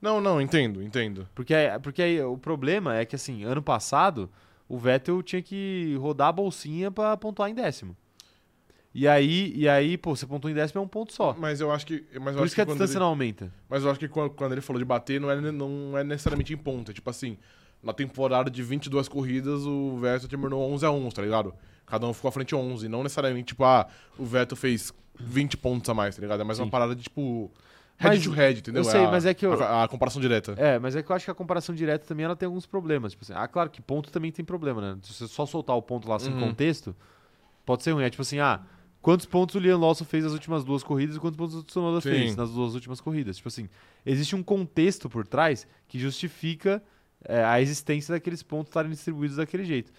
Speaker 2: Não, não, entendo, entendo.
Speaker 1: Porque, aí- porque aí o problema é que, assim, ano passado, o Vettel tinha que rodar a bolsinha pra pontuar em décimo. E aí, e aí pô, você pontua em décimo é um ponto só.
Speaker 2: Mas eu acho que. Mas eu
Speaker 1: Por
Speaker 2: acho
Speaker 1: isso que a
Speaker 2: quando
Speaker 1: distância
Speaker 2: ele-
Speaker 1: não aumenta.
Speaker 2: Mas eu acho que quan- quando ele falou de bater, não é, ne- não é necessariamente em ponta. É tipo assim, na temporada de 22 corridas, o Vettel terminou 11 a 11, tá ligado? Cada um ficou à frente 11. Não necessariamente, tipo, ah, o Vettel fez 20 pontos a mais, tá ligado? É mais
Speaker 1: Sim.
Speaker 2: uma parada de, tipo, head
Speaker 1: Mas-
Speaker 2: to head, entendeu?
Speaker 1: eu sei,
Speaker 2: a,
Speaker 1: mas é que eu-
Speaker 2: A, a comparação direta.
Speaker 1: É, mas é que eu acho que a comparação direta também ela tem alguns problemas. Tipo assim, ah, claro que ponto também tem problema, né? Se você só soltar o ponto lá sem
Speaker 2: Uhum.
Speaker 1: contexto, pode ser ruim. É tipo assim, ah, quantos pontos o Liam Lawson fez nas últimas duas corridas e quantos pontos o Tsunoda
Speaker 2: Sim.
Speaker 1: fez nas duas últimas corridas? Tipo assim, existe um contexto por trás que justifica é, a existência daqueles pontos estarem distribuídos daquele jeito.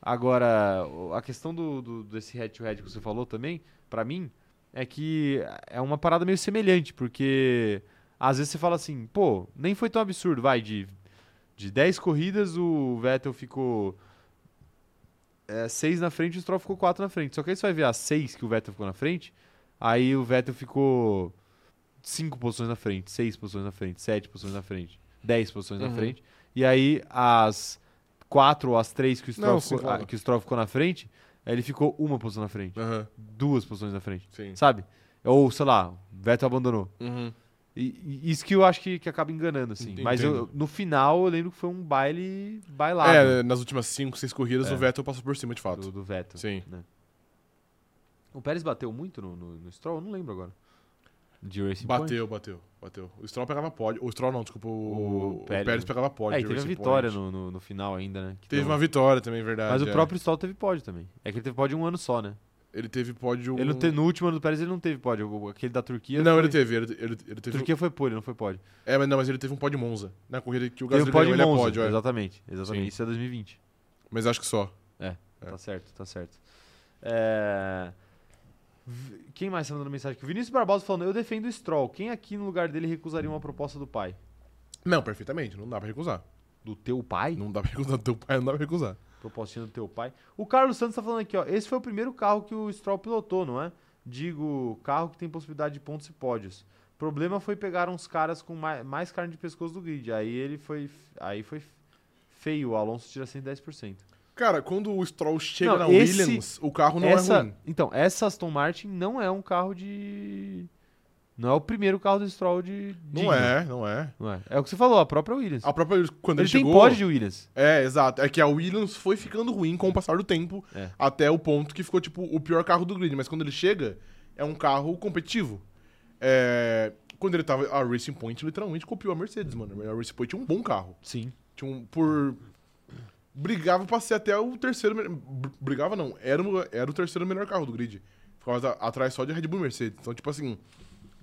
Speaker 1: Agora, o- a questão do, do- desse head-to-head que você falou também, pra mim, é que é uma parada meio semelhante, porque às vezes você fala assim, pô, nem foi tão absurdo, vai, de, de 10 corridas o Vettel ficou 6 na frente e o Stroll ficou 4 na frente. Só que aí você vai ver as 6 que o Vettel ficou na frente, aí o Vettel ficou 5 posições na frente, 6 posições na frente, 7 posições na frente, 10 posições na
Speaker 2: Uhum.
Speaker 1: frente, e aí as 4 ou as 3 que o Stroll,
Speaker 2: Não,
Speaker 1: ficou,
Speaker 2: sim, claro.
Speaker 1: ah, que o Stroll ficou na frente, aí ele ficou uma posição na frente,
Speaker 2: Aham,
Speaker 1: duas posições na frente,
Speaker 2: sim.
Speaker 1: sabe? Ou, sei lá, o Vettel abandonou.
Speaker 2: Uhum.
Speaker 1: E- e isso que eu acho que, que acaba enganando, assim.
Speaker 2: Entendo.
Speaker 1: Mas eu- no final eu lembro que foi um baile bailado
Speaker 2: É, nas últimas 5, 6 corridas,
Speaker 1: É.
Speaker 2: o Vettel passou por cima, de fato.
Speaker 1: do, do Vettel.
Speaker 2: Sim.
Speaker 1: O Pérez bateu muito no, no, no Stroll? Eu não lembro agora. De Racing Point?
Speaker 2: Bateu, bateu, bateu. O Stroll pegava pódio. O Stroll não, desculpa, o,
Speaker 1: O
Speaker 2: o
Speaker 1: Pérez.
Speaker 2: Pérez. pegava pódio.
Speaker 1: É, e
Speaker 2: de
Speaker 1: teve a
Speaker 2: Racing
Speaker 1: vitória
Speaker 2: Point.
Speaker 1: no, no, no final ainda, né? Que
Speaker 2: Teve
Speaker 1: deu-
Speaker 2: uma vitória também, verdade.
Speaker 1: Mas o
Speaker 2: é.
Speaker 1: próprio Stroll teve pódio também. É que ele teve pódio um ano só, né?
Speaker 2: Ele teve pódio.
Speaker 1: Ele não te- no último ano do Pérez ele não teve pódio. O- Aquele da Turquia.
Speaker 2: Não,
Speaker 1: foi-
Speaker 2: ele teve. Ele, ele, ele teve um-
Speaker 1: Turquia foi pole, não foi pódio.
Speaker 2: É, mas não, mas ele teve um pódio Monza. Na corrida que o
Speaker 1: Teve
Speaker 2: Gasly
Speaker 1: o pódio
Speaker 2: ganhou,
Speaker 1: em
Speaker 2: ele
Speaker 1: Monza.
Speaker 2: é pódio, é.
Speaker 1: Exatamente, exatamente.
Speaker 2: Sim.
Speaker 1: Isso é 2020.
Speaker 2: Mas acho que só. É.
Speaker 1: Tá certo, tá certo. É, v- Quem mais tá mandando mensagem aqui? O Vinícius Barbosa falando, eu defendo o Stroll. Quem aqui no lugar dele recusaria uma proposta do pai?
Speaker 2: Não, perfeitamente. Não dá pra recusar.
Speaker 1: Do teu pai?
Speaker 2: Não dá pra recusar. Teu pai não dá pra recusar.
Speaker 1: Propostinha do teu pai. O Carlos Santos tá falando aqui, ó. Esse foi o primeiro carro que o Stroll pilotou, não é? Digo, carro que tem possibilidade de pontos e pódios. Problema foi pegar uns caras com mai- mais carne de pescoço do grid. Aí ele foi. Aí foi feio. O Alonso tira 110%.
Speaker 2: Cara, quando o Stroll chega
Speaker 1: Não,
Speaker 2: na
Speaker 1: esse-
Speaker 2: Williams, o carro não
Speaker 1: essa,
Speaker 2: é ruim.
Speaker 1: Então, essa Aston Martin não é um carro de. Não é o primeiro carro do Stroll de. digno.
Speaker 2: Não é, não é.
Speaker 1: Não é. É o que você falou, a própria Williams.
Speaker 2: A própria quando
Speaker 1: ele
Speaker 2: ele,
Speaker 1: tem
Speaker 2: chegou.
Speaker 1: pódio de Williams.
Speaker 2: É, exato. É que a Williams foi ficando ruim com o passar do tempo,
Speaker 1: É.
Speaker 2: até o ponto que ficou, tipo, o pior carro do grid. Mas quando ele chega, é um carro competitivo. É, Quando ele tava. A Racing Point literalmente copiou a Mercedes, mano. A Racing Point tinha um bom carro.
Speaker 1: Sim.
Speaker 2: Tinha um. Por. Brigava pra ser até o terceiro. me- br- Brigava não. Era, o- era o terceiro melhor carro do grid. Ficava ata- atrás só de Red Bull e Mercedes. Então, tipo assim.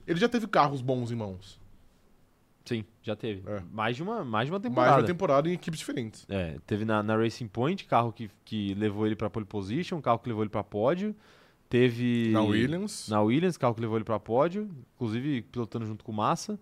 Speaker 2: Ele já teve carros bons em mãos.
Speaker 1: Sim, já teve.
Speaker 2: É.
Speaker 1: Mais, de uma, mais de uma temporada.
Speaker 2: Mais uma temporada em equipes diferentes.
Speaker 1: É, teve na, na Racing Point, carro que, que levou ele pra pole position, carro que levou ele pra pódio. Teve.
Speaker 2: Na Williams.
Speaker 1: Na Williams, carro que levou ele pra pódio, inclusive pilotando junto com o Massa.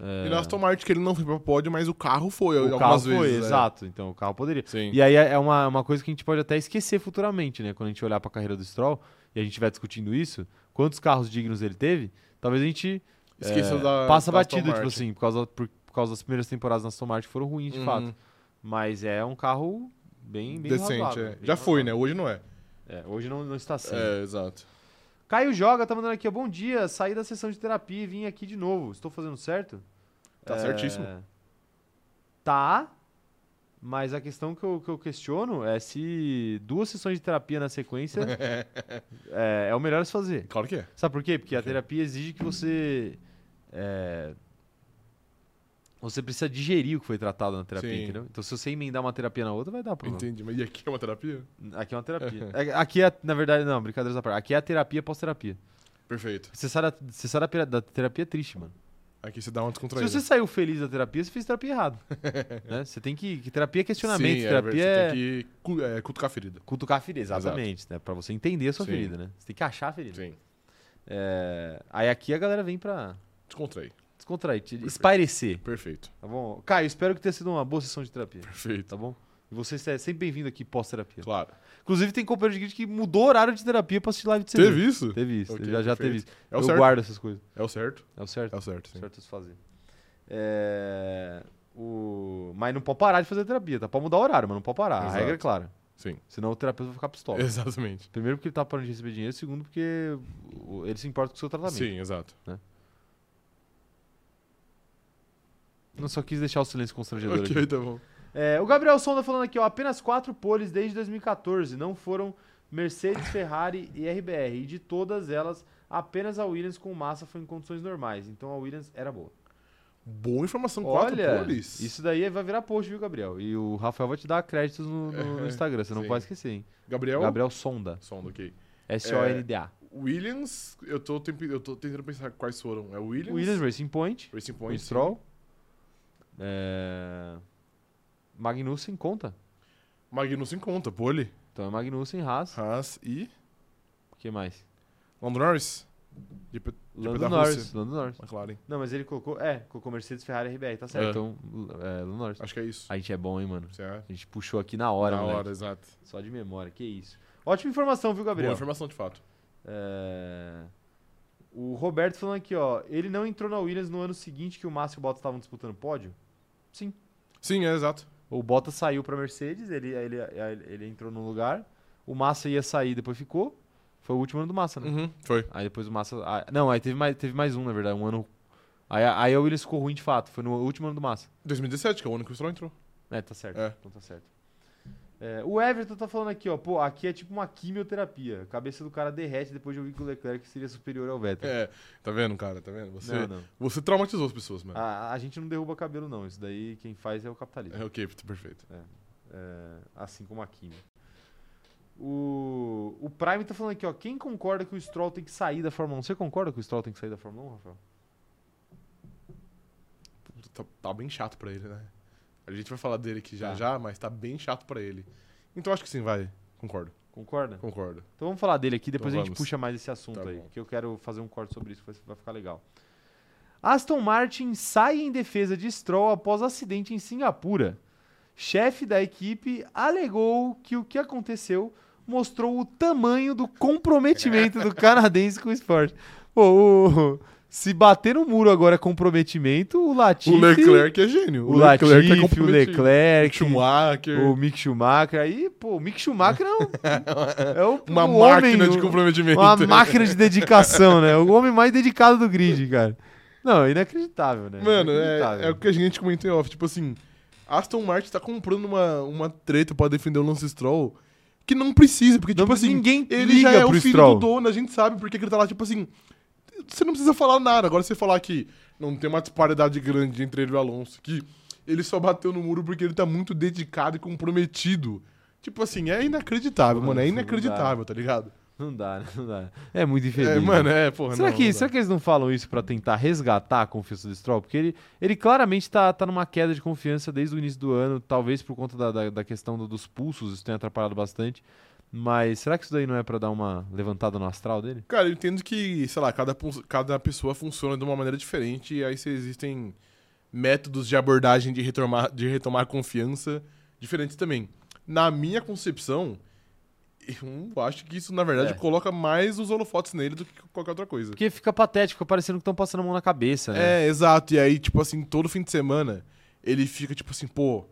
Speaker 1: É,
Speaker 2: E na Aston Martin, que ele não foi pra pódio, mas o carro foi
Speaker 1: o
Speaker 2: algumas
Speaker 1: carro
Speaker 2: vezes.
Speaker 1: foi,
Speaker 2: é.
Speaker 1: exato. Então o carro poderia.
Speaker 2: Sim.
Speaker 1: E aí é é uma, uma coisa que a gente pode até esquecer futuramente, né? Quando a gente olhar pra carreira do Stroll e a gente vai discutindo isso, quantos carros dignos ele teve, talvez a gente
Speaker 2: Esqueça
Speaker 1: é,
Speaker 2: da.
Speaker 1: passa
Speaker 2: da Ah, Aston
Speaker 1: batido, tipo
Speaker 2: Martin.
Speaker 1: assim, por causa, por, por causa das primeiras temporadas na Aston Martin que foram ruins, de
Speaker 2: Uhum.
Speaker 1: fato. Mas é um carro bem, bem
Speaker 2: Decente,
Speaker 1: razoável,
Speaker 2: é.
Speaker 1: bem
Speaker 2: Já foi, né?
Speaker 1: razoável.
Speaker 2: Hoje não é.
Speaker 1: É, hoje não, não está assim.
Speaker 2: É, exato.
Speaker 1: Caio Joga tá mandando aqui, ó, bom dia, saí da sessão de terapia e vim aqui de novo. Estou fazendo certo?
Speaker 2: Tá
Speaker 1: É.
Speaker 2: certíssimo.
Speaker 1: Tá, mas a questão que eu, que eu questiono é se duas sessões de terapia na sequência é, é o melhor a se fazer.
Speaker 2: Claro que é.
Speaker 1: Sabe por quê? Porque a
Speaker 2: Por quê?
Speaker 1: terapia exige que você. é, você precisa digerir o que foi tratado na terapia,
Speaker 2: Sim.
Speaker 1: entendeu? Então, se você emendar uma terapia na outra, vai dar problema.
Speaker 2: Entendi. Mas e aqui é uma terapia?
Speaker 1: Aqui é uma terapia. É- Aqui é, na verdade, não, brincadeiras à parte. Aqui é a terapia pós-terapia.
Speaker 2: Perfeito.
Speaker 1: Você sai, da, você sai da pera- da terapia é triste, mano.
Speaker 2: Aqui você dá uma
Speaker 1: Se
Speaker 2: descontraída.
Speaker 1: você saiu feliz da terapia, você fez terapia errado. né? Você tem que. que terapia é questionamento,
Speaker 2: Sim, é,
Speaker 1: terapia é.
Speaker 2: Você tem que cu- é, cutucar a ferida.
Speaker 1: Cutucar a ferida, exatamente, né? Pra você entender a sua
Speaker 2: Sim.
Speaker 1: ferida, né? Você tem que achar a ferida.
Speaker 2: Sim.
Speaker 1: É, Aí aqui a galera vem pra
Speaker 2: Descontrai.
Speaker 1: descontrair, te- espairecer,
Speaker 2: Perfeito.
Speaker 1: tá bom? Caio, espero que tenha sido uma boa sessão de terapia,
Speaker 2: Perfeito.
Speaker 1: tá bom? E você é sempre bem-vindo aqui pós-terapia.
Speaker 2: Claro.
Speaker 1: Inclusive, tem companheiro de grid que mudou o horário de terapia pra assistir live de cerveja.
Speaker 2: Teve isso?
Speaker 1: Teve isso,
Speaker 2: Ok,
Speaker 1: já, já teve
Speaker 2: perfeito.
Speaker 1: isso.
Speaker 2: É o
Speaker 1: Eu
Speaker 2: certo.
Speaker 1: guardo essas coisas.
Speaker 2: É o certo.
Speaker 1: É o certo.
Speaker 2: É o certo, sim.
Speaker 1: certo a se fazer. É, o... Mas não pode parar de fazer terapia, tá? Pode mudar o horário, mas não pode parar. A
Speaker 2: Exato.
Speaker 1: regra é clara.
Speaker 2: Sim.
Speaker 1: Senão o terapeuta vai ficar pistola.
Speaker 2: Exatamente.
Speaker 1: Primeiro porque ele tá parando de receber dinheiro, segundo porque o- ele se importa com o seu tratamento.
Speaker 2: Sim, exato.
Speaker 1: Não só quis deixar o silêncio constrangedor aqui.
Speaker 2: Ok, tá bom.
Speaker 1: É, o Gabriel Sonda falando aqui, ó, apenas quatro poles desde 2014, não foram Mercedes, Ferrari e RBR. E de todas elas, apenas a Williams com massa foi em condições normais. Então a Williams era boa.
Speaker 2: Boa informação.
Speaker 1: Olha,
Speaker 2: quatro poles?
Speaker 1: isso daí vai virar post, viu, Gabriel? E o Rafael vai te dar créditos no, no- no Instagram, você não
Speaker 2: Sim. É
Speaker 1: pode esquecer, hein?
Speaker 2: Gabriel?
Speaker 1: Gabriel Sonda,
Speaker 2: Sonda, ok.
Speaker 1: S-O-N-D-A.
Speaker 2: É, Williams, eu tô, temp- eu tô tentando pensar quais foram. É o Williams,
Speaker 1: Williams Racing Point,
Speaker 2: Racing
Speaker 1: o
Speaker 2: Point,
Speaker 1: Stroll, é... Magnussen conta.
Speaker 2: Magnussen conta, pole,
Speaker 1: Então é Magnussen, Haas,
Speaker 2: Haas e
Speaker 1: o que mais?
Speaker 2: Lando Norris. GP
Speaker 1: Lando
Speaker 2: Tipo da
Speaker 1: Norris,
Speaker 2: Rússia.
Speaker 1: Lando Norris.
Speaker 2: McLaren.
Speaker 1: Não, mas ele colocou. É, colocou Mercedes, Ferrari e RBR, tá certo.
Speaker 2: É.
Speaker 1: Então, l- é, Lando Norris.
Speaker 2: Acho que é isso.
Speaker 1: A gente é bom, hein, mano?
Speaker 2: Você é?
Speaker 1: A gente puxou aqui na hora,
Speaker 2: Na
Speaker 1: moleque.
Speaker 2: hora, exato.
Speaker 1: Só de memória, que isso. Ótima informação, viu,
Speaker 2: Boa
Speaker 1: Gabriel?
Speaker 2: informação, de fato.
Speaker 1: É, O Roberto falando aqui, ó. Ele não entrou na Williams no ano seguinte que o Márcio e o Bottas estavam disputando pódio?
Speaker 2: Sim, é exato.
Speaker 1: O Bottas saiu pra Mercedes, ele, ele, ele entrou no lugar. O Massa ia sair, depois ficou. Foi o último ano do Massa, né?
Speaker 2: Uhum, foi.
Speaker 1: Aí depois o Massa. ah, não, aí teve mais, teve mais um, na verdade. Um ano. Aí, aí a Williams ficou ruim de fato. Foi no último ano do Massa.
Speaker 2: 2017, que é o ano que o Stroll entrou.
Speaker 1: É, tá certo.
Speaker 2: É.
Speaker 1: Então tá certo. É, o Everton tá falando aqui, ó. Pô, aqui é tipo uma quimioterapia. A cabeça do cara derrete depois de ouvir que o Leclerc seria superior ao Vettel.
Speaker 2: É, tá vendo, cara? Tá vendo? Você,
Speaker 1: Não, não.
Speaker 2: você traumatizou as pessoas, mano.
Speaker 1: A, a gente não derruba cabelo, não. Isso daí quem faz é o capitalismo.
Speaker 2: É ok, perfeito.
Speaker 1: É, assim como a quimio. O, o Prime tá falando aqui, ó. Quem concorda que o Stroll tem que sair da Fórmula 1? Você concorda que o Stroll tem que sair da Fórmula 1, Rafael? É.
Speaker 2: Puta, Tá, tá bem chato pra ele, né? A gente vai falar dele aqui já
Speaker 1: Tá.
Speaker 2: já, mas tá bem chato pra ele. Então acho que sim, vai. Concordo,
Speaker 1: Concorda?
Speaker 2: concordo.
Speaker 1: Então vamos falar dele aqui, depois
Speaker 2: Então
Speaker 1: a gente
Speaker 2: vamos.
Speaker 1: puxa mais esse assunto
Speaker 2: Tá
Speaker 1: aí,
Speaker 2: bom.
Speaker 1: que eu quero fazer um corte sobre isso, vai- vai ficar legal. Aston Martin sai em defesa de Stroll após acidente em Singapura. Chefe da equipe alegou que o que aconteceu mostrou o tamanho do comprometimento do canadense com o esporte. Pô, o- se bater no muro agora é comprometimento, o Latifi...
Speaker 2: O Leclerc é gênio.
Speaker 1: O, Latifi, o
Speaker 2: comprometido.
Speaker 1: Leclerc,
Speaker 2: um Schumacher.
Speaker 1: o Mick Schumacher. Aí, pô, o Mick Schumacher é, um, é o,
Speaker 2: Uma
Speaker 1: o homem,
Speaker 2: máquina de
Speaker 1: o-
Speaker 2: comprometimento.
Speaker 1: uma máquina de dedicação, né? O homem mais dedicado do grid, cara. Não, é inacreditável, né?
Speaker 2: Mano,
Speaker 1: Inacreditável.
Speaker 2: é, é o que a gente comentou em off. Tipo assim, Aston Martin tá comprando uma, uma treta pra defender o Lance Stroll que não precisa, porque,
Speaker 1: Não,
Speaker 2: tipo assim,
Speaker 1: ninguém
Speaker 2: ele
Speaker 1: liga
Speaker 2: já é o
Speaker 1: pro
Speaker 2: filho
Speaker 1: Stroll.
Speaker 2: do dono, a gente sabe porque que ele tá lá, tipo assim. você não precisa falar nada. Agora você falar que não tem uma disparidade grande entre ele e o Alonso, que ele só bateu no muro porque ele tá muito dedicado e comprometido. Tipo assim, é inacreditável, mano. É
Speaker 1: Mano,
Speaker 2: inacreditável, tá ligado?
Speaker 1: Não dá, né? não dá. É muito infeliz.
Speaker 2: É,
Speaker 1: né?
Speaker 2: mano, é, porra.
Speaker 1: será,
Speaker 2: não,
Speaker 1: que,
Speaker 2: não dá.
Speaker 1: será que eles não falam isso pra tentar resgatar a confiança do Stroll? Porque ele, ele claramente tá, tá numa queda de confiança desde o início do ano, talvez por conta da, da, da questão do- dos pulsos, isso tem atrapalhado bastante. Mas será que isso daí não é pra dar uma levantada no astral dele?
Speaker 2: Cara, eu entendo que, sei lá, cada, pun- cada pessoa funciona de uma maneira diferente e aí se existem métodos de abordagem de retomar, de retomar a confiança diferentes também. Na minha concepção, eu acho que isso, na verdade,
Speaker 1: É.
Speaker 2: coloca mais os holofotes nele do que qualquer outra coisa.
Speaker 1: Porque fica patético, fica parecendo que estão passando a mão na cabeça, né?
Speaker 2: É, exato. E aí, tipo assim, todo fim de semana, ele fica tipo assim, pô,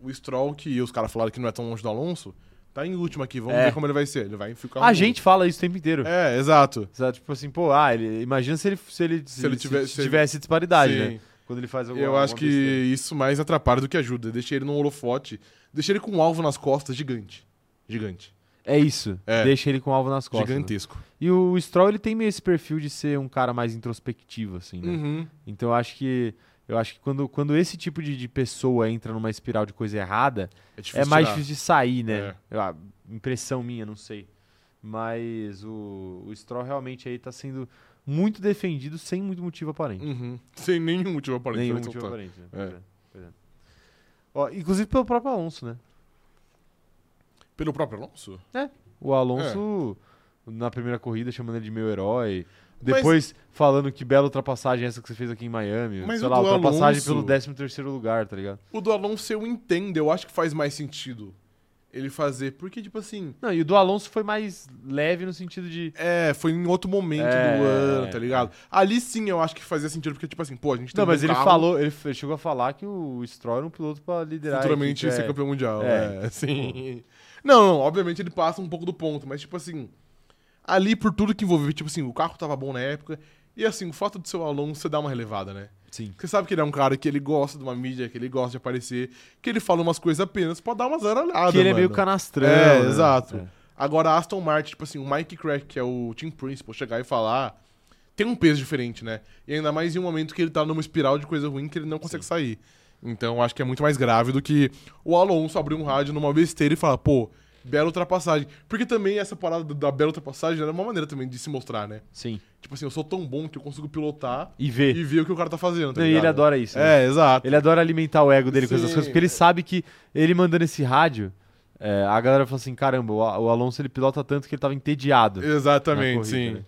Speaker 2: o Stroll, que os caras falaram que não é tão longe do Alonso, tá em último aqui, vamos
Speaker 1: É.
Speaker 2: ver como ele vai ser. Ele vai ficar...
Speaker 1: a
Speaker 2: um-
Speaker 1: gente fala isso o tempo inteiro.
Speaker 2: É, exato.
Speaker 1: Sabe, Tipo assim, pô, ah, ele- imagina se ele, se ele, se
Speaker 2: ele
Speaker 1: se
Speaker 2: tivesse- se ele-
Speaker 1: tivesse disparidade,
Speaker 2: Sim.
Speaker 1: né? Quando ele faz alguma
Speaker 2: Eu acho
Speaker 1: alguma
Speaker 2: que
Speaker 1: besteira.
Speaker 2: isso mais atrapalha do que ajuda. Deixa ele num holofote. Deixa ele com um alvo nas costas gigante. Gigante.
Speaker 1: É isso.
Speaker 2: É.
Speaker 1: Deixa ele com o alvo nas costas. né?
Speaker 2: Gigantesco.
Speaker 1: E o Stroll, ele tem meio esse perfil de ser um cara mais introspectivo, assim, né?
Speaker 2: Uhum.
Speaker 1: Então eu acho que. Eu acho que quando, quando esse tipo de, de pessoa entra numa espiral de coisa errada,
Speaker 2: difícil
Speaker 1: é mais
Speaker 2: tirar.
Speaker 1: difícil de sair, né?
Speaker 2: É.
Speaker 1: Eu- a impressão minha, não sei. Mas o, o Stroll realmente aí tá sendo muito defendido sem muito motivo aparente.
Speaker 2: Uhum. Sem nenhum motivo aparente.
Speaker 1: Nenhum
Speaker 2: né?
Speaker 1: motivo
Speaker 2: Então tá.
Speaker 1: aparente, né? Pois
Speaker 2: É.
Speaker 1: é, pois é. Ó, inclusive pelo próprio Alonso, né?
Speaker 2: Pelo próprio Alonso?
Speaker 1: O Alonso, na primeira corrida, chamando ele de meu herói. Depois falando que bela ultrapassagem essa que você fez aqui em Miami.
Speaker 2: Mas
Speaker 1: sei
Speaker 2: o
Speaker 1: lá,
Speaker 2: do
Speaker 1: ultrapassagem
Speaker 2: Alonso-
Speaker 1: pelo 13 terceiro lugar, tá ligado?
Speaker 2: O do Alonso eu entendo. Eu acho que faz mais sentido ele fazer. Porque, tipo assim.
Speaker 1: Não, e o do Alonso foi mais leve no sentido de.
Speaker 2: É, foi em outro momento
Speaker 1: É,
Speaker 2: do ano, tá
Speaker 1: é.
Speaker 2: ligado? Ali sim eu acho que fazia sentido, porque, tipo assim, pô, a gente tem
Speaker 1: Não, mas
Speaker 2: um
Speaker 1: ele
Speaker 2: carro,
Speaker 1: falou, ele f- chegou a falar que o Stroll era um piloto pra liderar. a
Speaker 2: futuramente
Speaker 1: equipe, é.
Speaker 2: ser campeão mundial.
Speaker 1: É.
Speaker 2: É, sim. Não, não, obviamente ele passa um pouco do ponto, mas tipo assim, ali por tudo que envolveu, tipo assim, o carro tava bom na época, e assim, o fato do seu Alonso você dá uma relevada, né?
Speaker 1: Sim.
Speaker 2: Você sabe que ele é um cara que ele gosta de uma mídia, que ele gosta de aparecer, que ele fala umas coisas apenas pra dar umas aralhadas,
Speaker 1: que ele é meio
Speaker 2: mano.
Speaker 1: canastrão.
Speaker 2: É,
Speaker 1: né?
Speaker 2: exato.
Speaker 1: É.
Speaker 2: Agora, a Aston Martin, tipo assim, o Mike Crack, que é o team principal, chegar e falar, tem um peso diferente, né? E ainda mais em um momento que ele tá numa espiral de coisa ruim que ele não consegue sair. Então, acho que é muito mais grave do que o Alonso abrir um rádio numa besteira e falar, pô, bela ultrapassagem. Porque também essa parada da bela ultrapassagem era uma maneira também de se mostrar, né?
Speaker 1: Sim.
Speaker 2: Tipo assim, eu sou tão bom que eu consigo pilotar
Speaker 1: E ver.
Speaker 2: e ver o que o cara tá fazendo, tá
Speaker 1: E, ele
Speaker 2: ligado?
Speaker 1: adora isso. né?
Speaker 2: É, exato.
Speaker 1: Ele adora alimentar o ego dele com essas
Speaker 2: Sim.
Speaker 1: coisas, porque ele sabe que ele mandando esse rádio, é, a galera fala assim: caramba, o Al- o Alonso ele pilota tanto que ele tava entediado. na
Speaker 2: Exatamente,
Speaker 1: corrida,
Speaker 2: sim.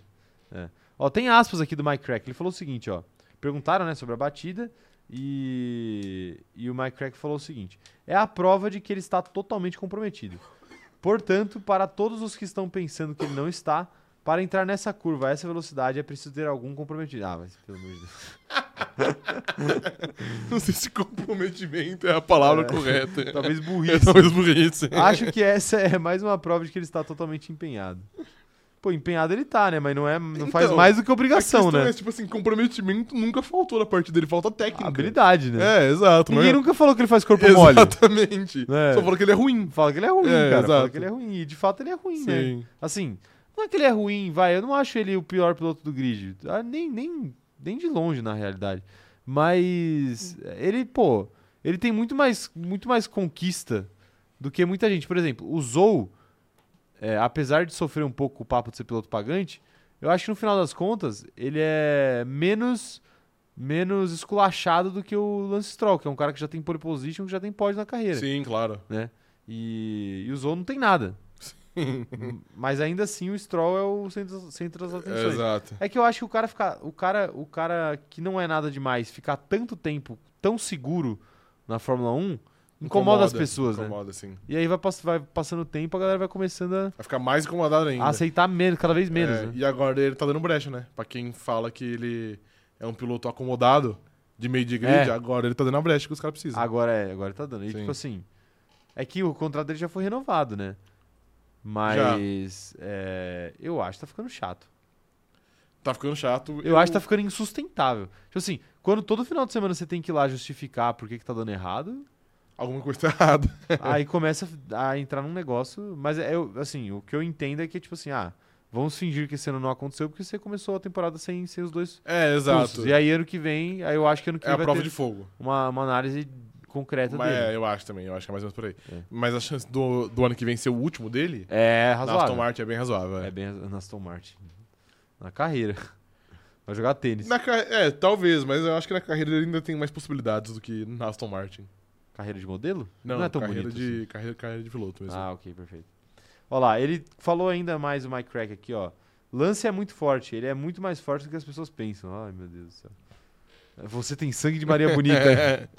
Speaker 1: né? É. Ó, tem aspas aqui do Mike Crack. Ele falou o seguinte, ó. Perguntaram, né, sobre a batida e, e o Mike Crack falou o seguinte: é a prova de que ele está totalmente comprometido. Portanto, para todos os que estão pensando que ele não está, para entrar nessa curva, a essa velocidade, é preciso ter algum comprometido. Ah, mas pelo amor de Deus.
Speaker 2: Não sei se comprometimento é a palavra correta.
Speaker 1: Talvez
Speaker 2: É
Speaker 1: burrice.
Speaker 2: talvez burrice.
Speaker 1: Acho que essa é mais uma prova de que ele está totalmente empenhado. Pô, empenhado ele tá, né? Mas não, é, não faz
Speaker 2: Então,
Speaker 1: mais do que obrigação,
Speaker 2: A questão
Speaker 1: né?
Speaker 2: É, tipo assim, comprometimento nunca faltou na parte dele, falta técnica.
Speaker 1: Habilidade, né?
Speaker 2: É, exato.
Speaker 1: Ninguém
Speaker 2: mas-
Speaker 1: nunca falou que ele faz corpo mole.
Speaker 2: Exatamente.
Speaker 1: É.
Speaker 2: Só falou que ele é ruim.
Speaker 1: Fala que ele é ruim,
Speaker 2: É,
Speaker 1: cara. Fala
Speaker 2: exato.
Speaker 1: que ele é ruim. E de fato ele é ruim, né? Assim, não é que ele é ruim, vai. Eu não acho ele o pior piloto do grid. Ah, Nem, nem, nem de longe, na realidade. Mas ele, pô, ele tem muito mais, muito mais conquista do que muita gente. Por exemplo, o Zou, é, apesar de sofrer um pouco o papo de ser piloto pagante, eu acho que no final das contas ele é menos menos esculachado do que o Lance Stroll, que é um cara que já tem pole position, que já tem pódio na carreira.
Speaker 2: Sim, claro.
Speaker 1: E, e o Zou não tem nada. M- Mas ainda assim o Stroll é o centro, centro das atenções.
Speaker 2: Exato.
Speaker 1: É que eu acho que o cara ficar. O cara, o cara que não é nada demais ficar tanto tempo tão seguro na Fórmula 1 incomoda, as pessoas, né?
Speaker 2: incomoda, sim.
Speaker 1: E aí vai, pass- vai passando o tempo, a galera vai começando a,
Speaker 2: Vai ficar mais incomodado ainda.
Speaker 1: a aceitar menos, cada vez menos,
Speaker 2: É,
Speaker 1: né?
Speaker 2: E agora ele tá dando brecha, né? Pra quem fala que ele é um piloto acomodado de meio de grid,
Speaker 1: É.
Speaker 2: agora ele tá dando a brecha que os caras precisam.
Speaker 1: Agora é, agora tá dando. E
Speaker 2: Sim.
Speaker 1: tipo assim. É que o contrato dele já foi renovado, né? Mas é, eu acho que tá ficando chato.
Speaker 2: Tá ficando chato.
Speaker 1: Eu acho que tá ficando insustentável. Tipo assim, quando todo final de semana você tem que ir lá justificar por que, que tá dando errado,
Speaker 2: Alguma coisa tá errada.
Speaker 1: aí começa a entrar num negócio. Mas é, eu- assim, o que eu entendo é que, tipo assim, ah, Vamos fingir que esse ano não aconteceu, porque você começou a temporada sem, sem os dois
Speaker 2: É, exato.
Speaker 1: cursos. E aí ano que vem, aí eu acho que ano que
Speaker 2: É
Speaker 1: vem
Speaker 2: a
Speaker 1: vai
Speaker 2: prova
Speaker 1: ter
Speaker 2: de fogo.
Speaker 1: uma, uma análise concreta
Speaker 2: Mas
Speaker 1: dele.
Speaker 2: é, eu acho também, eu acho que é mais ou menos por aí.
Speaker 1: É.
Speaker 2: Mas a chance do, do ano que vem ser o último dele,
Speaker 1: É,
Speaker 2: na
Speaker 1: razoável.
Speaker 2: Aston Martin é bem razoável. é.
Speaker 1: É bem na Aston Martin. Na carreira. Vai jogar tênis.
Speaker 2: Na ca- É, talvez, mas eu acho que na carreira ele ainda tem mais possibilidades do que na Aston Martin.
Speaker 1: Carreira de modelo?
Speaker 2: Não,
Speaker 1: Não é tão
Speaker 2: carreira,
Speaker 1: bonito
Speaker 2: de, carreira, carreira de piloto mesmo.
Speaker 1: Ah, ok, perfeito. Olha lá, ele falou ainda mais o Mike Crack aqui, ó. Lance é muito forte, ele é muito mais forte do que as pessoas pensam. Ai, meu Deus do céu. Você tem sangue de Maria
Speaker 2: É,
Speaker 1: Bonita.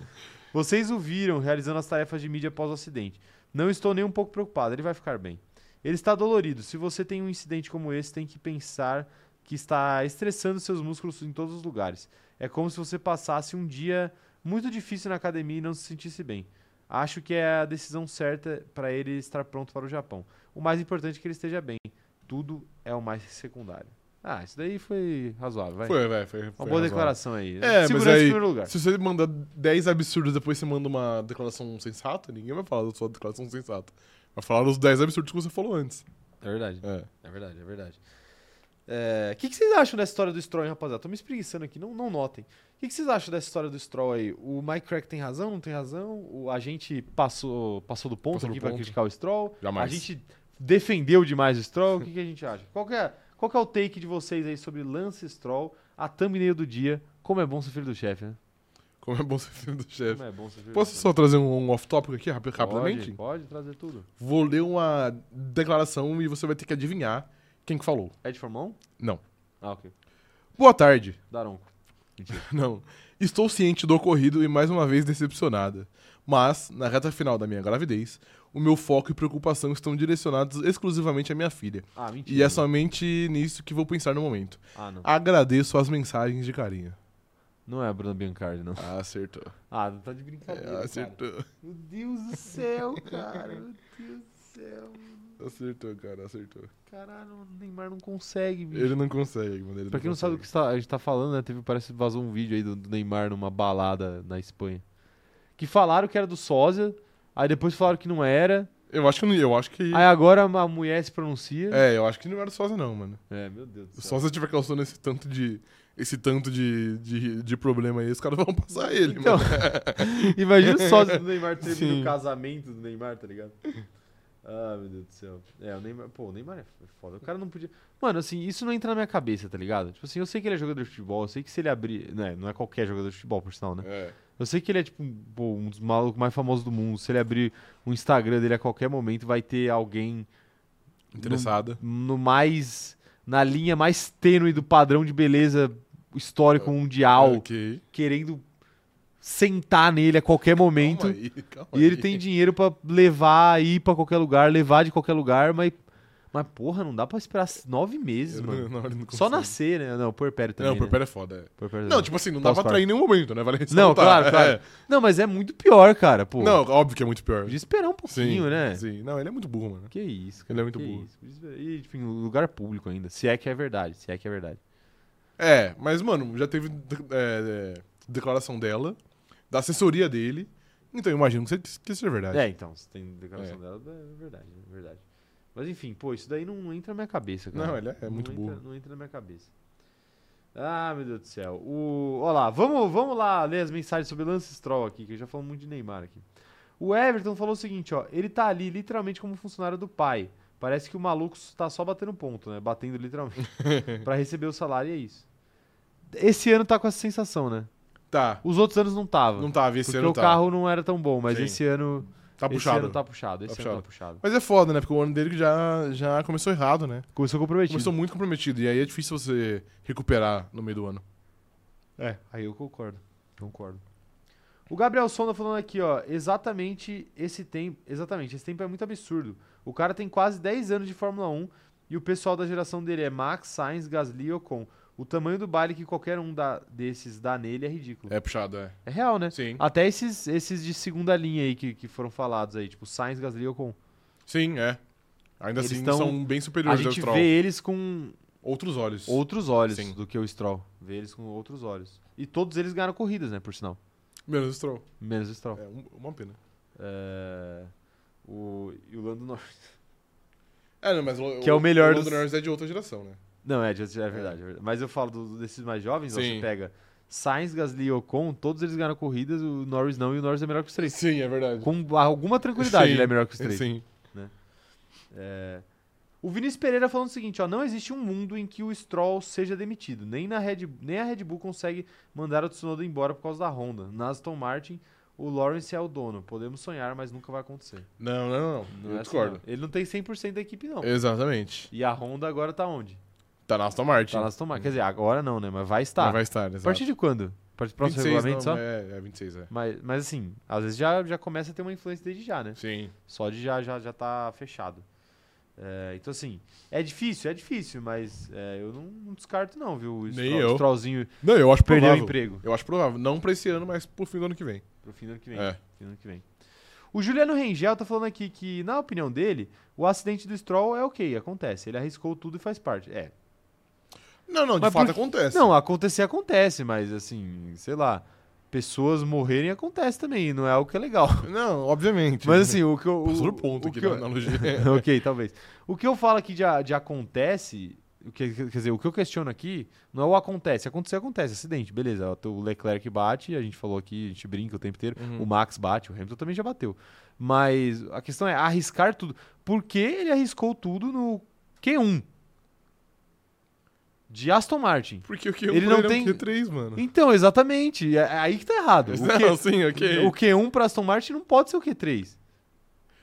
Speaker 1: Vocês o viram realizando as tarefas de mídia após o acidente. Não estou nem um pouco preocupado, ele vai ficar bem. Ele está dolorido. Se você tem um incidente como esse, tem que pensar que está estressando seus músculos em todos os lugares. É como se você passasse um dia muito difícil na academia e não se sentisse bem. Acho que é a decisão certa para ele estar pronto para o Japão. O mais importante é que ele esteja bem. Tudo é o mais secundário. Ah, isso daí foi razoável, vai.
Speaker 2: Foi, vai, foi. foi
Speaker 1: Uma boa
Speaker 2: razoável.
Speaker 1: declaração aí.
Speaker 2: É, mas
Speaker 1: Segurança
Speaker 2: aí-
Speaker 1: em primeiro lugar.
Speaker 2: Se você manda 10 absurdos depois você manda uma declaração sensata, ninguém vai falar da sua declaração sensata. Vai falar dos 10 absurdos que você falou antes.
Speaker 1: É verdade.
Speaker 2: É.
Speaker 1: É verdade, é verdade. É, O que, que vocês acham dessa história do Stroll, hein, rapaziada? Tô me espreguiçando aqui, não, não notem. O que, que vocês acham dessa história do Stroll aí? O Mike Crack tem razão, não tem razão? O, a gente passou, passou do ponto
Speaker 2: Passou do
Speaker 1: aqui pra
Speaker 2: ponto.
Speaker 1: criticar o Stroll?
Speaker 2: Jamais.
Speaker 1: A gente defendeu demais o Stroll? O que, que a gente acha? Qual que, é, qual que é o take de vocês aí sobre Lance Stroll, a thumbnail do dia? Como é bom ser filho do chefe, né?
Speaker 2: Como é bom ser filho do chefe.
Speaker 1: Como é bom ser filho
Speaker 2: Posso
Speaker 1: do
Speaker 2: só trazer um um off-topic aqui rapi-
Speaker 1: chefe.
Speaker 2: rapidamente?
Speaker 1: Pode, pode trazer tudo.
Speaker 2: Vou ler uma declaração e você vai ter que adivinhar quem que falou.
Speaker 1: É de formão?
Speaker 2: Não.
Speaker 1: Ah, ok.
Speaker 2: Boa tarde.
Speaker 1: Daronco.
Speaker 2: Não. Estou ciente do ocorrido e mais uma vez decepcionada. Mas, na reta final da minha gravidez, o meu foco e preocupação estão direcionados exclusivamente à minha filha.
Speaker 1: Ah, mentira.
Speaker 2: E é somente nisso que vou pensar no momento.
Speaker 1: Ah, não.
Speaker 2: Agradeço as mensagens de carinho.
Speaker 1: Não é a Bruna Biancardi, não.
Speaker 2: Ah, acertou.
Speaker 1: Ah, não tá de brincadeira.
Speaker 2: É,
Speaker 1: cara.
Speaker 2: acertou.
Speaker 1: Meu Deus do céu, cara. Meu Deus do céu.
Speaker 2: Acertou, cara, acertou.
Speaker 1: Caralho, o Neymar não consegue, bicho.
Speaker 2: Ele não consegue, mano. Ele
Speaker 1: Pra quem não sabe o que está- a gente tá falando, né? Teve, parece que vazou um vídeo aí do, do Neymar numa balada na Espanha. Que falaram que era do Sósia, aí depois falaram que não era.
Speaker 2: Eu acho que não, eu acho que.
Speaker 1: Aí agora a mulher se pronuncia.
Speaker 2: É, eu acho que não era sósia, não, mano.
Speaker 1: É, meu Deus do
Speaker 2: Só se eu tiver causando esse tanto de. Esse tanto de, de, de problema aí, os caras vão passar ele,
Speaker 1: Então,
Speaker 2: mano.
Speaker 1: imagina o sócio do Neymar
Speaker 2: Sim.
Speaker 1: termina o casamento do Neymar, tá ligado? Ah, meu Deus do céu. É, o Neymar. Pô, o Neymar é foda. O cara não podia. Mano, assim, isso não entra na minha cabeça, tá ligado? Tipo assim, eu sei que ele é jogador de futebol, eu sei que se ele abrir. Né, não é qualquer jogador de futebol, por sinal, né?
Speaker 2: É.
Speaker 1: Eu sei que ele é, tipo, um, pô, um dos malucos mais famosos do mundo. Se ele abrir o Instagram dele a qualquer momento, vai ter alguém
Speaker 2: Interessada.
Speaker 1: no mais. na linha mais tênue do padrão de beleza histórico mundial,
Speaker 2: Ok.
Speaker 1: querendo sentar nele a qualquer momento.
Speaker 2: Calma aí, calma
Speaker 1: E ele
Speaker 2: aí.
Speaker 1: tem dinheiro pra levar, ir pra qualquer lugar, levar de qualquer lugar, mas. Mas, porra, não dá pra esperar nove meses,
Speaker 2: Ele
Speaker 1: mano.
Speaker 2: não- não, ele não
Speaker 1: Só
Speaker 2: consegue.
Speaker 1: nascer, né? Não, puerpério também.
Speaker 2: Não,
Speaker 1: né?
Speaker 2: puerpério é foda. é.
Speaker 1: Puerpério
Speaker 2: Não,
Speaker 1: não.
Speaker 2: tipo assim, não
Speaker 1: Tá
Speaker 2: dá pra
Speaker 1: os
Speaker 2: trair em nenhum momento, né? Vale ressaltar.
Speaker 1: Não, claro, claro.
Speaker 2: É.
Speaker 1: Não, mas é muito pior, cara, pô.
Speaker 2: Não, óbvio que é muito pior.
Speaker 1: Podia esperar um pouquinho,
Speaker 2: sim,
Speaker 1: né?
Speaker 2: Sim, não, ele é muito burro, mano.
Speaker 1: Que isso, cara.
Speaker 2: Ele é muito
Speaker 1: que
Speaker 2: burro.
Speaker 1: isso. Podia esperar- E, tipo, em lugar público ainda. Se é que é verdade, se é que é verdade.
Speaker 2: É, mas, mano, já teve de- é, é, declaração dela, da assessoria dele. Então, eu imagino que isso- que isso é verdade.
Speaker 1: É, então, se tem declaração
Speaker 2: É.
Speaker 1: dela, é verdade, é verdade. Mas enfim, pô, isso daí não entra na minha cabeça, cara.
Speaker 2: Não, ele é- é muito
Speaker 1: entra,
Speaker 2: burro.
Speaker 1: Não entra na minha cabeça. Ah, meu Deus do céu. O... Olha lá, vamos, vamos lá ler as mensagens sobre Lance Stroll aqui, que eu já falo muito de Neymar aqui. O Everton falou o seguinte, ó. Ele tá ali literalmente como funcionário do pai. Parece que o maluco tá só batendo ponto, né? Batendo literalmente. pra receber o salário e é isso. Esse ano tá com essa sensação, né?
Speaker 2: Tá,
Speaker 1: Os outros anos não tava.
Speaker 2: não tava, esse
Speaker 1: porque
Speaker 2: ano
Speaker 1: o
Speaker 2: tá.
Speaker 1: carro não era tão bom, mas
Speaker 2: Sim.
Speaker 1: esse ano
Speaker 2: tá puxado.
Speaker 1: esse ano tá puxado, esse
Speaker 2: Tá
Speaker 1: ano tá puxado.
Speaker 2: Mas é foda, né? Porque o ano dele que já, já começou errado, né?
Speaker 1: Começou comprometido.
Speaker 2: Começou muito comprometido. E aí é difícil você recuperar no meio do ano.
Speaker 1: É, aí eu concordo. Concordo. O Gabriel Sonda falando aqui, ó, exatamente esse tempo, exatamente, esse tempo é muito absurdo. O cara tem quase 10 anos de Fórmula 1 e o pessoal da geração dele é Max, Sainz, Gasly e Ocon. O tamanho do baile que qualquer um dá- desses dá nele é ridículo. É,
Speaker 2: É puxado, é.
Speaker 1: real, né?
Speaker 2: Sim.
Speaker 1: Até esses, esses de segunda linha aí que, que foram falados aí, tipo Sainz, Gasly e Ocon.
Speaker 2: Sim, é. Ainda
Speaker 1: Eles
Speaker 2: assim,
Speaker 1: tão-
Speaker 2: são bem
Speaker 1: A
Speaker 2: superiores ao
Speaker 1: gente
Speaker 2: Stroll.
Speaker 1: vê eles com
Speaker 2: Outros olhos.
Speaker 1: outros olhos
Speaker 2: Sim.
Speaker 1: do que o Stroll. Vê eles com outros olhos. E todos eles ganharam corridas, né? Por sinal.
Speaker 2: Menos Stroll.
Speaker 1: Menos o Stroll.
Speaker 2: É um- uma pena.
Speaker 1: É, O... E o Lando Norris.
Speaker 2: É, não, mas o,
Speaker 1: Que é o melhor
Speaker 2: O Lando
Speaker 1: dos-
Speaker 2: Norris é de outra geração, né?
Speaker 1: Não, é, é verdade, é verdade. Mas eu falo do- desses mais jovens, ó,
Speaker 2: Sim.
Speaker 1: você pega Sainz, Gasly e Ocon, todos eles ganharam corridas, o Norris não, e o Norris é melhor que os três.
Speaker 2: Sim, é verdade.
Speaker 1: Com alguma tranquilidade
Speaker 2: Sim.
Speaker 1: ele é melhor que os três.
Speaker 2: Sim.
Speaker 1: É, O Vinícius Pereira falando o seguinte, ó, não existe um mundo em que o Stroll seja demitido. Nem, na Red, nem a Red Bull consegue mandar o Tsunoda embora por causa da Honda. Na Aston Martin, o Lawrence é o dono. Podemos sonhar, mas nunca vai acontecer.
Speaker 2: Não, não, não.
Speaker 1: Não
Speaker 2: eu
Speaker 1: é assim,
Speaker 2: discordo.
Speaker 1: não. Ele não tem 100% da equipe, não.
Speaker 2: Exatamente.
Speaker 1: E a Honda agora tá onde?
Speaker 2: Tá na Aston Martin.
Speaker 1: Tá na Aston Martin. Quer dizer, agora não, né? Mas vai estar.
Speaker 2: Mas vai estar, exato.
Speaker 1: A partir de quando? A partir do próximo
Speaker 2: 26,
Speaker 1: regulamento
Speaker 2: não,
Speaker 1: só?
Speaker 2: É, é 26, é.
Speaker 1: Mas, mas assim, às vezes já, já começa a ter uma influência desde já, né?
Speaker 2: Sim.
Speaker 1: Só de já já, já tá fechado. É, então, assim, é difícil, é difícil, mas é, eu não, não descarto, não, viu? O
Speaker 2: Nem
Speaker 1: Stroll-
Speaker 2: eu.
Speaker 1: Strollzinho
Speaker 2: Não, eu acho
Speaker 1: perdeu o
Speaker 2: provável.
Speaker 1: emprego
Speaker 2: Eu acho provável. Não pra esse ano, mas pro fim do ano que vem.
Speaker 1: pro fim do ano que vem.
Speaker 2: É.
Speaker 1: fim do ano que vem. O Juliano Rengel tá falando aqui que, na opinião dele, o acidente do Stroll é ok, acontece. Ele arriscou tudo e faz parte. É.
Speaker 2: Não, não, de
Speaker 1: Mas
Speaker 2: fato
Speaker 1: por-
Speaker 2: acontece.
Speaker 1: Não, acontecer acontece, mas assim, sei lá, pessoas morrerem acontece também, não é algo que é legal.
Speaker 2: Não, obviamente.
Speaker 1: Mas assim, o que eu.
Speaker 2: Passou
Speaker 1: o,
Speaker 2: do ponto
Speaker 1: o
Speaker 2: aqui né?
Speaker 1: que
Speaker 2: na
Speaker 1: eu-
Speaker 2: analogia.
Speaker 1: ok, talvez. O que eu falo aqui de, a- de acontece, o que, quer dizer, o que eu questiono aqui não é o acontece. Acontecer, acontece, acidente, beleza. O Leclerc bate, a gente falou aqui, a gente brinca o tempo inteiro.
Speaker 2: Uhum.
Speaker 1: O Max bate, o Hamilton também já bateu. Mas a questão é arriscar tudo. Por que ele arriscou tudo no Q1? De Aston Martin.
Speaker 2: Porque o que eu
Speaker 1: Ele
Speaker 2: falei
Speaker 1: não
Speaker 2: era um
Speaker 1: tem-
Speaker 2: Q3, mano.
Speaker 1: Então, exatamente. É é aí que tá errado. O,
Speaker 2: Não,
Speaker 1: Q,
Speaker 2: sim, ok.
Speaker 1: o Q1 para Aston Martin não pode ser o Q3.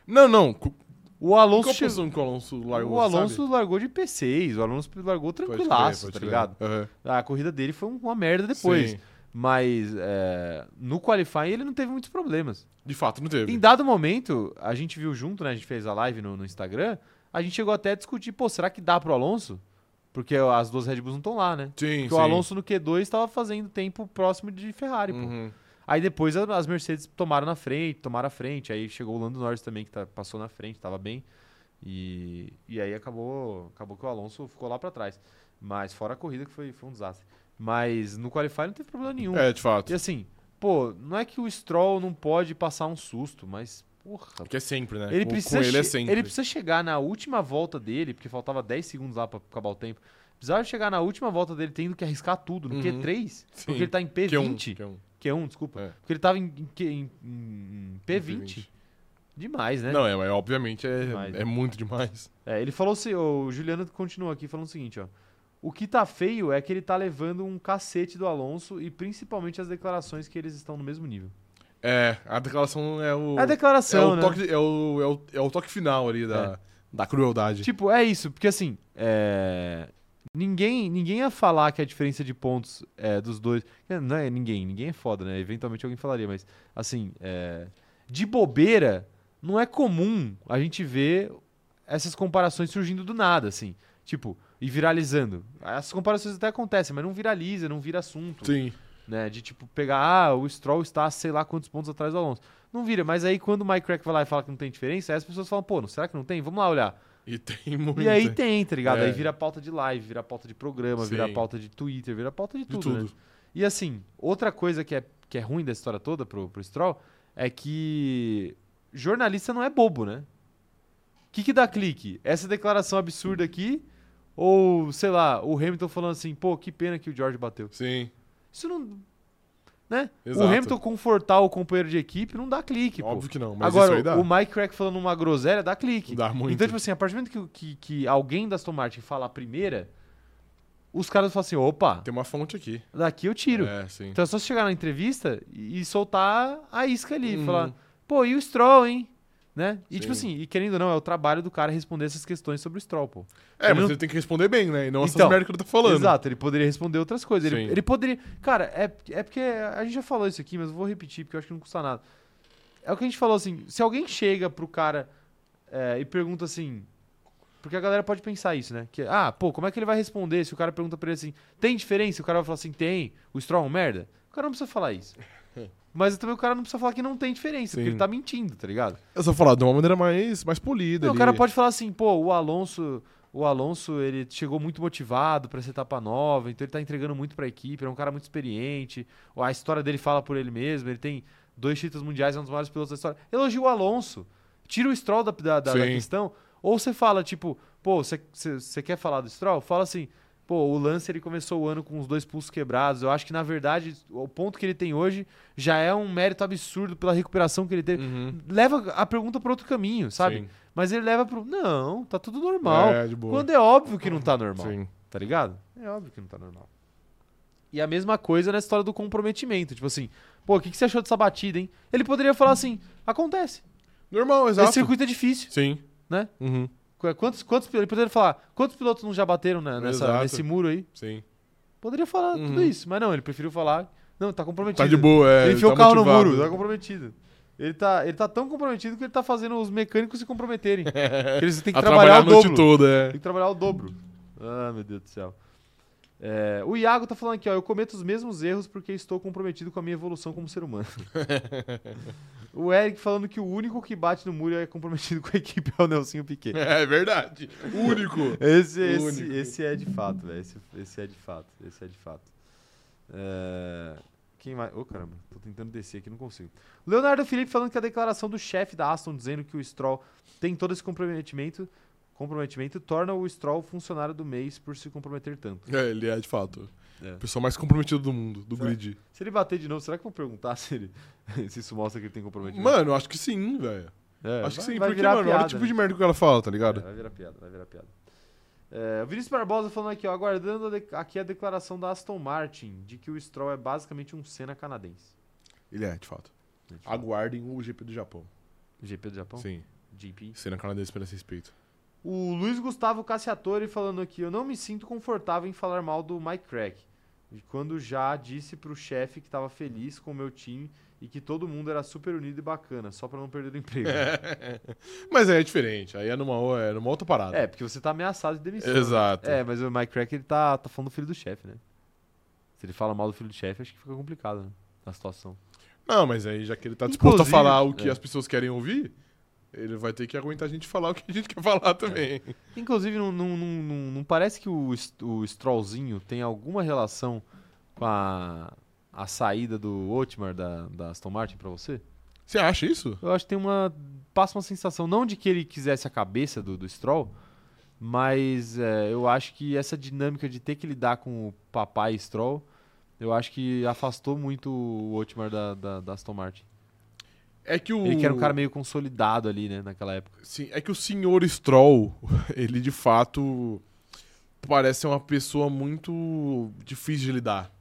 Speaker 2: Não, não. cu-
Speaker 1: O Alonso
Speaker 2: Qual
Speaker 1: chegou.
Speaker 2: posição que o Alonso largou,
Speaker 1: o Alonso
Speaker 2: sabe?
Speaker 1: largou de P6, o Alonso largou
Speaker 2: Pode crer,
Speaker 1: tranquilaço,
Speaker 2: pode
Speaker 1: tá
Speaker 2: crer.
Speaker 1: ligado?
Speaker 2: Aham.
Speaker 1: A corrida dele foi uma merda depois.
Speaker 2: Sim.
Speaker 1: Mas é, no qualifying ele não teve muitos problemas.
Speaker 2: De fato, não teve.
Speaker 1: Em dado momento, a gente viu junto, né? A gente fez a live no, no Instagram, a gente chegou até a discutir, pô, será que dá pro Alonso? Porque as duas Red Bulls não estão lá, né?
Speaker 2: Sim,
Speaker 1: Porque
Speaker 2: sim.
Speaker 1: o Alonso no Q2 estava fazendo tempo próximo de Ferrari, pô.
Speaker 2: Uhum.
Speaker 1: Aí depois a- as Mercedes tomaram na frente, tomaram a frente. Aí chegou o Lando Norris também, que tá- passou na frente, tava bem. E, e aí acabou, acabou que o Alonso ficou lá pra trás. Mas fora a corrida, que foi, foi um desastre. Mas no Qualify não teve problema nenhum.
Speaker 2: É, de fato.
Speaker 1: E assim, pô, não é que o Stroll não pode passar um susto, mas, porra.
Speaker 2: Porque é sempre, né?
Speaker 1: Ele
Speaker 2: Com-
Speaker 1: precisa,
Speaker 2: com ele é
Speaker 1: che-
Speaker 2: sempre.
Speaker 1: ele precisa chegar na última volta dele, porque faltava 10 segundos lá pra acabar o tempo. Precisava chegar na última volta dele tendo que arriscar tudo no
Speaker 2: Uhum.
Speaker 1: Q3,
Speaker 2: Sim. é
Speaker 1: porque ele tá em P20.
Speaker 2: Q1, Q1.
Speaker 1: Q1, desculpa.
Speaker 2: É.
Speaker 1: Porque ele tava em, em Q- em- em P20. Demais, né?
Speaker 2: Não, é, mas obviamente é,
Speaker 1: Demais.
Speaker 2: é muito demais.
Speaker 1: É, ele falou assim, o Juliano continuou aqui falando o seguinte, ó. O que tá feio é que ele tá levando um cacete do Alonso e principalmente as declarações que eles estão no mesmo nível.
Speaker 2: É, a declaração é o.
Speaker 1: É a declaração,
Speaker 2: é o
Speaker 1: né? É.
Speaker 2: toque, é, o, é, o, é o toque final ali da, da crueldade.
Speaker 1: Tipo, é isso, porque assim, é, ninguém, ninguém ia falar que a diferença de pontos é, dos dois. é, Não é ninguém, ninguém é foda, né? Eventualmente alguém falaria, mas assim, é, de bobeira, não é comum a gente ver essas comparações surgindo do nada, assim. Tipo, e viralizando. As comparações até acontecem, mas não viraliza, não vira assunto
Speaker 2: Sim.
Speaker 1: né? De tipo pegar, ah, o Stroll está sei lá quantos pontos atrás do Alonso. Não vira, mas aí quando o Mike Crack vai lá e fala que não tem diferença, aí as pessoas falam, pô, não, será que não tem? Vamos lá olhar.
Speaker 2: E tem muito.
Speaker 1: E aí tem, tá ligado?
Speaker 2: É.
Speaker 1: Aí vira pauta de live, vira pauta de programa,
Speaker 2: Sim.
Speaker 1: vira pauta de Twitter, vira pauta de
Speaker 2: de
Speaker 1: tudo.
Speaker 2: tudo.
Speaker 1: né? E assim, outra coisa que é, que é ruim da história toda pro, pro Stroll é que jornalista não é bobo, né? O que, que dá clique? Essa declaração absurda aqui? Ou, sei lá, o Hamilton falando assim, pô, que pena que o George bateu.
Speaker 2: Sim.
Speaker 1: Isso não. Né?
Speaker 2: Exato.
Speaker 1: O Hamilton confortar o companheiro de equipe não dá clique, pô.
Speaker 2: Óbvio que não, mas isso aí
Speaker 1: Agora,
Speaker 2: dá.
Speaker 1: o Mike Crack falando uma groselha dá clique.
Speaker 2: Dá muito.
Speaker 1: Então, tipo assim, a partir do momento que, que, que alguém da Aston Martin fala a primeira, os caras falam assim: opa,
Speaker 2: Tem uma fonte aqui.
Speaker 1: daqui eu tiro.
Speaker 2: É, sim.
Speaker 1: Então é só você chegar na entrevista e e soltar a isca ali.
Speaker 2: Uhum.
Speaker 1: Falar, pô, e o Stroll, hein? Né? E tipo
Speaker 2: Sim.
Speaker 1: assim, e querendo ou não, é o trabalho do cara responder essas questões sobre o Stroll, pô.
Speaker 2: É, mas
Speaker 1: não-
Speaker 2: ele tem que responder bem, né? E não essas
Speaker 1: Então,
Speaker 2: merdas que ele tá falando.
Speaker 1: Exato, ele poderia responder outras coisas. Ele,
Speaker 2: Sim.
Speaker 1: ele poderia. Cara, é, é porque a gente já falou isso aqui, mas eu vou repetir porque eu acho que não custa nada. É o que a gente falou assim: se alguém chega pro cara é, e pergunta assim. Porque a galera pode pensar isso, né? Que, ah, pô, como é que ele vai responder se o cara pergunta pra ele assim: tem diferença? E o cara vai falar assim: tem, o Stroll é um merda? O cara não precisa falar isso. Mas também o cara não precisa falar que não tem diferença,
Speaker 2: Sim.
Speaker 1: porque ele tá mentindo, tá ligado?
Speaker 2: Eu só falar de uma maneira mais, mais polida.
Speaker 1: Não, o
Speaker 2: ali.
Speaker 1: cara pode falar assim, pô, o Alonso, o Alonso, ele chegou muito motivado pra essa etapa nova, então ele tá entregando muito pra equipe, ele é um cara muito experiente. A história dele fala por ele mesmo, ele tem dois títulos mundiais, é um dos maiores pilotos da história. Elogia o Alonso. Tira o Stroll da, da, da- da
Speaker 2: Sim.
Speaker 1: questão. Ou você fala, tipo, pô, você- você você quer falar do Stroll? Fala assim, pô, o Lance ele começou o ano com os dois pulsos quebrados. Eu acho que, na verdade, o ponto que ele tem hoje já é um mérito absurdo pela recuperação que ele teve.
Speaker 2: Uhum.
Speaker 1: Leva a pergunta para outro caminho, sabe?
Speaker 2: Sim.
Speaker 1: Mas ele leva pro. Não, tá tudo normal.
Speaker 2: É, de boa.
Speaker 1: Quando é óbvio que não tá normal.
Speaker 2: Sim.
Speaker 1: Tá ligado? É óbvio que não tá normal. E a mesma coisa na história do comprometimento. Tipo assim, pô, o que, que você achou dessa batida, hein? Ele poderia falar assim: acontece.
Speaker 2: Normal, exato.
Speaker 1: Esse circuito é difícil.
Speaker 2: Sim.
Speaker 1: Né?
Speaker 2: Uhum.
Speaker 1: Qu- Quantos, quantos, ele poderia falar: quantos pilotos não já bateram na- nessa-
Speaker 2: Exato.
Speaker 1: nesse muro aí?
Speaker 2: Sim.
Speaker 1: Poderia falar
Speaker 2: Uhum.
Speaker 1: tudo isso, mas não, ele preferiu falar: não, tá comprometido.
Speaker 2: Tá de boa, é.
Speaker 1: Ele enfiou
Speaker 2: tá
Speaker 1: o carro
Speaker 2: motivado.
Speaker 1: no muro, tá comprometido. Ele tá, ele tá tão comprometido que ele tá fazendo os mecânicos se comprometerem. Que eles têm que
Speaker 2: a
Speaker 1: trabalhar,
Speaker 2: trabalhar a
Speaker 1: o
Speaker 2: noite
Speaker 1: dobro.
Speaker 2: toda, é.
Speaker 1: Tem que trabalhar o dobro. Ah, meu Deus do céu. É, o Iago tá falando aqui, ó. Eu cometo os mesmos erros porque estou comprometido com a minha evolução como ser humano. o Eric falando que o único que bate no muro e é comprometido com a equipe é o Nelsinho Piquet.
Speaker 2: É verdade. Único.
Speaker 1: Esse,
Speaker 2: O
Speaker 1: esse,
Speaker 2: único.
Speaker 1: esse é de fato, velho. Esse, esse é de fato. Esse é de fato. É, Quem mais? Ô, caramba, tô tentando descer aqui, não consigo. Leonardo Felipe falando que a declaração do chefe da Aston dizendo que o Stroll tem todo esse comprometimento, comprometimento torna o Stroll funcionário do mês por se comprometer tanto.
Speaker 2: É, ele é de fato.
Speaker 1: É.
Speaker 2: O pessoal mais comprometido do mundo, do
Speaker 1: Será?
Speaker 2: grid.
Speaker 1: Se ele bater de novo, será que vão perguntar se, ele, se isso mostra que ele tem comprometimento?
Speaker 2: Mano, eu acho que sim, velho.
Speaker 1: É,
Speaker 2: acho que
Speaker 1: vai-
Speaker 2: sim,
Speaker 1: vai
Speaker 2: porque,
Speaker 1: virar
Speaker 2: mano, olha o
Speaker 1: piada,
Speaker 2: tipo
Speaker 1: né?
Speaker 2: de merda que o cara fala, tá ligado?
Speaker 1: É, vai virar piada, vai virar piada. É, o Vinícius Barbosa falando aqui, ó, aguardando a de- aqui a declaração da Aston Martin de que o Stroll é basicamente um Senna canadense.
Speaker 2: Ele é, de fato.
Speaker 1: Né, tipo,
Speaker 2: Aguardem o GP do Japão.
Speaker 1: GP do Japão?
Speaker 2: Sim.
Speaker 1: GP.
Speaker 2: Cena canadense merece respeito.
Speaker 1: O Luiz Gustavo Cassiatore falando aqui, eu não me sinto confortável em falar mal do Mike Crack. de Quando já disse pro chefe que tava feliz com o meu time e que todo mundo era super unido e bacana, só pra não perder o emprego. É,
Speaker 2: Mas aí é diferente. Aí é numa, o- é numa outra parada.
Speaker 1: porque você tá ameaçado de demissão. né?
Speaker 2: Exato.
Speaker 1: É, mas o Mike Crack, ele tá, tá falando do filho do chefe, né? Se ele fala mal do filho do chefe, acho que fica complicado, né? A situação.
Speaker 2: Não, mas aí já que ele tá disposto
Speaker 1: Inclusive-
Speaker 2: a falar o que
Speaker 1: é.
Speaker 2: as pessoas querem ouvir, ele vai ter que aguentar a gente falar o que a gente quer falar também.
Speaker 1: É. Inclusive, não, não, não, não- não parece que o, S- o Strollzinho tem alguma relação com a, a saída do Otmar da, da Aston Martin pra você?
Speaker 2: Você acha isso?
Speaker 1: Eu acho que tem uma. Passa uma sensação, não de que ele quisesse a cabeça do, do Stroll, mas é, eu acho que essa dinâmica de ter que lidar com o papai Stroll, eu acho que afastou muito o Otmar da, da, da Aston Martin.
Speaker 2: É que o.
Speaker 1: Ele que era um cara meio consolidado ali, né, naquela época.
Speaker 2: Sim, é que o senhor Stroll, ele de fato parece ser uma pessoa muito difícil de lidar.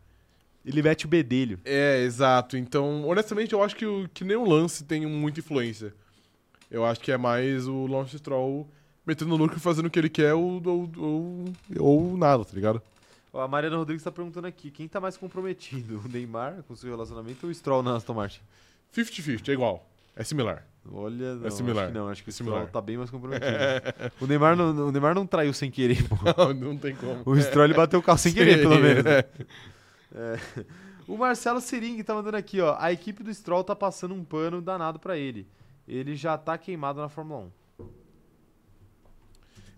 Speaker 1: Ele mete o bedelho.
Speaker 2: É, exato. Então, honestamente, eu acho que, o- que nem o Lance tem muita influência. Eu acho que é mais o Lance Stroll metendo lucro e fazendo o que ele quer ou, ou, ou, ou nada, tá ligado?
Speaker 1: a Mariana Rodrigues tá perguntando aqui, quem tá mais comprometido, o Neymar com seu relacionamento ou o Stroll na Aston Martin?
Speaker 2: 50-50, é igual. É similar.
Speaker 1: Olha, não,
Speaker 2: similar.
Speaker 1: acho que não, acho que o
Speaker 2: É similar.
Speaker 1: Stroll tá bem mais comprometido. o, Neymar não, o Neymar não traiu sem querer, pô.
Speaker 2: Não, não tem como.
Speaker 1: O Stroll ele bateu o carro sem querer, pelo menos.
Speaker 2: É.
Speaker 1: O Marcelo Seringue tá mandando aqui, ó. A equipe do Stroll tá passando um pano danado pra ele. Ele já tá queimado na Fórmula 1.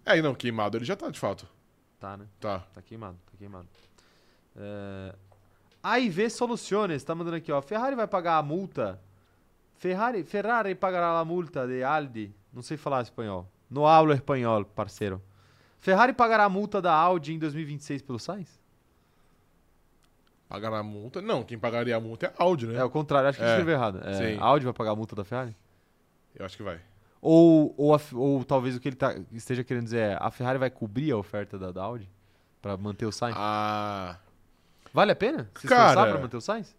Speaker 2: É, e não, queimado ele já tá, de fato.
Speaker 1: Tá, né?
Speaker 2: Tá.
Speaker 1: Tá queimado, tá queimado. É... AIV Soluciones tá mandando aqui, ó. Ferrari vai pagar a multa. Ferrari, Ferrari pagará a multa de Aldi. Não sei falar espanhol. No hablo espanhol, parceiro. Ferrari pagará a multa da Audi em 2026 pelo Sainz?
Speaker 2: Pagar a multa. Não, quem pagaria a multa é a Audi,
Speaker 1: É,
Speaker 2: né?
Speaker 1: o contrário, acho que
Speaker 2: É,
Speaker 1: escreveu errado. É,
Speaker 2: sim.
Speaker 1: a Audi vai pagar a multa da Ferrari?
Speaker 2: Eu acho que vai.
Speaker 1: Ou, ou, a- ou talvez o que ele tá- esteja querendo dizer é a Ferrari vai cobrir a oferta da, da Audi pra manter o Sainz?
Speaker 2: Ah.
Speaker 1: Vale a pena? Se
Speaker 2: Cara-
Speaker 1: esforçar pra manter o Sainz?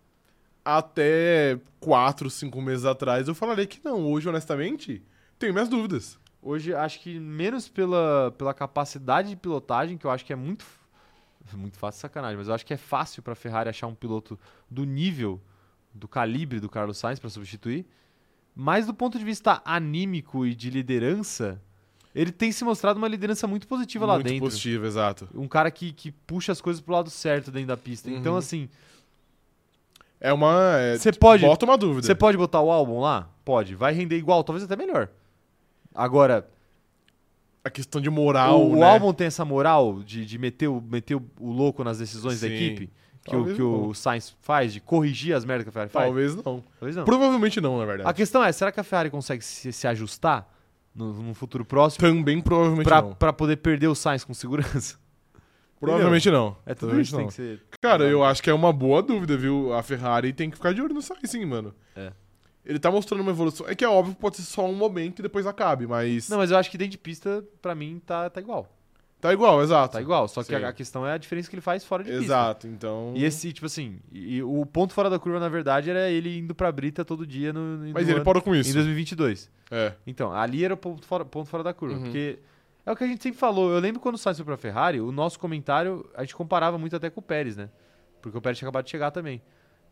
Speaker 2: Até 4, 5 meses atrás eu falaria que não. Hoje, honestamente, tenho minhas dúvidas.
Speaker 1: Hoje, acho que menos pela, pela capacidade de pilotagem, que eu acho que é muito. f- Muito fácil, sacanagem, mas eu acho que é fácil pra Ferrari achar um piloto do nível, do calibre do Carlos Sainz pra substituir. Mas do ponto de vista anímico e de liderança, ele tem se mostrado uma liderança muito positiva lá
Speaker 2: Muito
Speaker 1: dentro.
Speaker 2: positivo, exato.
Speaker 1: Um cara que, que puxa as coisas pro lado certo dentro da pista. Então,
Speaker 2: Uhum.
Speaker 1: assim,
Speaker 2: É uma. é,
Speaker 1: você pode,
Speaker 2: Bota uma dúvida.
Speaker 1: você pode botar o álbum lá? Pode. Vai render igual, talvez até melhor. Agora,
Speaker 2: A questão de moral.
Speaker 1: o,
Speaker 2: né?
Speaker 1: álbum tem essa moral de, de meter, o, meter o, o louco nas decisões da
Speaker 2: Sim.
Speaker 1: equipe? Que, o,
Speaker 2: Talvez
Speaker 1: que
Speaker 2: não.
Speaker 1: o Sainz faz, de corrigir as merdas que a Ferrari faz?
Speaker 2: Talvez não.
Speaker 1: Talvez não.
Speaker 2: Provavelmente não, na verdade.
Speaker 1: A questão é, será que a Ferrari consegue se, se ajustar no, num futuro próximo
Speaker 2: Também provavelmente
Speaker 1: pra,
Speaker 2: não.
Speaker 1: pra poder perder o Sainz com segurança?
Speaker 2: Provavelmente não.
Speaker 1: É tudo
Speaker 2: Provavelmente
Speaker 1: isso,
Speaker 2: não.
Speaker 1: tem que ser.
Speaker 2: Cara, eu acho que é uma boa dúvida, viu? A Ferrari tem que ficar de olho no Sainz, sim, mano.
Speaker 1: É.
Speaker 2: Ele tá mostrando uma evolução. É que é óbvio que pode ser só um momento e depois acabe, mas.
Speaker 1: Não, mas eu acho que dentro de pista, pra mim, tá, tá igual.
Speaker 2: Tá igual, exato.
Speaker 1: Tá igual, só que
Speaker 2: Sim.
Speaker 1: a, a questão é a diferença que ele faz fora de pista.
Speaker 2: Exato, então.
Speaker 1: E esse, tipo assim, e, e o ponto fora da curva, na verdade, era ele indo pra Brita todo dia no, no-
Speaker 2: Mas
Speaker 1: no
Speaker 2: ele
Speaker 1: ano-
Speaker 2: parou com
Speaker 1: em
Speaker 2: isso.
Speaker 1: 2022.
Speaker 2: É.
Speaker 1: Então, ali era o ponto fora, ponto fora da curva.
Speaker 2: Uhum.
Speaker 1: Porque é o que a gente sempre falou. Eu lembro quando o Sainz foi pra Ferrari, o nosso comentário, a gente comparava muito até com o Pérez, né? Porque o Pérez tinha acabado de chegar também.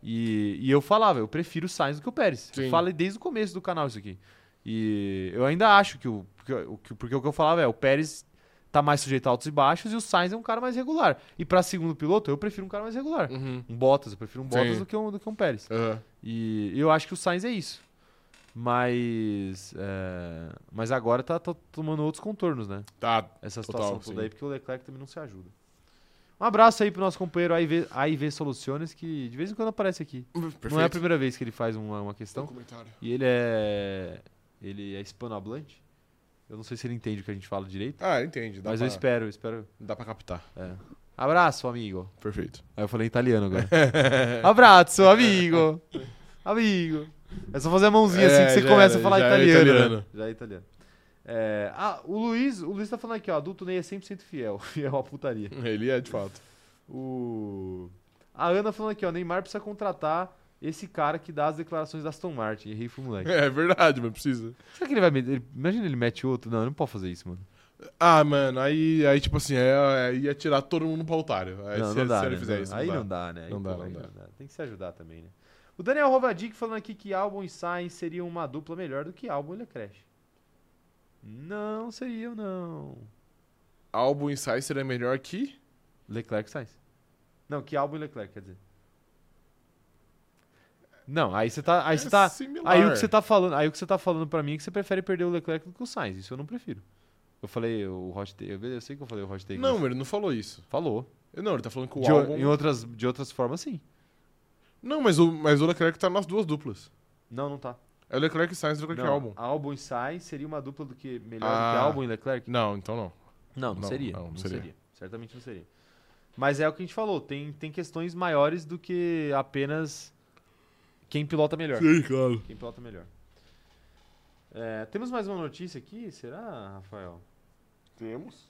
Speaker 1: E, e eu falava, eu prefiro o Sainz do que o Pérez.
Speaker 2: Sim.
Speaker 1: Eu falei desde o começo do canal isso aqui. E eu ainda acho que o. que o- que- Porque o que eu falava é, o Pérez tá mais sujeito a altos e baixos e o Sainz é um cara mais regular. E pra segundo piloto, eu prefiro um cara mais regular.
Speaker 2: Uhum.
Speaker 1: Um Bottas, eu prefiro um Bottas
Speaker 2: Sim.
Speaker 1: do que um, do que um Pérez.
Speaker 2: Aham.
Speaker 1: E eu acho que o Sainz é isso. Mas. é, mas agora tá, tá tomando outros contornos, né?
Speaker 2: Tá.
Speaker 1: Essa
Speaker 2: Total,
Speaker 1: situação toda
Speaker 2: sim.
Speaker 1: aí, porque o Leclerc também não se ajuda. Um abraço aí pro nosso companheiro AIV, AIV Soluciones, que de vez em quando aparece aqui.
Speaker 2: Perfeito.
Speaker 1: Não é a primeira vez que ele faz uma, uma
Speaker 2: Então,
Speaker 1: questão.
Speaker 2: comentário.
Speaker 1: E ele é. Ele é hispanohablante. Eu não sei se ele entende o que a gente fala direito.
Speaker 2: Ah, entende. Dá
Speaker 1: mas
Speaker 2: pra...
Speaker 1: eu espero, eu espero.
Speaker 2: Dá pra captar.
Speaker 1: é. Abraço, amigo.
Speaker 2: Perfeito.
Speaker 1: Aí eu falei em italiano agora. Abraço, amigo. Amigo. É só fazer a mãozinha assim
Speaker 2: É,
Speaker 1: que você
Speaker 2: já
Speaker 1: começa
Speaker 2: era,
Speaker 1: a falar
Speaker 2: já é
Speaker 1: italiano. né?
Speaker 2: italiano.
Speaker 1: Já é italiano. É, ah, o Luiz, o Luiz tá falando aqui, ó. Adulto Ney é 100% fiel. Fiel à putaria.
Speaker 2: Ele é, de
Speaker 1: Uhum.
Speaker 2: fato.
Speaker 1: O... A Ana falando aqui, ó. Neymar precisa contratar esse cara que dá as declarações da Aston Martin. Errei foi moleque.
Speaker 2: É verdade, mas precisa.
Speaker 1: Será que ele vai... meter- ele- imagina ele mete outro. Não, ele não pode fazer isso, mano.
Speaker 2: Ah, mano, aí, aí tipo assim, é, é, ia tirar todo mundo pro otário. Aí,
Speaker 1: não,
Speaker 2: se,
Speaker 1: não dá,
Speaker 2: se ele
Speaker 1: né?
Speaker 2: fizer
Speaker 1: Não,
Speaker 2: isso,
Speaker 1: aí
Speaker 2: dá.
Speaker 1: não dá, né? Aí,
Speaker 2: Não dá,
Speaker 1: pô,
Speaker 2: não
Speaker 1: aí
Speaker 2: dá.
Speaker 1: Tem que se ajudar também, né? O Daniel Rovadic falando aqui que Albon e Sainz seriam uma dupla melhor do que Albon e Leclerc. Não seriam, não.
Speaker 2: Álbum Insight seria é melhor que.
Speaker 1: Leclerc e Sainz. Não, que Albon e Leclerc, quer dizer. Não, aí você tá, aí
Speaker 2: É
Speaker 1: você tá,
Speaker 2: similar.
Speaker 1: aí o que você tá falando, aí o que você tá falando para mim é que você prefere perder o Leclerc do que o Sainz. Isso eu não prefiro. Eu falei o hot take, eu eu sei que eu falei o hot take. mas
Speaker 2: Não, ele não falou isso.
Speaker 1: falou.
Speaker 2: Não, ele tá falando que o
Speaker 1: né? De, o-
Speaker 2: álbum.
Speaker 1: em outras, de outras formas sim.
Speaker 2: Não, mas o, mas o Leclerc tá nas duas duplas.
Speaker 1: Não, não tá.
Speaker 2: É o Leclerc e Sainz e o Leclerc e
Speaker 1: Não,
Speaker 2: álbum.
Speaker 1: Albon e Sainz seria uma dupla do que melhor do que
Speaker 2: Ah.
Speaker 1: Albon e Leclerc?
Speaker 2: Não, então não.
Speaker 1: Não, não,
Speaker 2: Não,
Speaker 1: seria.
Speaker 2: não,
Speaker 1: Não,
Speaker 2: não
Speaker 1: seria.
Speaker 2: seria.
Speaker 1: Certamente não seria. Mas é o que a gente falou, tem, tem questões maiores do que apenas quem pilota melhor.
Speaker 2: Sim, claro.
Speaker 1: Quem pilota melhor. É, temos mais uma notícia aqui, será, Rafael?
Speaker 2: Temos.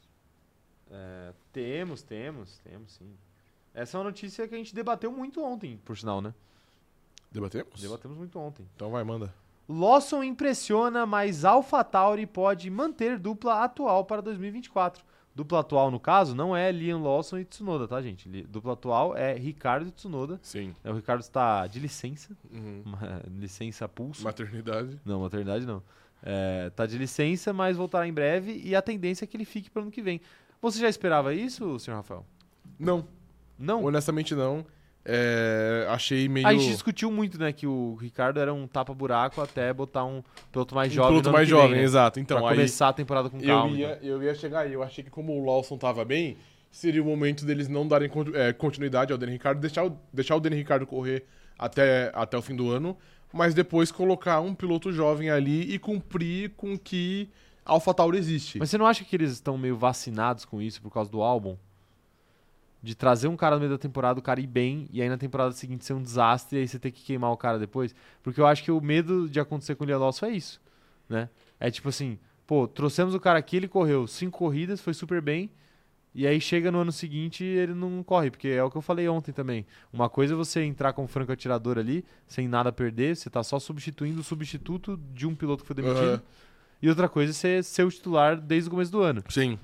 Speaker 1: É, temos, temos, temos sim. Essa é uma notícia que a gente debateu muito ontem, por sinal, né?
Speaker 2: Debatemos?
Speaker 1: Debatemos muito ontem.
Speaker 2: Então vai, manda.
Speaker 1: Lawson impressiona, mas AlphaTauri pode manter dupla atual para 2024. Dupla atual, no caso, não é Liam Lawson e Tsunoda, tá, gente? Li- Dupla atual é Ricardo e Tsunoda.
Speaker 2: Sim.
Speaker 1: É, O Ricardo está de licença, uma- licença pulso.
Speaker 2: Uhum. Maternidade.
Speaker 1: Não, maternidade não. É, tá de licença, mas voltará em breve e a tendência é que ele fique para ano que vem. Você já esperava isso, senhor Rafael?
Speaker 2: Não,
Speaker 1: Não?
Speaker 2: honestamente não. É, achei meio.
Speaker 1: A gente discutiu muito, né, que o Ricardo era um tapa-buraco até botar um piloto mais
Speaker 2: um
Speaker 1: jovem.
Speaker 2: piloto
Speaker 1: no ano
Speaker 2: mais
Speaker 1: que vem,
Speaker 2: jovem,
Speaker 1: né?
Speaker 2: exato. Então,
Speaker 1: pra
Speaker 2: aí
Speaker 1: começar a temporada com
Speaker 2: eu
Speaker 1: calma. então. e tal.
Speaker 2: ia, eu ia chegar aí. Eu achei que como o Lawson tava bem, seria o momento deles não darem con- é, continuidade ao Danny Ricardo, deixar o, deixar o Danny Ricardo correr até, até o fim do ano, mas depois colocar um piloto jovem ali e cumprir com que a AlphaTauri existe.
Speaker 1: Mas você não acha que eles estão meio vacinados com isso por causa do álbum? De trazer um cara no meio da temporada, o cara ir bem, e aí na temporada seguinte ser um desastre, e aí você ter que queimar o cara depois? Porque eu acho que o medo de acontecer com o Lianosso é isso, né? É tipo assim, pô, trouxemos o cara aqui, ele correu cinco corridas, foi super bem, e aí chega no ano seguinte e ele não corre, porque é o que eu falei ontem também. Uma coisa é você entrar como franco atirador ali, sem nada a perder, você tá só substituindo o substituto de um piloto que foi demitido.
Speaker 2: Aham.
Speaker 1: E outra coisa é ser, ser o titular desde o começo do ano.
Speaker 2: Sim.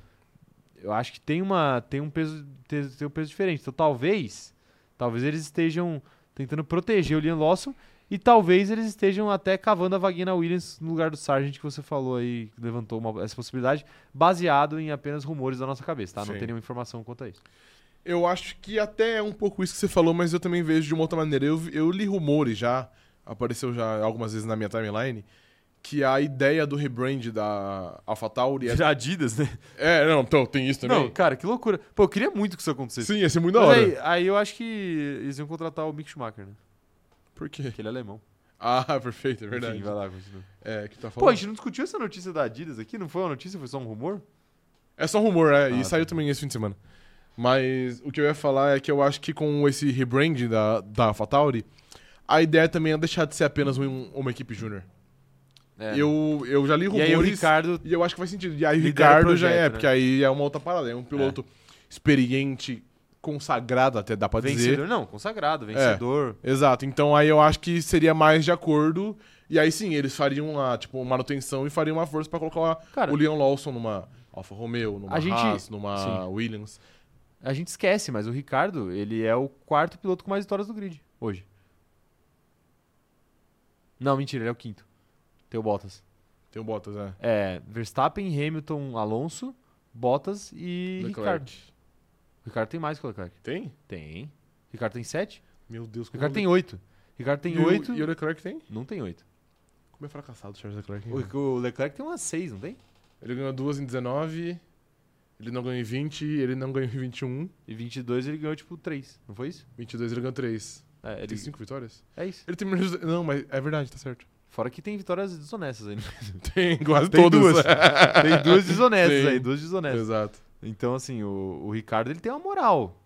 Speaker 1: Eu acho que tem uma tem um peso tem, tem um peso diferente. Então talvez talvez eles estejam tentando proteger o Liam Lawson e talvez eles estejam até cavando a vaguinha na Williams no lugar do Sargent que você falou aí, que levantou uma- essa possibilidade, baseado em apenas rumores da nossa cabeça, tá? Não
Speaker 2: Sim.
Speaker 1: tem nenhuma informação quanto a isso.
Speaker 2: Eu acho que até é um pouco isso que você falou, mas eu também vejo de uma outra maneira. Eu, eu li rumores já, apareceu já algumas vezes na minha timeline, que a ideia do rebrand da AlphaTauri é...
Speaker 1: Adidas, né?
Speaker 2: É, não, então tem isso também.
Speaker 1: Não, cara, que loucura. Pô, eu queria muito que isso acontecesse.
Speaker 2: Sim, ia ser muito da
Speaker 1: Mas
Speaker 2: hora.
Speaker 1: aí, aí eu acho que eles iam contratar o Mick Schumacher, né?
Speaker 2: Por quê?
Speaker 1: Porque ele é alemão.
Speaker 2: Ah, perfeito, é verdade.
Speaker 1: Enfim, vai lá, continua.
Speaker 2: É, que tá falando.
Speaker 1: Pô, a gente não discutiu essa notícia da Adidas aqui? Não foi uma notícia, foi só um rumor?
Speaker 2: É só rumor, é.
Speaker 1: Ah,
Speaker 2: e
Speaker 1: tá.
Speaker 2: saiu também esse fim de semana. Mas o que eu ia falar é que eu acho que com esse rebranding da, da Fatauri, a ideia também é deixar de ser apenas um- uma equipe júnior.
Speaker 1: É.
Speaker 2: Eu, eu já li
Speaker 1: e
Speaker 2: rumores.
Speaker 1: aí o Ricardo...
Speaker 2: e eu acho que faz sentido. E aí o
Speaker 1: Lidera o
Speaker 2: Ricardo já
Speaker 1: projeto,
Speaker 2: é,
Speaker 1: né?
Speaker 2: porque aí é uma outra parada. É um piloto experiente, consagrado até, dá pra dizer.
Speaker 1: Vencedor, não, consagrado, vencedor.
Speaker 2: Exato. Então aí eu acho que seria mais de acordo. E aí sim, eles fariam a, tipo, manutenção e fariam uma força pra colocar uma-
Speaker 1: Cara-
Speaker 2: o Leon Lawson numa Alfa Romeo, numa
Speaker 1: A gente-
Speaker 2: Haas, numa
Speaker 1: Sim.
Speaker 2: Williams.
Speaker 1: A gente esquece, mas o Ricardo, ele é o quarto piloto com mais vitórias do grid hoje. Não, mentira, ele é o quinto. Tem o Bottas.
Speaker 2: Tem o Bottas, né?
Speaker 1: É, Verstappen, Hamilton, Alonso, Bottas e Ricardo. O Ricardo tem mais que o Leclerc.
Speaker 2: Tem?
Speaker 1: Tem. O Ricardo tem sete?
Speaker 2: Meu Deus,
Speaker 1: O Ricardo tem oito. O Ricardo tem
Speaker 2: E o-
Speaker 1: oito.
Speaker 2: E o Leclerc tem?
Speaker 1: Não tem oito.
Speaker 2: Como é fracassado o Charles Leclerc. hein?
Speaker 1: O, o Leclerc tem umas seis, não tem?
Speaker 2: Ele ganhou duas em 19, ele não ganhou em 20, ele não ganhou em 21,
Speaker 1: E 22 ele ganhou, tipo, três. Não foi isso?
Speaker 2: 22 ele ganhou 3.
Speaker 1: É,
Speaker 2: Ele
Speaker 1: ele...
Speaker 2: tem 5 vitórias?
Speaker 1: é isso.
Speaker 2: Ele tem menos... Não, mas é verdade, tá certo.
Speaker 1: Fora que tem vitórias desonestas aí. né?
Speaker 2: Tem quase
Speaker 1: Tem
Speaker 2: todas.
Speaker 1: duas. É. tem duas desonestas
Speaker 2: Tem.
Speaker 1: aí, duas desonestas.
Speaker 2: Exato.
Speaker 1: Então, assim, o, o Ricardo ele tem uma moral.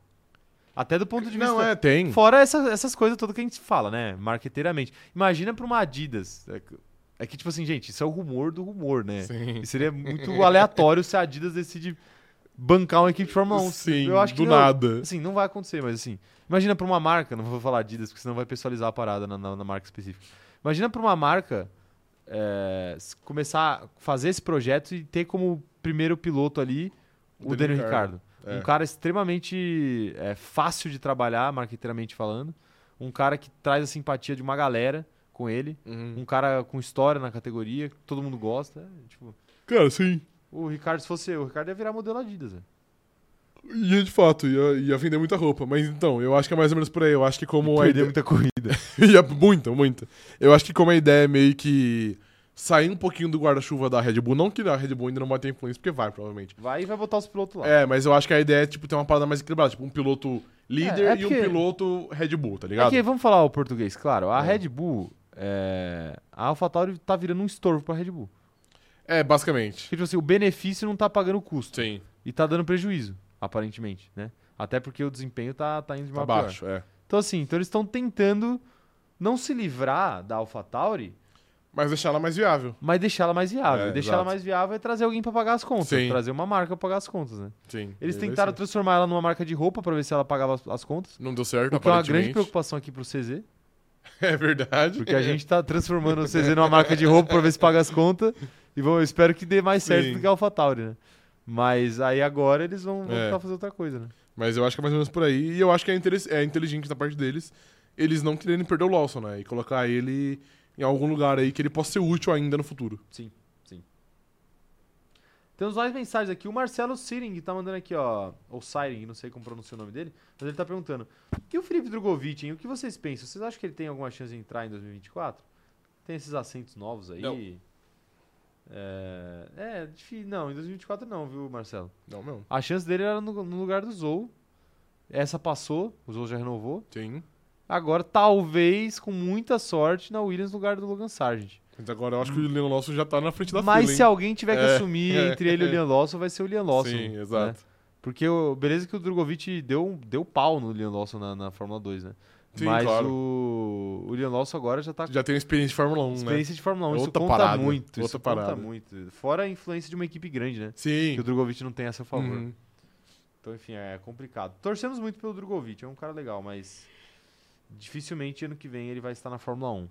Speaker 1: Até do ponto de
Speaker 2: Não,
Speaker 1: vista.
Speaker 2: é, tem.
Speaker 1: Fora essa- essas coisas todas que a gente fala, né? Marqueteiramente. Imagina pra uma Adidas. É, que- é que, tipo assim, gente, isso é o rumor do rumor, né?
Speaker 2: Sim.
Speaker 1: E seria muito aleatório se a Adidas decide bancar uma equipe de Fórmula 1.
Speaker 2: Sim,
Speaker 1: Eu acho que
Speaker 2: do
Speaker 1: não-
Speaker 2: nada.
Speaker 1: Assim, não vai acontecer, mas assim, imagina pra uma marca, não vou falar Adidas, porque senão vai pessoalizar a parada na, na- na marca específica. Imagina pra uma marca é, s- começar a fazer esse projeto e ter como primeiro piloto ali o Daniel Ricardo.
Speaker 2: É.
Speaker 1: Um cara extremamente é, fácil de trabalhar, marqueteiramente falando. Um cara que traz a simpatia de uma galera com ele.
Speaker 2: Uhum.
Speaker 1: Um cara com história na categoria, que todo mundo gosta. é, Tipo,
Speaker 2: Cara, sim.
Speaker 1: o Ricardo, se fosse eu, o Ricardo ia virar modelo Adidas. velho.
Speaker 2: Ia de fato, ia, ia vender muita roupa. Mas então, eu acho que é mais ou menos por aí. Eu acho que como a
Speaker 1: Perdeu
Speaker 2: ideia.
Speaker 1: muita corrida.
Speaker 2: ia muita, muita. Eu acho que como a ideia é meio que sair um pouquinho do guarda-chuva da Red Bull. Não que a Red Bull ainda não vai ter influência, porque vai, provavelmente.
Speaker 1: Vai e vai botar os pilotos lá.
Speaker 2: É, mas eu acho que a ideia é, tipo, ter uma parada mais equilibrada. Tipo, um piloto líder
Speaker 1: É, é
Speaker 2: e um
Speaker 1: porque-
Speaker 2: piloto Red Bull, tá
Speaker 1: É
Speaker 2: ligado?
Speaker 1: que, vamos falar o português, claro. A
Speaker 2: É.
Speaker 1: Red Bull, é, a AlphaTauri tá virando um estorvo pra Red Bull.
Speaker 2: É, basicamente.
Speaker 1: Porque, tipo assim, o benefício não tá pagando o custo.
Speaker 2: Sim,
Speaker 1: E tá dando prejuízo, aparentemente, né? Até porque o desempenho tá, tá indo de
Speaker 2: tá
Speaker 1: uma pra
Speaker 2: baixo, é.
Speaker 1: pior. Então, assim, então eles estão tentando não se livrar da AlphaTauri,
Speaker 2: Mas deixar ela mais viável.
Speaker 1: mas deixar ela mais viável.
Speaker 2: É,
Speaker 1: E deixar
Speaker 2: exato.
Speaker 1: ela mais viável é trazer alguém pra pagar as contas.
Speaker 2: Sim. É,
Speaker 1: Trazer uma marca pra pagar as contas, né?
Speaker 2: Sim.
Speaker 1: Eles
Speaker 2: Vai
Speaker 1: tentaram
Speaker 2: ser.
Speaker 1: transformar ela numa marca de roupa pra ver se ela pagava as, as contas.
Speaker 2: Não deu certo,
Speaker 1: O que é uma grande
Speaker 2: aparentemente.
Speaker 1: preocupação aqui pro CZ.
Speaker 2: É verdade.
Speaker 1: Porque a gente tá transformando o CZ numa marca de roupa pra ver se paga as contas. E vamos, eu espero que dê mais certo
Speaker 2: Sim.
Speaker 1: do que a AlphaTauri, né? Mas aí agora eles vão, vão
Speaker 2: É.
Speaker 1: tentar fazer outra coisa, né?
Speaker 2: Mas eu acho que é mais ou menos por aí. E eu acho que é, interess- é inteligente da parte deles eles não quererem perder o Lawson, né? E colocar ele em algum lugar aí que ele possa ser útil ainda no futuro.
Speaker 1: Temos mais mensagens aqui. O Marcelo Siring tá mandando aqui, ó. Ou Siring, não sei como pronuncia o nome dele. Mas ele tá perguntando. E o Felipe Drogovic, hein? O que vocês pensam? Vocês acham que ele tem alguma chance de entrar em 2024? Tem esses assentos novos aí?
Speaker 2: Não.
Speaker 1: É, é difícil. Não, em 2024 não, viu, Marcelo?
Speaker 2: Não, mesmo.
Speaker 1: A chance dele era no, no lugar do Zou. Essa passou, o Zou já renovou.
Speaker 2: Sim.
Speaker 1: Agora, talvez, com muita sorte, na Williams no lugar do Logan Sargent.
Speaker 2: Mas agora eu acho que o Leon Lawson já tá na frente da
Speaker 1: Mas
Speaker 2: fila,
Speaker 1: se alguém tiver que
Speaker 2: É,
Speaker 1: assumir
Speaker 2: é,
Speaker 1: entre ele e o
Speaker 2: é.
Speaker 1: Leon Lawson, vai ser o Leon Lawson.
Speaker 2: Sim,
Speaker 1: né?
Speaker 2: exato.
Speaker 1: Porque, o- beleza que o Drogovic deu, deu pau no Leon Lawson na, na Fórmula 2, né?
Speaker 2: Sim,
Speaker 1: Mas
Speaker 2: claro.
Speaker 1: o, o Leon Lawson agora já tá com
Speaker 2: Já tem experiência de Fórmula 1, né?
Speaker 1: experiência de Fórmula 1.
Speaker 2: É
Speaker 1: Isso
Speaker 2: outra
Speaker 1: conta
Speaker 2: parada,
Speaker 1: muito. Isso
Speaker 2: outra
Speaker 1: conta
Speaker 2: parada.
Speaker 1: muito. Fora a influência de uma equipe grande, né?
Speaker 2: Sim.
Speaker 1: Que o Drogovic não tem a seu um, favor.
Speaker 2: Uhum.
Speaker 1: Então, enfim, é complicado. Torcemos muito pelo Drogovic, é um cara legal, mas dificilmente ano que vem ele vai estar na Fórmula 1.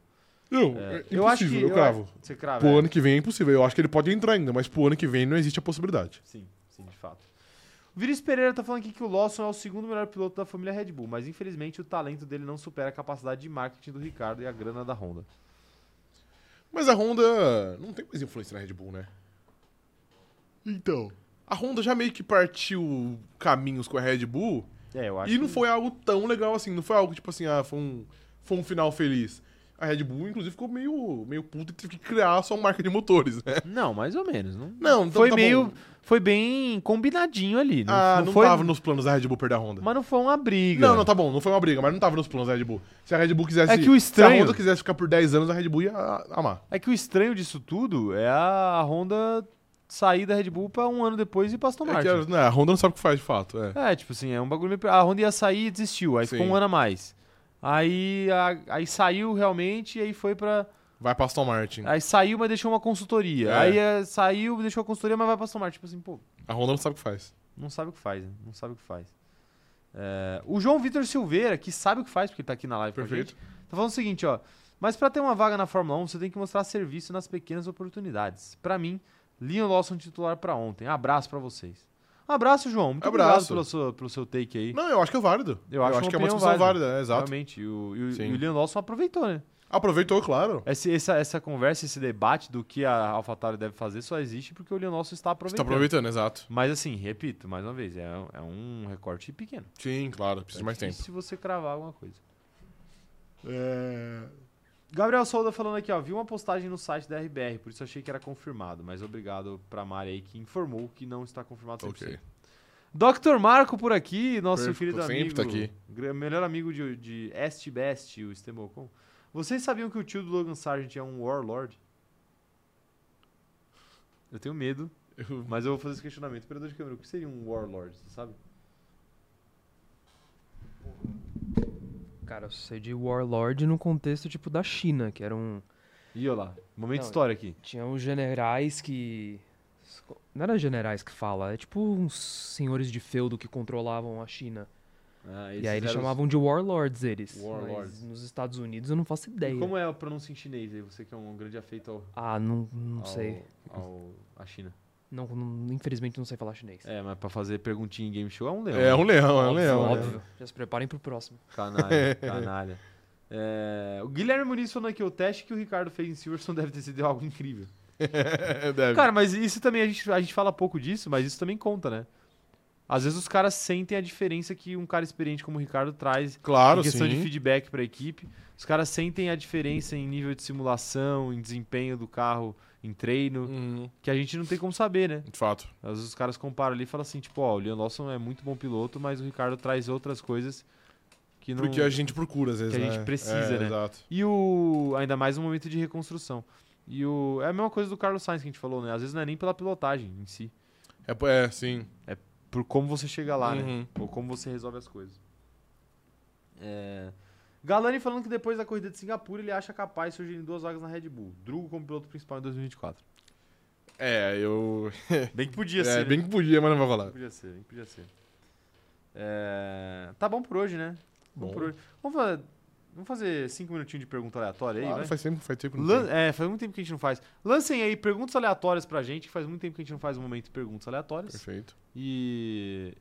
Speaker 2: Não,
Speaker 1: É,
Speaker 2: é impossível, eu, cravo.
Speaker 1: acho- Você crava.
Speaker 2: Pro
Speaker 1: é.
Speaker 2: ano que vem é impossível. Eu acho que ele pode entrar ainda, mas pro ano que vem não existe a possibilidade.
Speaker 1: Sim, sim, de fato. O Vinícius Pereira tá falando aqui que o Lawson é o segundo melhor piloto da família Red Bull, mas infelizmente o talento dele não supera a capacidade de marketing do Ricardo e a grana da Honda.
Speaker 2: Mas a Honda não tem mais influência na Red Bull, né? Então. A Honda já meio que partiu caminhos com a Red Bull
Speaker 1: É, eu acho
Speaker 2: e não
Speaker 1: que-
Speaker 2: foi algo tão legal assim. Não foi algo tipo assim, ah, foi um, foi um final feliz. A Red Bull, inclusive, ficou meio, meio puta e teve que criar só uma marca de motores, né?
Speaker 1: Não, mais ou menos. Não...
Speaker 2: Não, então
Speaker 1: foi
Speaker 2: tá bom.
Speaker 1: meio. Foi bem combinadinho ali. Não,
Speaker 2: Ah, não,
Speaker 1: foi,
Speaker 2: tava nos planos da Red Bull perder a Honda.
Speaker 1: Mas não foi uma briga.
Speaker 2: Não, não, tá bom, não foi uma briga, mas não tava nos planos da Red Bull. Se a Red Bull quisesse.
Speaker 1: É que o
Speaker 2: Se
Speaker 1: estranho-
Speaker 2: a Honda quisesse ficar por 10 anos, a Red Bull ia amar.
Speaker 1: É que o estranho disso tudo é a Honda sair da Red Bull pra um ano depois e pra Aston
Speaker 2: É que
Speaker 1: Martin.
Speaker 2: a, né, a Honda não sabe o que faz de fato. É.
Speaker 1: É, tipo assim, é um bagulho. meio- A Honda ia sair e desistiu, aí ficou
Speaker 2: Sim.
Speaker 1: um ano a mais. Aí, a- aí saiu realmente, e aí foi pra.
Speaker 2: Vai pra Aston Martin.
Speaker 1: Aí saiu, mas deixou uma consultoria.
Speaker 2: É.
Speaker 1: Aí é, saiu, deixou a consultoria, mas vai pra Aston Martin. Tipo assim, pô,
Speaker 2: A Honda não sabe o que faz.
Speaker 1: não sabe o que faz, né? Não sabe o que faz. É, o João Vitor Silveira, que sabe o que faz, porque ele tá aqui na live
Speaker 2: Perfeito.
Speaker 1: com a gente, tá falando o seguinte, ó. Mas pra ter uma vaga na Fórmula 1, você tem que mostrar serviço nas pequenas oportunidades. Pra mim, Leon Lawson titular pra ontem. Abraço pra vocês. Abraço, João. Muito obrigado
Speaker 2: Abraço.
Speaker 1: pela sua- pelo seu take aí.
Speaker 2: Não, eu acho que é válido.
Speaker 1: Eu acho uma
Speaker 2: que é
Speaker 1: opinião
Speaker 2: uma discussão
Speaker 1: válida.
Speaker 2: válida, é, exato.
Speaker 1: Realmente, e o, e o,
Speaker 2: Sim.
Speaker 1: e o Leon Lawson aproveitou, né?
Speaker 2: Aproveitou, claro.
Speaker 1: Esse- essa, essa conversa, esse debate do que a AlphaTauri deve fazer só existe porque o Leon Lawson está
Speaker 2: Você tá
Speaker 1: aproveitando.
Speaker 2: aproveitando, exato.
Speaker 1: Mas assim, repito, mais uma vez, é, é um recorte pequeno.
Speaker 2: Sim, claro, precisa de mais tempo.
Speaker 1: Se É você cravar alguma coisa.
Speaker 2: É...
Speaker 1: Gabriel Souza falando aqui, ó. Vi uma postagem no site da RBR, por isso achei que era confirmado. Mas obrigado pra Mari aí que informou que não está confirmado 100%.
Speaker 2: Ok.
Speaker 1: Dr. Marco por aqui, nosso
Speaker 2: Perfeito,
Speaker 1: querido
Speaker 2: sempre
Speaker 1: amigo.
Speaker 2: tá aqui.
Speaker 1: gra- Melhor amigo de, de Est Best, o Stemocon. Vocês sabiam que o tio do Logan Sargent é um Warlord? Eu tenho medo,
Speaker 2: Eu-
Speaker 1: mas eu vou fazer esse questionamento. Operador de câmera, o que seria um Warlord? Você sabe?
Speaker 4: Cara, eu sei de Warlord no contexto, tipo, da China, que um, eram...
Speaker 1: E olha lá, momento
Speaker 4: Não,
Speaker 1: história aqui.
Speaker 4: Tinham generais que... Não era generais que fala, é tipo uns senhores de feudo que controlavam a China.
Speaker 1: Ah,
Speaker 4: e
Speaker 1: esses
Speaker 4: aí eles
Speaker 1: eram os-
Speaker 4: chamavam de Warlords eles.
Speaker 1: Warlords.
Speaker 4: Mas nos Estados Unidos eu não faço
Speaker 1: E
Speaker 4: ideia.
Speaker 1: como é a pronúncia em chinês aí? Você que é um grande afeito ao...
Speaker 4: Ah, não, não
Speaker 1: ao-
Speaker 4: sei.
Speaker 1: Ao, à China.
Speaker 4: Não, não- infelizmente não sei falar chinês.
Speaker 1: É, mas pra fazer perguntinha em game show é um leão.
Speaker 2: É um leão, é um
Speaker 4: óbvio,
Speaker 2: leão. né?
Speaker 4: óbvio. Já se preparem pro próximo.
Speaker 1: Canalha, canalha. É, o Guilherme Muniz falando aqui, o teste que o Ricardo fez em Silverstone deve ter sido algo incrível.
Speaker 2: é. Deve.
Speaker 1: Cara, mas isso também, a gente, a gente fala pouco disso, mas isso também conta, né? Às vezes os caras sentem a diferença que um cara experiente como o Ricardo traz
Speaker 2: claro,
Speaker 1: em
Speaker 2: sim.
Speaker 1: questão de feedback pra equipe. Os caras sentem a diferença em nível de simulação, em desempenho do carro, em treino,
Speaker 2: Uhum,
Speaker 1: que a gente não tem como saber, né?
Speaker 2: de fato.
Speaker 1: Às vezes os caras comparam ali e falam assim, tipo, ó, o Leon Lawson é muito bom piloto, mas o Ricardo traz outras coisas que não...
Speaker 2: Porque a gente procura, às vezes.
Speaker 1: que a
Speaker 2: né?
Speaker 1: gente precisa,
Speaker 2: É,
Speaker 1: né?
Speaker 2: Exato.
Speaker 1: E o. Ainda mais um momento de reconstrução. E o. É a mesma coisa do Carlos Sainz que a gente falou, né? Às vezes não é nem pela pilotagem em si.
Speaker 2: É, é, sim.
Speaker 1: Por como você chega lá, né?
Speaker 2: Uhum.
Speaker 1: Ou como você resolve as coisas. É... Galani falando que depois da corrida de Singapura ele acha capaz de surgirem duas vagas na Red Bull. Drugo como piloto principal em 2024.
Speaker 2: É, eu.
Speaker 1: Bem que podia
Speaker 2: É,
Speaker 1: ser.
Speaker 2: bem
Speaker 1: né?
Speaker 2: que podia, mas não vai
Speaker 1: Bem que
Speaker 2: falar.
Speaker 1: podia ser, bem que podia ser. É, Tá bom por hoje, né?
Speaker 2: Bom.
Speaker 1: por hoje. Vamos fazer, vamos fazer cinco minutinhos de pergunta aleatória aí,
Speaker 2: Claro,
Speaker 1: vai?
Speaker 2: faz tempo, faz tempo. que não
Speaker 1: Lan-
Speaker 2: tem.
Speaker 1: é, faz muito tempo que a gente não faz. Lancem aí perguntas aleatórias pra gente, que faz muito tempo que a gente não faz um momento de perguntas aleatórias.
Speaker 2: Perfeito.
Speaker 1: E.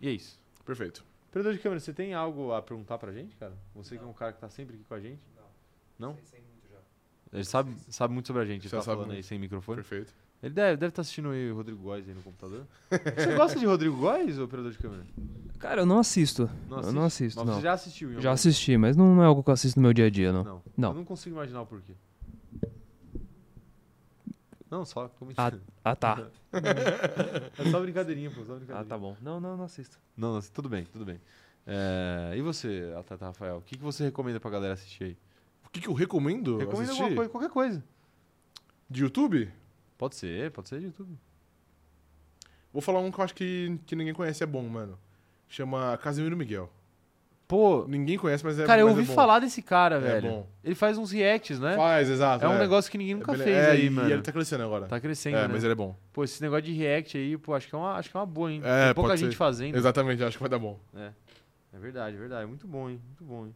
Speaker 1: E é isso.
Speaker 2: Perfeito.
Speaker 1: Operador de câmera, você tem algo a perguntar pra gente, cara? Você que é um cara que tá sempre aqui com a gente? Não. Não? Ele sabe, sabe muito sobre a gente, ele
Speaker 2: Você
Speaker 1: tá
Speaker 2: sabe
Speaker 1: falando aí
Speaker 2: muito.
Speaker 1: sem microfone.
Speaker 2: Perfeito.
Speaker 1: Ele deve estar assistindo aí o Rodrigo Góes aí no computador. Você gosta de Rodrigo Góes, operador de câmera?
Speaker 4: Cara, eu não assisto. eu
Speaker 1: assiste?
Speaker 4: não assisto,
Speaker 1: Mas
Speaker 4: não.
Speaker 1: Você
Speaker 4: Já,
Speaker 1: já assistiu em algum momento?
Speaker 4: assisti, mas não, é algo que eu assisto no meu dia a dia, não.
Speaker 1: Não.
Speaker 4: Não.
Speaker 1: Eu não consigo imaginar o porquê. Não, só. tô
Speaker 4: Ah,
Speaker 1: mentindo.
Speaker 4: ah, tá.
Speaker 1: É só brincadeirinha, pô. Só brincadeirinha.
Speaker 4: ah, tá bom. Não, não, não assisto.
Speaker 1: Não, não, tudo bem, tudo bem. É, e você, Atleta Rafael, o que, que você recomenda pra galera assistir aí?
Speaker 2: O que, que eu recomendo?
Speaker 1: Recomenda
Speaker 2: assistir?
Speaker 1: alguma coisa, qualquer coisa.
Speaker 2: De YouTube?
Speaker 1: Pode ser, pode ser de YouTube.
Speaker 2: Vou falar um que eu acho que, que ninguém conhece, é bom, mano. Chama Casimiro Miguel.
Speaker 1: Pô,
Speaker 2: Ninguém conhece, mas é
Speaker 1: cara, eu
Speaker 2: mas é
Speaker 1: ouvi
Speaker 2: bom.
Speaker 1: falar desse cara,
Speaker 2: É
Speaker 1: velho.
Speaker 2: bom.
Speaker 1: Ele faz uns reacts, né?
Speaker 2: Faz, exato.
Speaker 1: é um negócio que ninguém nunca
Speaker 2: É,
Speaker 1: fez
Speaker 2: é,
Speaker 1: aí,
Speaker 2: e
Speaker 1: mano.
Speaker 2: ele tá crescendo agora.
Speaker 1: Tá crescendo,
Speaker 2: é,
Speaker 1: né?
Speaker 2: mas ele é bom.
Speaker 1: Pô, esse negócio de react aí, pô, acho que é uma, acho que é uma boa, hein?
Speaker 2: É,
Speaker 1: Tem pouca
Speaker 2: pode
Speaker 1: gente
Speaker 2: ser.
Speaker 1: fazendo.
Speaker 2: Exatamente, acho que vai dar bom.
Speaker 1: É verdade, é verdade. Muito bom, hein? Muito bom, hein?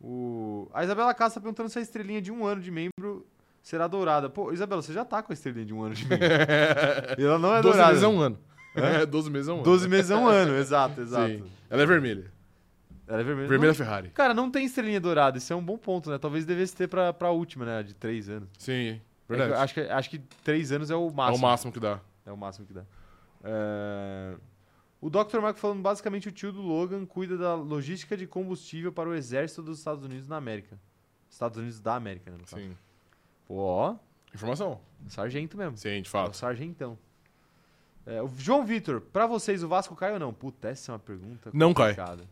Speaker 1: O... A Isabela Castro tá perguntando se a estrelinha de um ano de membro será dourada. Pô, Isabela, você já tá com a estrelinha de um ano de membro. e ela não é
Speaker 2: 12
Speaker 1: dourada.
Speaker 2: meses é um ano. É, 12 meses é um ano.
Speaker 1: 12 meses é um ano, exato, exato.
Speaker 2: Sim. Ela é vermelha.
Speaker 1: Ela é vermelha.
Speaker 2: Vermelha
Speaker 1: Não-
Speaker 2: Ferrari.
Speaker 1: Cara, não tem estrelinha dourada, isso é um bom ponto, né? Talvez devesse ter pra, pra última, né? De três anos. É
Speaker 2: Sim, verdade.
Speaker 1: que eu acho, que, acho que três anos é o
Speaker 2: É
Speaker 1: máximo.
Speaker 2: o máximo que dá.
Speaker 1: É o máximo que dá. É, O Dr. Marco falando basicamente o tio do Logan cuida da logística de combustível para o exército dos Estados Unidos na América. Estados Unidos da América, né? no caso.
Speaker 2: Sim.
Speaker 1: Pô, ó,
Speaker 2: Informação.
Speaker 1: sargento mesmo.
Speaker 2: Sim, de
Speaker 1: É o
Speaker 2: fato.
Speaker 1: sargentão. É, o João Vitor, pra vocês, o Vasco cai ou não? Puta, essa é uma pergunta
Speaker 2: Não cai.
Speaker 1: complicada.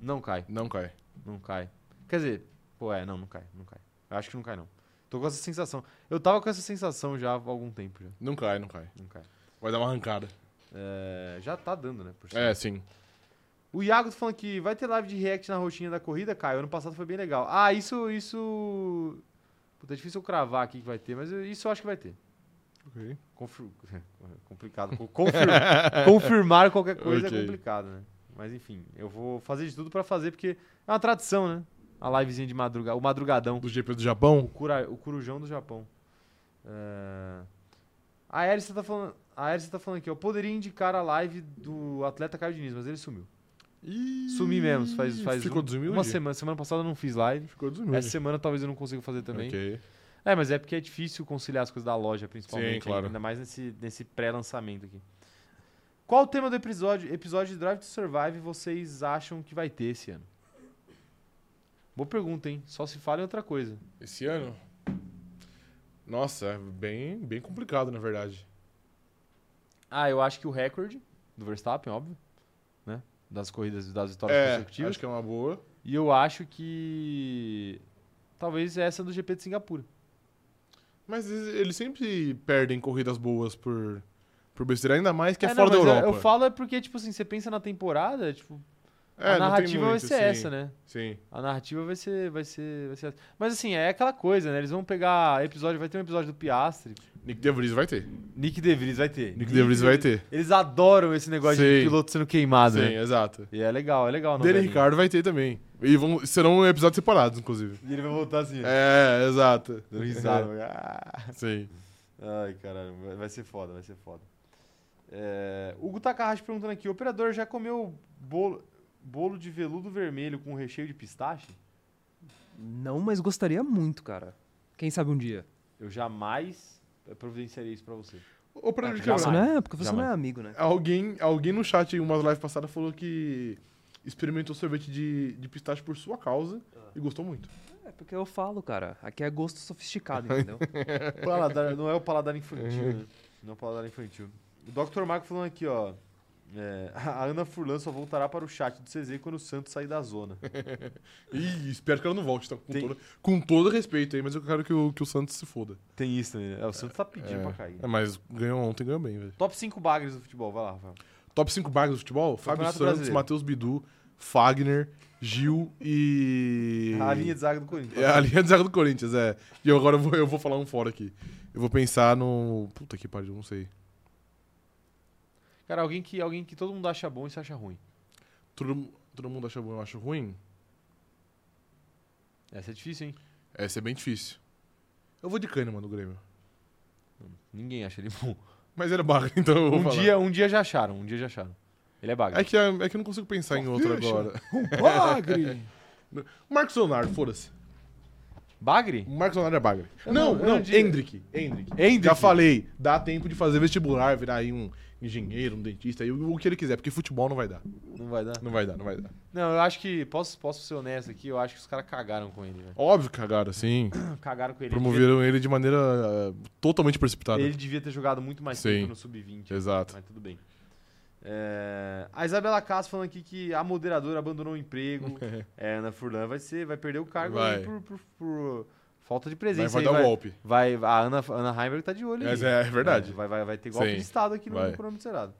Speaker 1: Não cai,
Speaker 2: Não cai.
Speaker 1: não cai. Quer dizer, pô, é, não, não cai, não cai. Eu acho que não cai, não. Tô com essa sensação. Eu tava com essa sensação já há algum tempo, já.
Speaker 2: Não cai, não cai.
Speaker 1: Não cai.
Speaker 2: Vai dar uma arrancada.
Speaker 1: É, já tá dando, né? Por
Speaker 2: É, sim.
Speaker 1: O Iago tá falando que vai ter live de react na roxinha da corrida, Caio. Ano passado foi bem legal. Ah, isso. isso... Puta, é difícil eu cravar aqui que vai ter, mas eu- isso eu acho que vai ter.
Speaker 2: Ok.
Speaker 1: Confir- Complicado. Co- confir- Confirmar qualquer coisa
Speaker 2: Ok.
Speaker 1: é complicado, né? Mas enfim, eu vou fazer de tudo pra fazer, porque é uma tradição, né? A livezinha de madrugada, o madrugadão.
Speaker 2: Do GP do Japão.
Speaker 1: O, cura, o Corujão do Japão. É, A Erissa tá falando. A Erissa tá falando aqui, eu poderia indicar a live do atleta Caio Diniz, mas ele sumiu.
Speaker 2: Ih,
Speaker 1: Sumi mesmo, faz, faz
Speaker 2: Ficou
Speaker 1: um-
Speaker 2: desumilde?
Speaker 1: uma semana. Semana passada eu não fiz live.
Speaker 2: Ficou desumilde.
Speaker 1: Essa semana talvez eu não consiga fazer também.
Speaker 2: Ok.
Speaker 1: É, mas é porque é difícil conciliar as coisas da loja, principalmente.
Speaker 2: Sim, claro.
Speaker 1: Ainda mais nesse, nesse pré-lançamento aqui. Qual o tema do episódio, episódio de Drive to Survive vocês acham que vai ter esse ano? Boa pergunta, hein? Só se fala em outra coisa.
Speaker 2: Esse ano? Nossa, é bem, bem complicado, na verdade.
Speaker 1: Ah, eu acho que o recorde do Verstappen, óbvio. Né? Das corridas, das vitórias
Speaker 2: É,
Speaker 1: consecutivas.
Speaker 2: acho que é uma boa.
Speaker 1: E eu acho que. Talvez essa do GP de Singapura.
Speaker 2: Mas eles eles sempre perdem corridas boas por, por besteira, ainda mais que é,
Speaker 1: É, não,
Speaker 2: fora
Speaker 1: mas
Speaker 2: da
Speaker 1: eu-
Speaker 2: Europa.
Speaker 1: Eu falo é porque, tipo assim, você pensa na temporada, tipo,
Speaker 2: É,
Speaker 1: a
Speaker 2: não tem
Speaker 1: narrativa vai
Speaker 2: muito,
Speaker 1: ser
Speaker 2: sim,
Speaker 1: essa, né?
Speaker 2: Sim.
Speaker 1: A narrativa vai ser, vai ser, vai ser. essa. Mas assim, é aquela coisa, né? Eles vão pegar episódio, vai ter um episódio do Piastri.
Speaker 2: Nick De Vries vai ter.
Speaker 1: Nick De Vries vai ter.
Speaker 2: Nick De Vries vai ter.
Speaker 1: Eles adoram esse negócio de
Speaker 2: Sim.
Speaker 1: piloto sendo queimado,
Speaker 2: Sim,
Speaker 1: né?
Speaker 2: exato.
Speaker 1: E é legal, é legal. a
Speaker 2: Dele
Speaker 1: novelinha.
Speaker 2: Ricardo vai ter também. E vão, serão episódios separados, inclusive.
Speaker 1: E ele vai voltar assim, ó,
Speaker 2: É, exato.
Speaker 1: dando risada. Ah.
Speaker 2: Sim.
Speaker 1: Ai, caralho, vai- vai ser foda, vai ser foda. É, Hugo Takahashi perguntando aqui, operador já comeu bolo, bolo de veludo vermelho com recheio de pistache?
Speaker 4: Não, mas gostaria muito, cara. Quem sabe um dia.
Speaker 1: Eu jamais providenciaria isso pra você.
Speaker 2: Ô, pra de
Speaker 1: já
Speaker 2: quebrar.
Speaker 1: Jamais.
Speaker 4: Você não é, porque você
Speaker 1: Jamais.
Speaker 4: não é amigo, né?
Speaker 2: Alguém, alguém no chat em umas lives passadas falou que experimentou sorvete de, de pistache por sua causa
Speaker 1: Ah.
Speaker 2: e gostou muito.
Speaker 4: É porque eu falo, cara. Aqui é gosto sofisticado, entendeu?
Speaker 1: Paladar- não é o paladar infantil, né? Não é o paladar infantil. O Dr. Marco falando aqui, ó. é, a Ana Furlan só voltará para o chat do CZ quando o Santos sair da zona.
Speaker 2: Ih, espero que ela não volte, tá? Com,
Speaker 1: Tem-
Speaker 2: todo, com todo respeito aí, mas eu quero que o, que o Santos se foda.
Speaker 1: Tem isso, né? É, o Santos tá pedindo
Speaker 2: é,
Speaker 1: pra cair.
Speaker 2: É, mas ganhou ontem, ganhou bem, velho.
Speaker 1: Top 5 bagres do futebol, vai lá, Rafael.
Speaker 2: Top 5 bags do futebol? Fábio
Speaker 1: Campeonato
Speaker 2: Santos,
Speaker 1: Brasileiro.
Speaker 2: Matheus Bidu, Fagner, Gil e...
Speaker 1: A linha de zaga do Corinthians.
Speaker 2: É a linha de zaga do Corinthians, é. E eu agora eu vou, eu vou falar um fora aqui. Eu vou pensar no... Puta que pariu, não sei.
Speaker 1: Cara, alguém que, alguém que todo mundo acha bom e se acha ruim.
Speaker 2: Todo, mu- todo mundo acha bom, eu acho ruim?
Speaker 1: Essa é difícil, hein?
Speaker 2: Essa é bem difícil. Eu vou de Kahneman do Grêmio.
Speaker 1: Ninguém acha ele bom.
Speaker 2: Mas ele é bagre, então eu vou
Speaker 1: Um
Speaker 2: falar.
Speaker 1: dia, um dia já acharam, um dia já acharam. Ele é bagre.
Speaker 2: É que, é que eu não consigo pensar em outro agora.
Speaker 3: Bagre!
Speaker 2: Marcos Leonardo, foda-se.
Speaker 1: Bagre?
Speaker 2: O Marcos Leonardo é bagre.
Speaker 1: Eu
Speaker 2: não,
Speaker 1: não- eu
Speaker 2: não,
Speaker 1: não digo.
Speaker 2: Hendrick. Hendrick.
Speaker 1: Hendrick.
Speaker 2: Já falei, dá tempo de fazer vestibular, virar aí um engenheiro, um dentista, aí o o que ele quiser, porque futebol não vai dar.
Speaker 1: Não vai dar.
Speaker 2: Não vai dar, não vai dar.
Speaker 1: Não, eu acho que. Posso, posso ser honesto aqui? Eu acho que os caras cagaram com ele, velho.
Speaker 2: Óbvio que cagaram, sim.
Speaker 1: Cagaram com ele. Ele devia-
Speaker 2: Promoveram ele de maneira ah, totalmente precipitada.
Speaker 1: Ele devia ter jogado muito mais
Speaker 2: Sim.
Speaker 1: tempo no sub-20.
Speaker 2: Exato.
Speaker 1: Mas tudo bem. É, a Isabela Castro falando aqui que a moderadora abandonou o emprego. é, Ana Furlan vai, ser, vai perder o cargo
Speaker 2: Vai.
Speaker 1: aí por, por- por falta de
Speaker 2: Mas
Speaker 1: presença.
Speaker 2: vai
Speaker 1: aí,
Speaker 2: dar um golpe.
Speaker 1: vai- a Ana, Ana Heimberg tá de olho aí.
Speaker 2: Mas é, é verdade.
Speaker 1: Vai, vai, vai ter golpe
Speaker 2: Sim,
Speaker 1: de Estado aqui no
Speaker 2: vai.
Speaker 1: cronômetro zerado.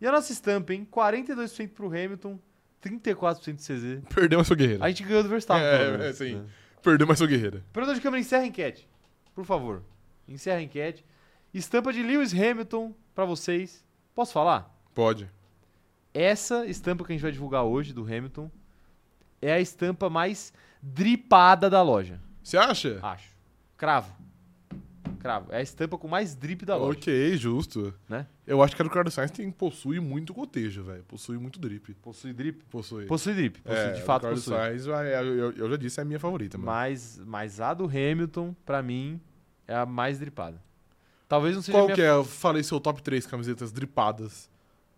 Speaker 1: E a nossa estampa, hein? 42% pro Hamilton, 34% do CZ.
Speaker 2: Perdeu mais seu guerreiro.
Speaker 1: A gente ganhou do Verstappen.
Speaker 2: É,
Speaker 1: pelo menos,
Speaker 2: é, sim.
Speaker 1: né?
Speaker 2: Perdeu mais seu guerreiro.
Speaker 1: Operador de câmera, encerra a enquete. Por favor. Encerra a enquete. Estampa de Lewis Hamilton pra vocês. Posso falar?
Speaker 2: Pode.
Speaker 1: Essa estampa que a gente vai divulgar hoje do Hamilton é a estampa mais dripada da loja.
Speaker 2: Você acha?
Speaker 1: Acho. Cravo. Cravo. É a estampa com mais drip da loja.
Speaker 2: ok, justo.
Speaker 1: Né?
Speaker 2: Eu acho que a do Carlos Sainz tem, possui muito gotejo, velho. Possui muito drip.
Speaker 1: Possui drip?
Speaker 2: Possui.
Speaker 1: Possui drip. Possui,
Speaker 2: É,
Speaker 1: de
Speaker 2: a do
Speaker 1: fato
Speaker 2: Carlos
Speaker 1: possui.
Speaker 2: Sainz, eu, eu- eu já disse, é a minha favorita, mano.
Speaker 1: Mas, mas a do Hamilton, pra mim, é a mais dripada. Talvez não seja a
Speaker 2: Qual
Speaker 1: minha...
Speaker 2: que é? Eu falei seu top 3 camisetas dripadas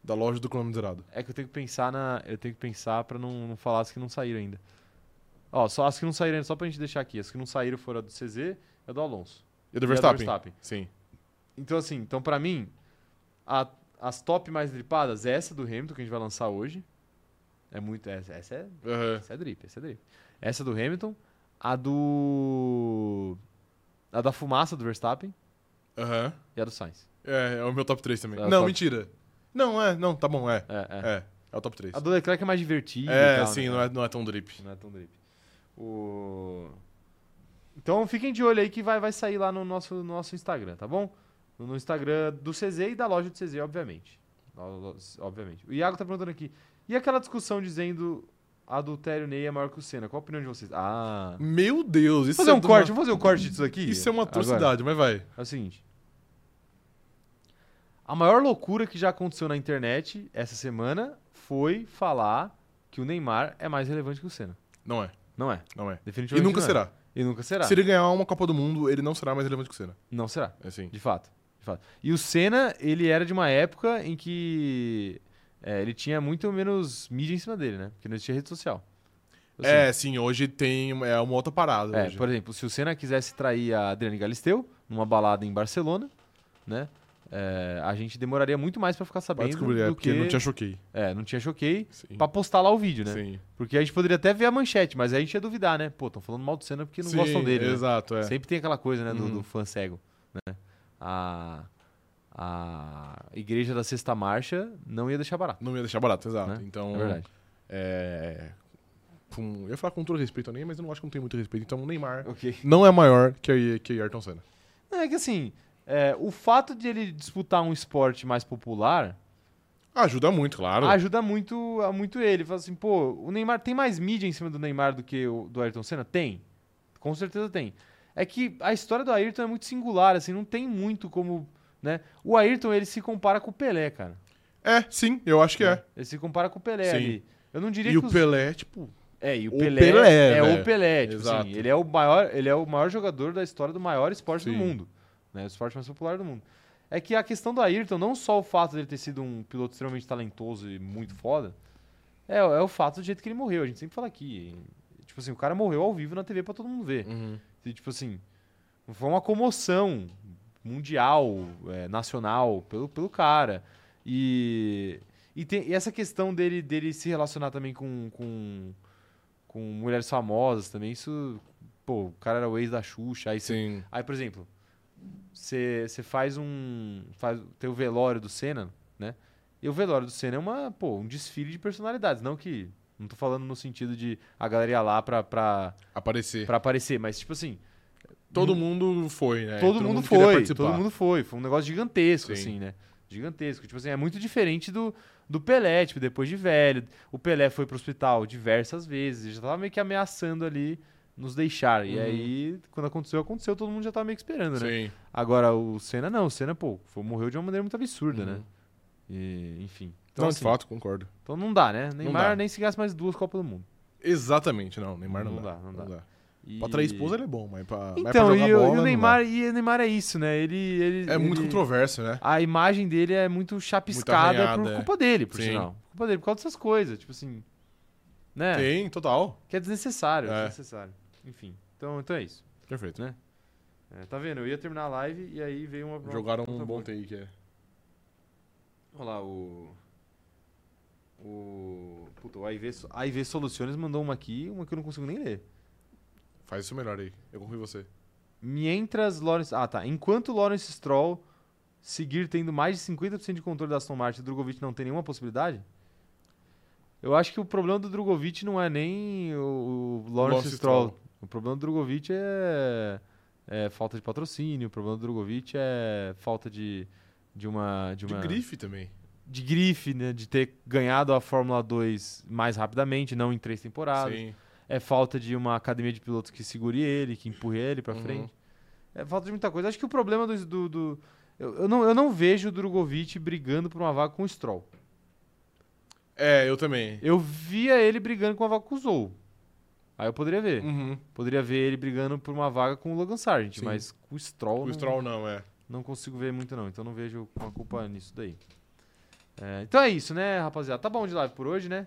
Speaker 2: da loja do Cronômetro Zerado.
Speaker 1: É que eu tenho que pensar na. Eu tenho que pensar pra não, não falar as que não saíram ainda. Ó, só as que não saíram, só pra gente deixar aqui, as que não saíram fora do CZ é do Alonso.
Speaker 2: E do
Speaker 1: E é do
Speaker 2: Verstappen.
Speaker 1: Verstappen.
Speaker 2: Sim.
Speaker 1: Então, assim, então pra mim, a- as top mais dripadas é essa do Hamilton que a gente vai lançar hoje. É muito. Essa, essa é.
Speaker 2: Aham.
Speaker 1: Essa é drip, essa é drip. Essa do Hamilton. A do. A da fumaça do Verstappen
Speaker 2: Aham.
Speaker 1: e a do Sainz.
Speaker 2: É, é o meu top 3 também.
Speaker 1: É o
Speaker 2: não,
Speaker 1: top-
Speaker 2: mentira. Não, é, não, tá bom, é.
Speaker 1: É, é.
Speaker 2: É, é, o top 3.
Speaker 1: A do Leclerc é mais divertida. e
Speaker 2: É,
Speaker 1: tal,
Speaker 2: sim,
Speaker 1: né?
Speaker 2: não é, não é tão drip.
Speaker 1: Não é tão drip. O... Então fiquem de olho aí que vai, vai sair lá no nosso, no nosso Instagram, tá bom? No no Instagram do CZ e da loja do CZ, obviamente. Lo- lo- Obviamente. O Iago tá perguntando aqui. E aquela discussão dizendo adultério Ney é maior que o Senna? Qual a opinião de vocês? Ah.
Speaker 2: Meu Deus,
Speaker 1: Vamos
Speaker 2: isso
Speaker 1: fazer
Speaker 2: é
Speaker 1: um
Speaker 2: de
Speaker 1: corte,
Speaker 2: uma-
Speaker 1: vamos fazer um corte disso aqui.
Speaker 2: Isso é uma
Speaker 1: agora.
Speaker 2: atrocidade, mas vai.
Speaker 1: É o seguinte. A maior loucura que já aconteceu na internet essa semana foi falar que o Neymar é mais relevante que o Senna.
Speaker 2: Não é,
Speaker 1: Não é.
Speaker 2: não é. E
Speaker 1: Definitivamente
Speaker 2: nunca
Speaker 1: não é.
Speaker 2: será.
Speaker 1: E nunca será.
Speaker 2: Se ele ganhar uma Copa do Mundo, ele não será mais relevante que o Senna.
Speaker 1: Não será,
Speaker 2: É assim.
Speaker 1: de fato. de fato. E o Senna, ele era de uma época em que é, ele tinha muito menos mídia em cima dele, né? Porque não existia rede social. Ou seja,
Speaker 2: É, sim, hoje tem é uma outra parada.
Speaker 1: Assim. é,
Speaker 2: hoje.
Speaker 1: por exemplo, se o Senna quisesse trair a Adriane Galisteu numa balada em Barcelona, né? É, a gente demoraria muito mais pra ficar
Speaker 2: Vai
Speaker 1: sabendo
Speaker 2: descobrir, é
Speaker 1: do
Speaker 2: porque
Speaker 1: que...
Speaker 2: não tinha choquei.
Speaker 1: É, não tinha choquei
Speaker 2: Sim.
Speaker 1: pra postar lá o vídeo, né?
Speaker 2: Sim.
Speaker 1: Porque a gente poderia até ver a manchete, mas aí a gente ia duvidar, né? Pô, estão falando mal do Senna porque não
Speaker 2: Sim,
Speaker 1: gostam dele, né?
Speaker 2: Exato, é.
Speaker 1: Sempre tem aquela coisa, né, do,
Speaker 2: Uhum.
Speaker 1: do fã cego, né? A, a igreja da sexta marcha não ia deixar barato,
Speaker 2: Não ia deixar barato, exato.
Speaker 1: Né?
Speaker 2: Então,
Speaker 1: é verdade.
Speaker 2: é, com- eu ia falar com todo respeito ao Neymar, mas eu não acho que não tem muito respeito. Então, o Neymar
Speaker 1: Ok.
Speaker 2: não é maior que, a- que Ayrton Senna.
Speaker 1: É que assim, é, o fato de ele disputar um esporte mais popular
Speaker 2: Ajuda muito, claro.
Speaker 1: ajuda muito, a muito ele. Fala assim, pô, o Neymar tem mais mídia em cima do Neymar do que o do Ayrton Senna? Tem. Com certeza tem. É que a história do Ayrton é muito singular, assim, não tem muito como, né? O Ayrton, ele se compara com o Pelé, cara.
Speaker 2: É, sim, eu acho que é.
Speaker 1: Ele se compara com o Pelé
Speaker 2: Sim.
Speaker 1: ali. Eu não diria
Speaker 2: E
Speaker 1: que
Speaker 2: o
Speaker 1: os
Speaker 2: Pelé, tipo,
Speaker 1: É, e o,
Speaker 2: O
Speaker 1: Pelé,
Speaker 2: Pelé,
Speaker 1: é
Speaker 2: né?
Speaker 1: o Pelé, tipo
Speaker 2: Exato.
Speaker 1: assim, ele é o maior, ele é o maior jogador da história do maior esporte do
Speaker 2: Sim.
Speaker 1: mundo, né? O esporte mais popular do mundo. É que a questão do Ayrton, não só o fato dele ter sido um piloto extremamente talentoso e muito foda, é, é o fato do jeito que ele morreu, a gente sempre fala aqui. E, tipo assim, o cara morreu ao vivo na TV pra todo mundo ver.
Speaker 2: uhum,
Speaker 1: E, tipo assim, foi uma comoção mundial, é, nacional, pelo, pelo cara. E, e, tem, e essa questão dele, dele se relacionar também com, com, com mulheres famosas também, isso. Pô, o cara era o ex da Xuxa. Aí, cê-
Speaker 2: sim.
Speaker 1: aí por exemplo, você faz um. Faz, tem o velório do Senna, né? E o velório do Senna é uma, pô, um desfile de personalidades. Não que. Não tô falando no sentido de a galera ia lá pra, pra,
Speaker 2: Aparecer.
Speaker 1: pra aparecer, mas tipo assim
Speaker 2: Todo mundo foi, né?
Speaker 1: todo, mundo
Speaker 2: queria
Speaker 1: foi,
Speaker 2: participar.
Speaker 1: todo mundo foi. Foi um negócio gigantesco,
Speaker 2: Sim.
Speaker 1: assim, né? Gigantesco. Tipo assim, é muito diferente do, do Pelé, tipo, depois de velho. O Pelé foi pro hospital diversas vezes, ele já tava meio que ameaçando ali nos deixar. E
Speaker 2: Uhum.
Speaker 1: aí, quando aconteceu, aconteceu, todo mundo já tava meio que esperando, né?
Speaker 2: Sim.
Speaker 1: Agora, o Senna não, o Senna, pô, foi- morreu de uma maneira muito absurda, né?
Speaker 2: Uhum.
Speaker 1: E, enfim. Então,
Speaker 2: Não,
Speaker 1: assim,
Speaker 2: de fato, concordo.
Speaker 1: então não dá, né? Neymar
Speaker 2: dá.
Speaker 1: nem se gasta mais duas Copas do Mundo.
Speaker 2: Exatamente, não. Neymar não,
Speaker 1: Não
Speaker 2: dá.
Speaker 1: dá, não dá. E...
Speaker 2: Pra trair esposa ele é bom, mas pra, mas pra
Speaker 1: Então,
Speaker 2: jogar
Speaker 1: e, o-
Speaker 2: bola,
Speaker 1: e o
Speaker 2: não
Speaker 1: Neymar, e o Neymar é isso, né? Ele, ele
Speaker 2: dá. É muito
Speaker 1: ele-
Speaker 2: controverso, né?
Speaker 1: a imagem dele é muito chapiscada
Speaker 2: Muito arranhada,
Speaker 1: por
Speaker 2: é.
Speaker 1: culpa dele, por
Speaker 2: Sim.
Speaker 1: sinal. Por culpa dele, por causa dessas coisas. Tipo assim. Né?
Speaker 2: Tem, total.
Speaker 1: Que é desnecessário,
Speaker 2: É.
Speaker 1: desnecessário. Enfim. Então, então é isso.
Speaker 2: Perfeito.
Speaker 1: É, tá vendo? Eu ia terminar a live e aí veio uma. uma-
Speaker 2: Jogaram
Speaker 1: outra
Speaker 2: um bom
Speaker 1: coisa.
Speaker 2: take, é.
Speaker 1: Olha lá, o. O. Puta, o AIV, so- AIV Soluções mandou uma aqui, uma que eu não consigo nem ler.
Speaker 2: Faz isso melhor aí. Eu confio em você.
Speaker 1: Mientras Lawrence. Ah, tá. Enquanto Lawrence Stroll seguir tendo mais de 50% de controle da Aston Martin, o Drogovic não tem nenhuma possibilidade? Eu acho que o problema do Drogovic não é nem o, o Lawrence,
Speaker 2: Lawrence
Speaker 1: Stroll.
Speaker 2: Stroll.
Speaker 1: O problema do Drogovic é, é falta de patrocínio, o problema do Drogovic é falta de, de uma. De,
Speaker 2: De
Speaker 1: uma
Speaker 2: grife também.
Speaker 1: de grife, né? De ter ganhado a Fórmula 2 mais rapidamente, não em três temporadas.
Speaker 2: Sim.
Speaker 1: É falta de uma academia de pilotos que segure ele, que empurre ele pra
Speaker 2: Uhum.
Speaker 1: frente. É falta de muita coisa. Acho que o problema do. do- do- eu, eu não, eu não vejo o Drogovic brigando por uma vaga com o Stroll.
Speaker 2: É, eu também.
Speaker 1: Eu via ele brigando com uma vaga com o Zou. Aí eu poderia ver.
Speaker 2: Uhum.
Speaker 1: Poderia ver ele brigando por uma vaga com o Logan Sargent,
Speaker 2: Sim.
Speaker 1: mas com o Stroll.
Speaker 2: O
Speaker 1: não-
Speaker 2: Stroll não, é.
Speaker 1: Não consigo ver muito, não. Então não vejo uma culpa nisso daí. É, então é isso, né, rapaziada? Tá bom de live por hoje, né?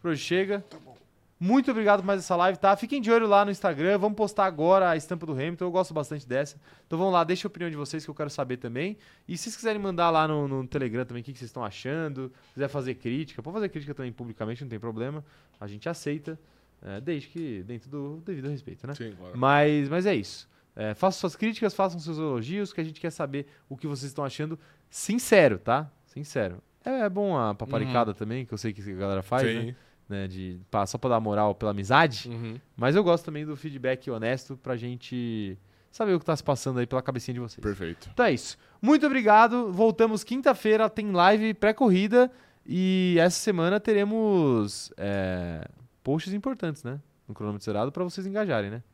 Speaker 1: Por hoje chega. Tá bom. Muito obrigado por mais essa live, tá? Fiquem de olho lá no Instagram. Vamos postar agora a estampa do Hamilton. Eu gosto bastante dessa. Então vamos lá, deixa a opinião de vocês que eu quero saber também. E se vocês quiserem mandar lá no, no Telegram também o que, que vocês estão achando, quiser fazer crítica, pode fazer crítica também publicamente, não tem problema. A gente aceita, é, desde que dentro do devido respeito, né?
Speaker 2: Sim, claro.
Speaker 1: Mas, mas é isso. É, façam suas críticas, façam seus elogios, que a gente quer saber o que vocês estão achando. Sincero, tá? Sincero. É, é bom a paparicada também, que eu sei que a galera faz, né?
Speaker 2: Uhum. Sim.
Speaker 1: Né, De, pá, só pra dar moral pela amizade.
Speaker 2: Uhum.
Speaker 1: Mas eu gosto também do feedback honesto pra gente saber o que tá se passando aí pela cabecinha de vocês.
Speaker 2: Perfeito.
Speaker 1: Então é isso. Muito obrigado. Voltamos quinta-feira, tem live pré-corrida. E essa semana teremos é, posts importantes, né? No cronômetro zerado pra vocês engajarem, né?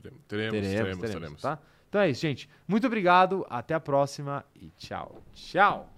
Speaker 2: Teremos, teremos, teremos. teremos.
Speaker 1: Tá? Então é isso, gente. Muito obrigado. Até a próxima e tchau. Tchau.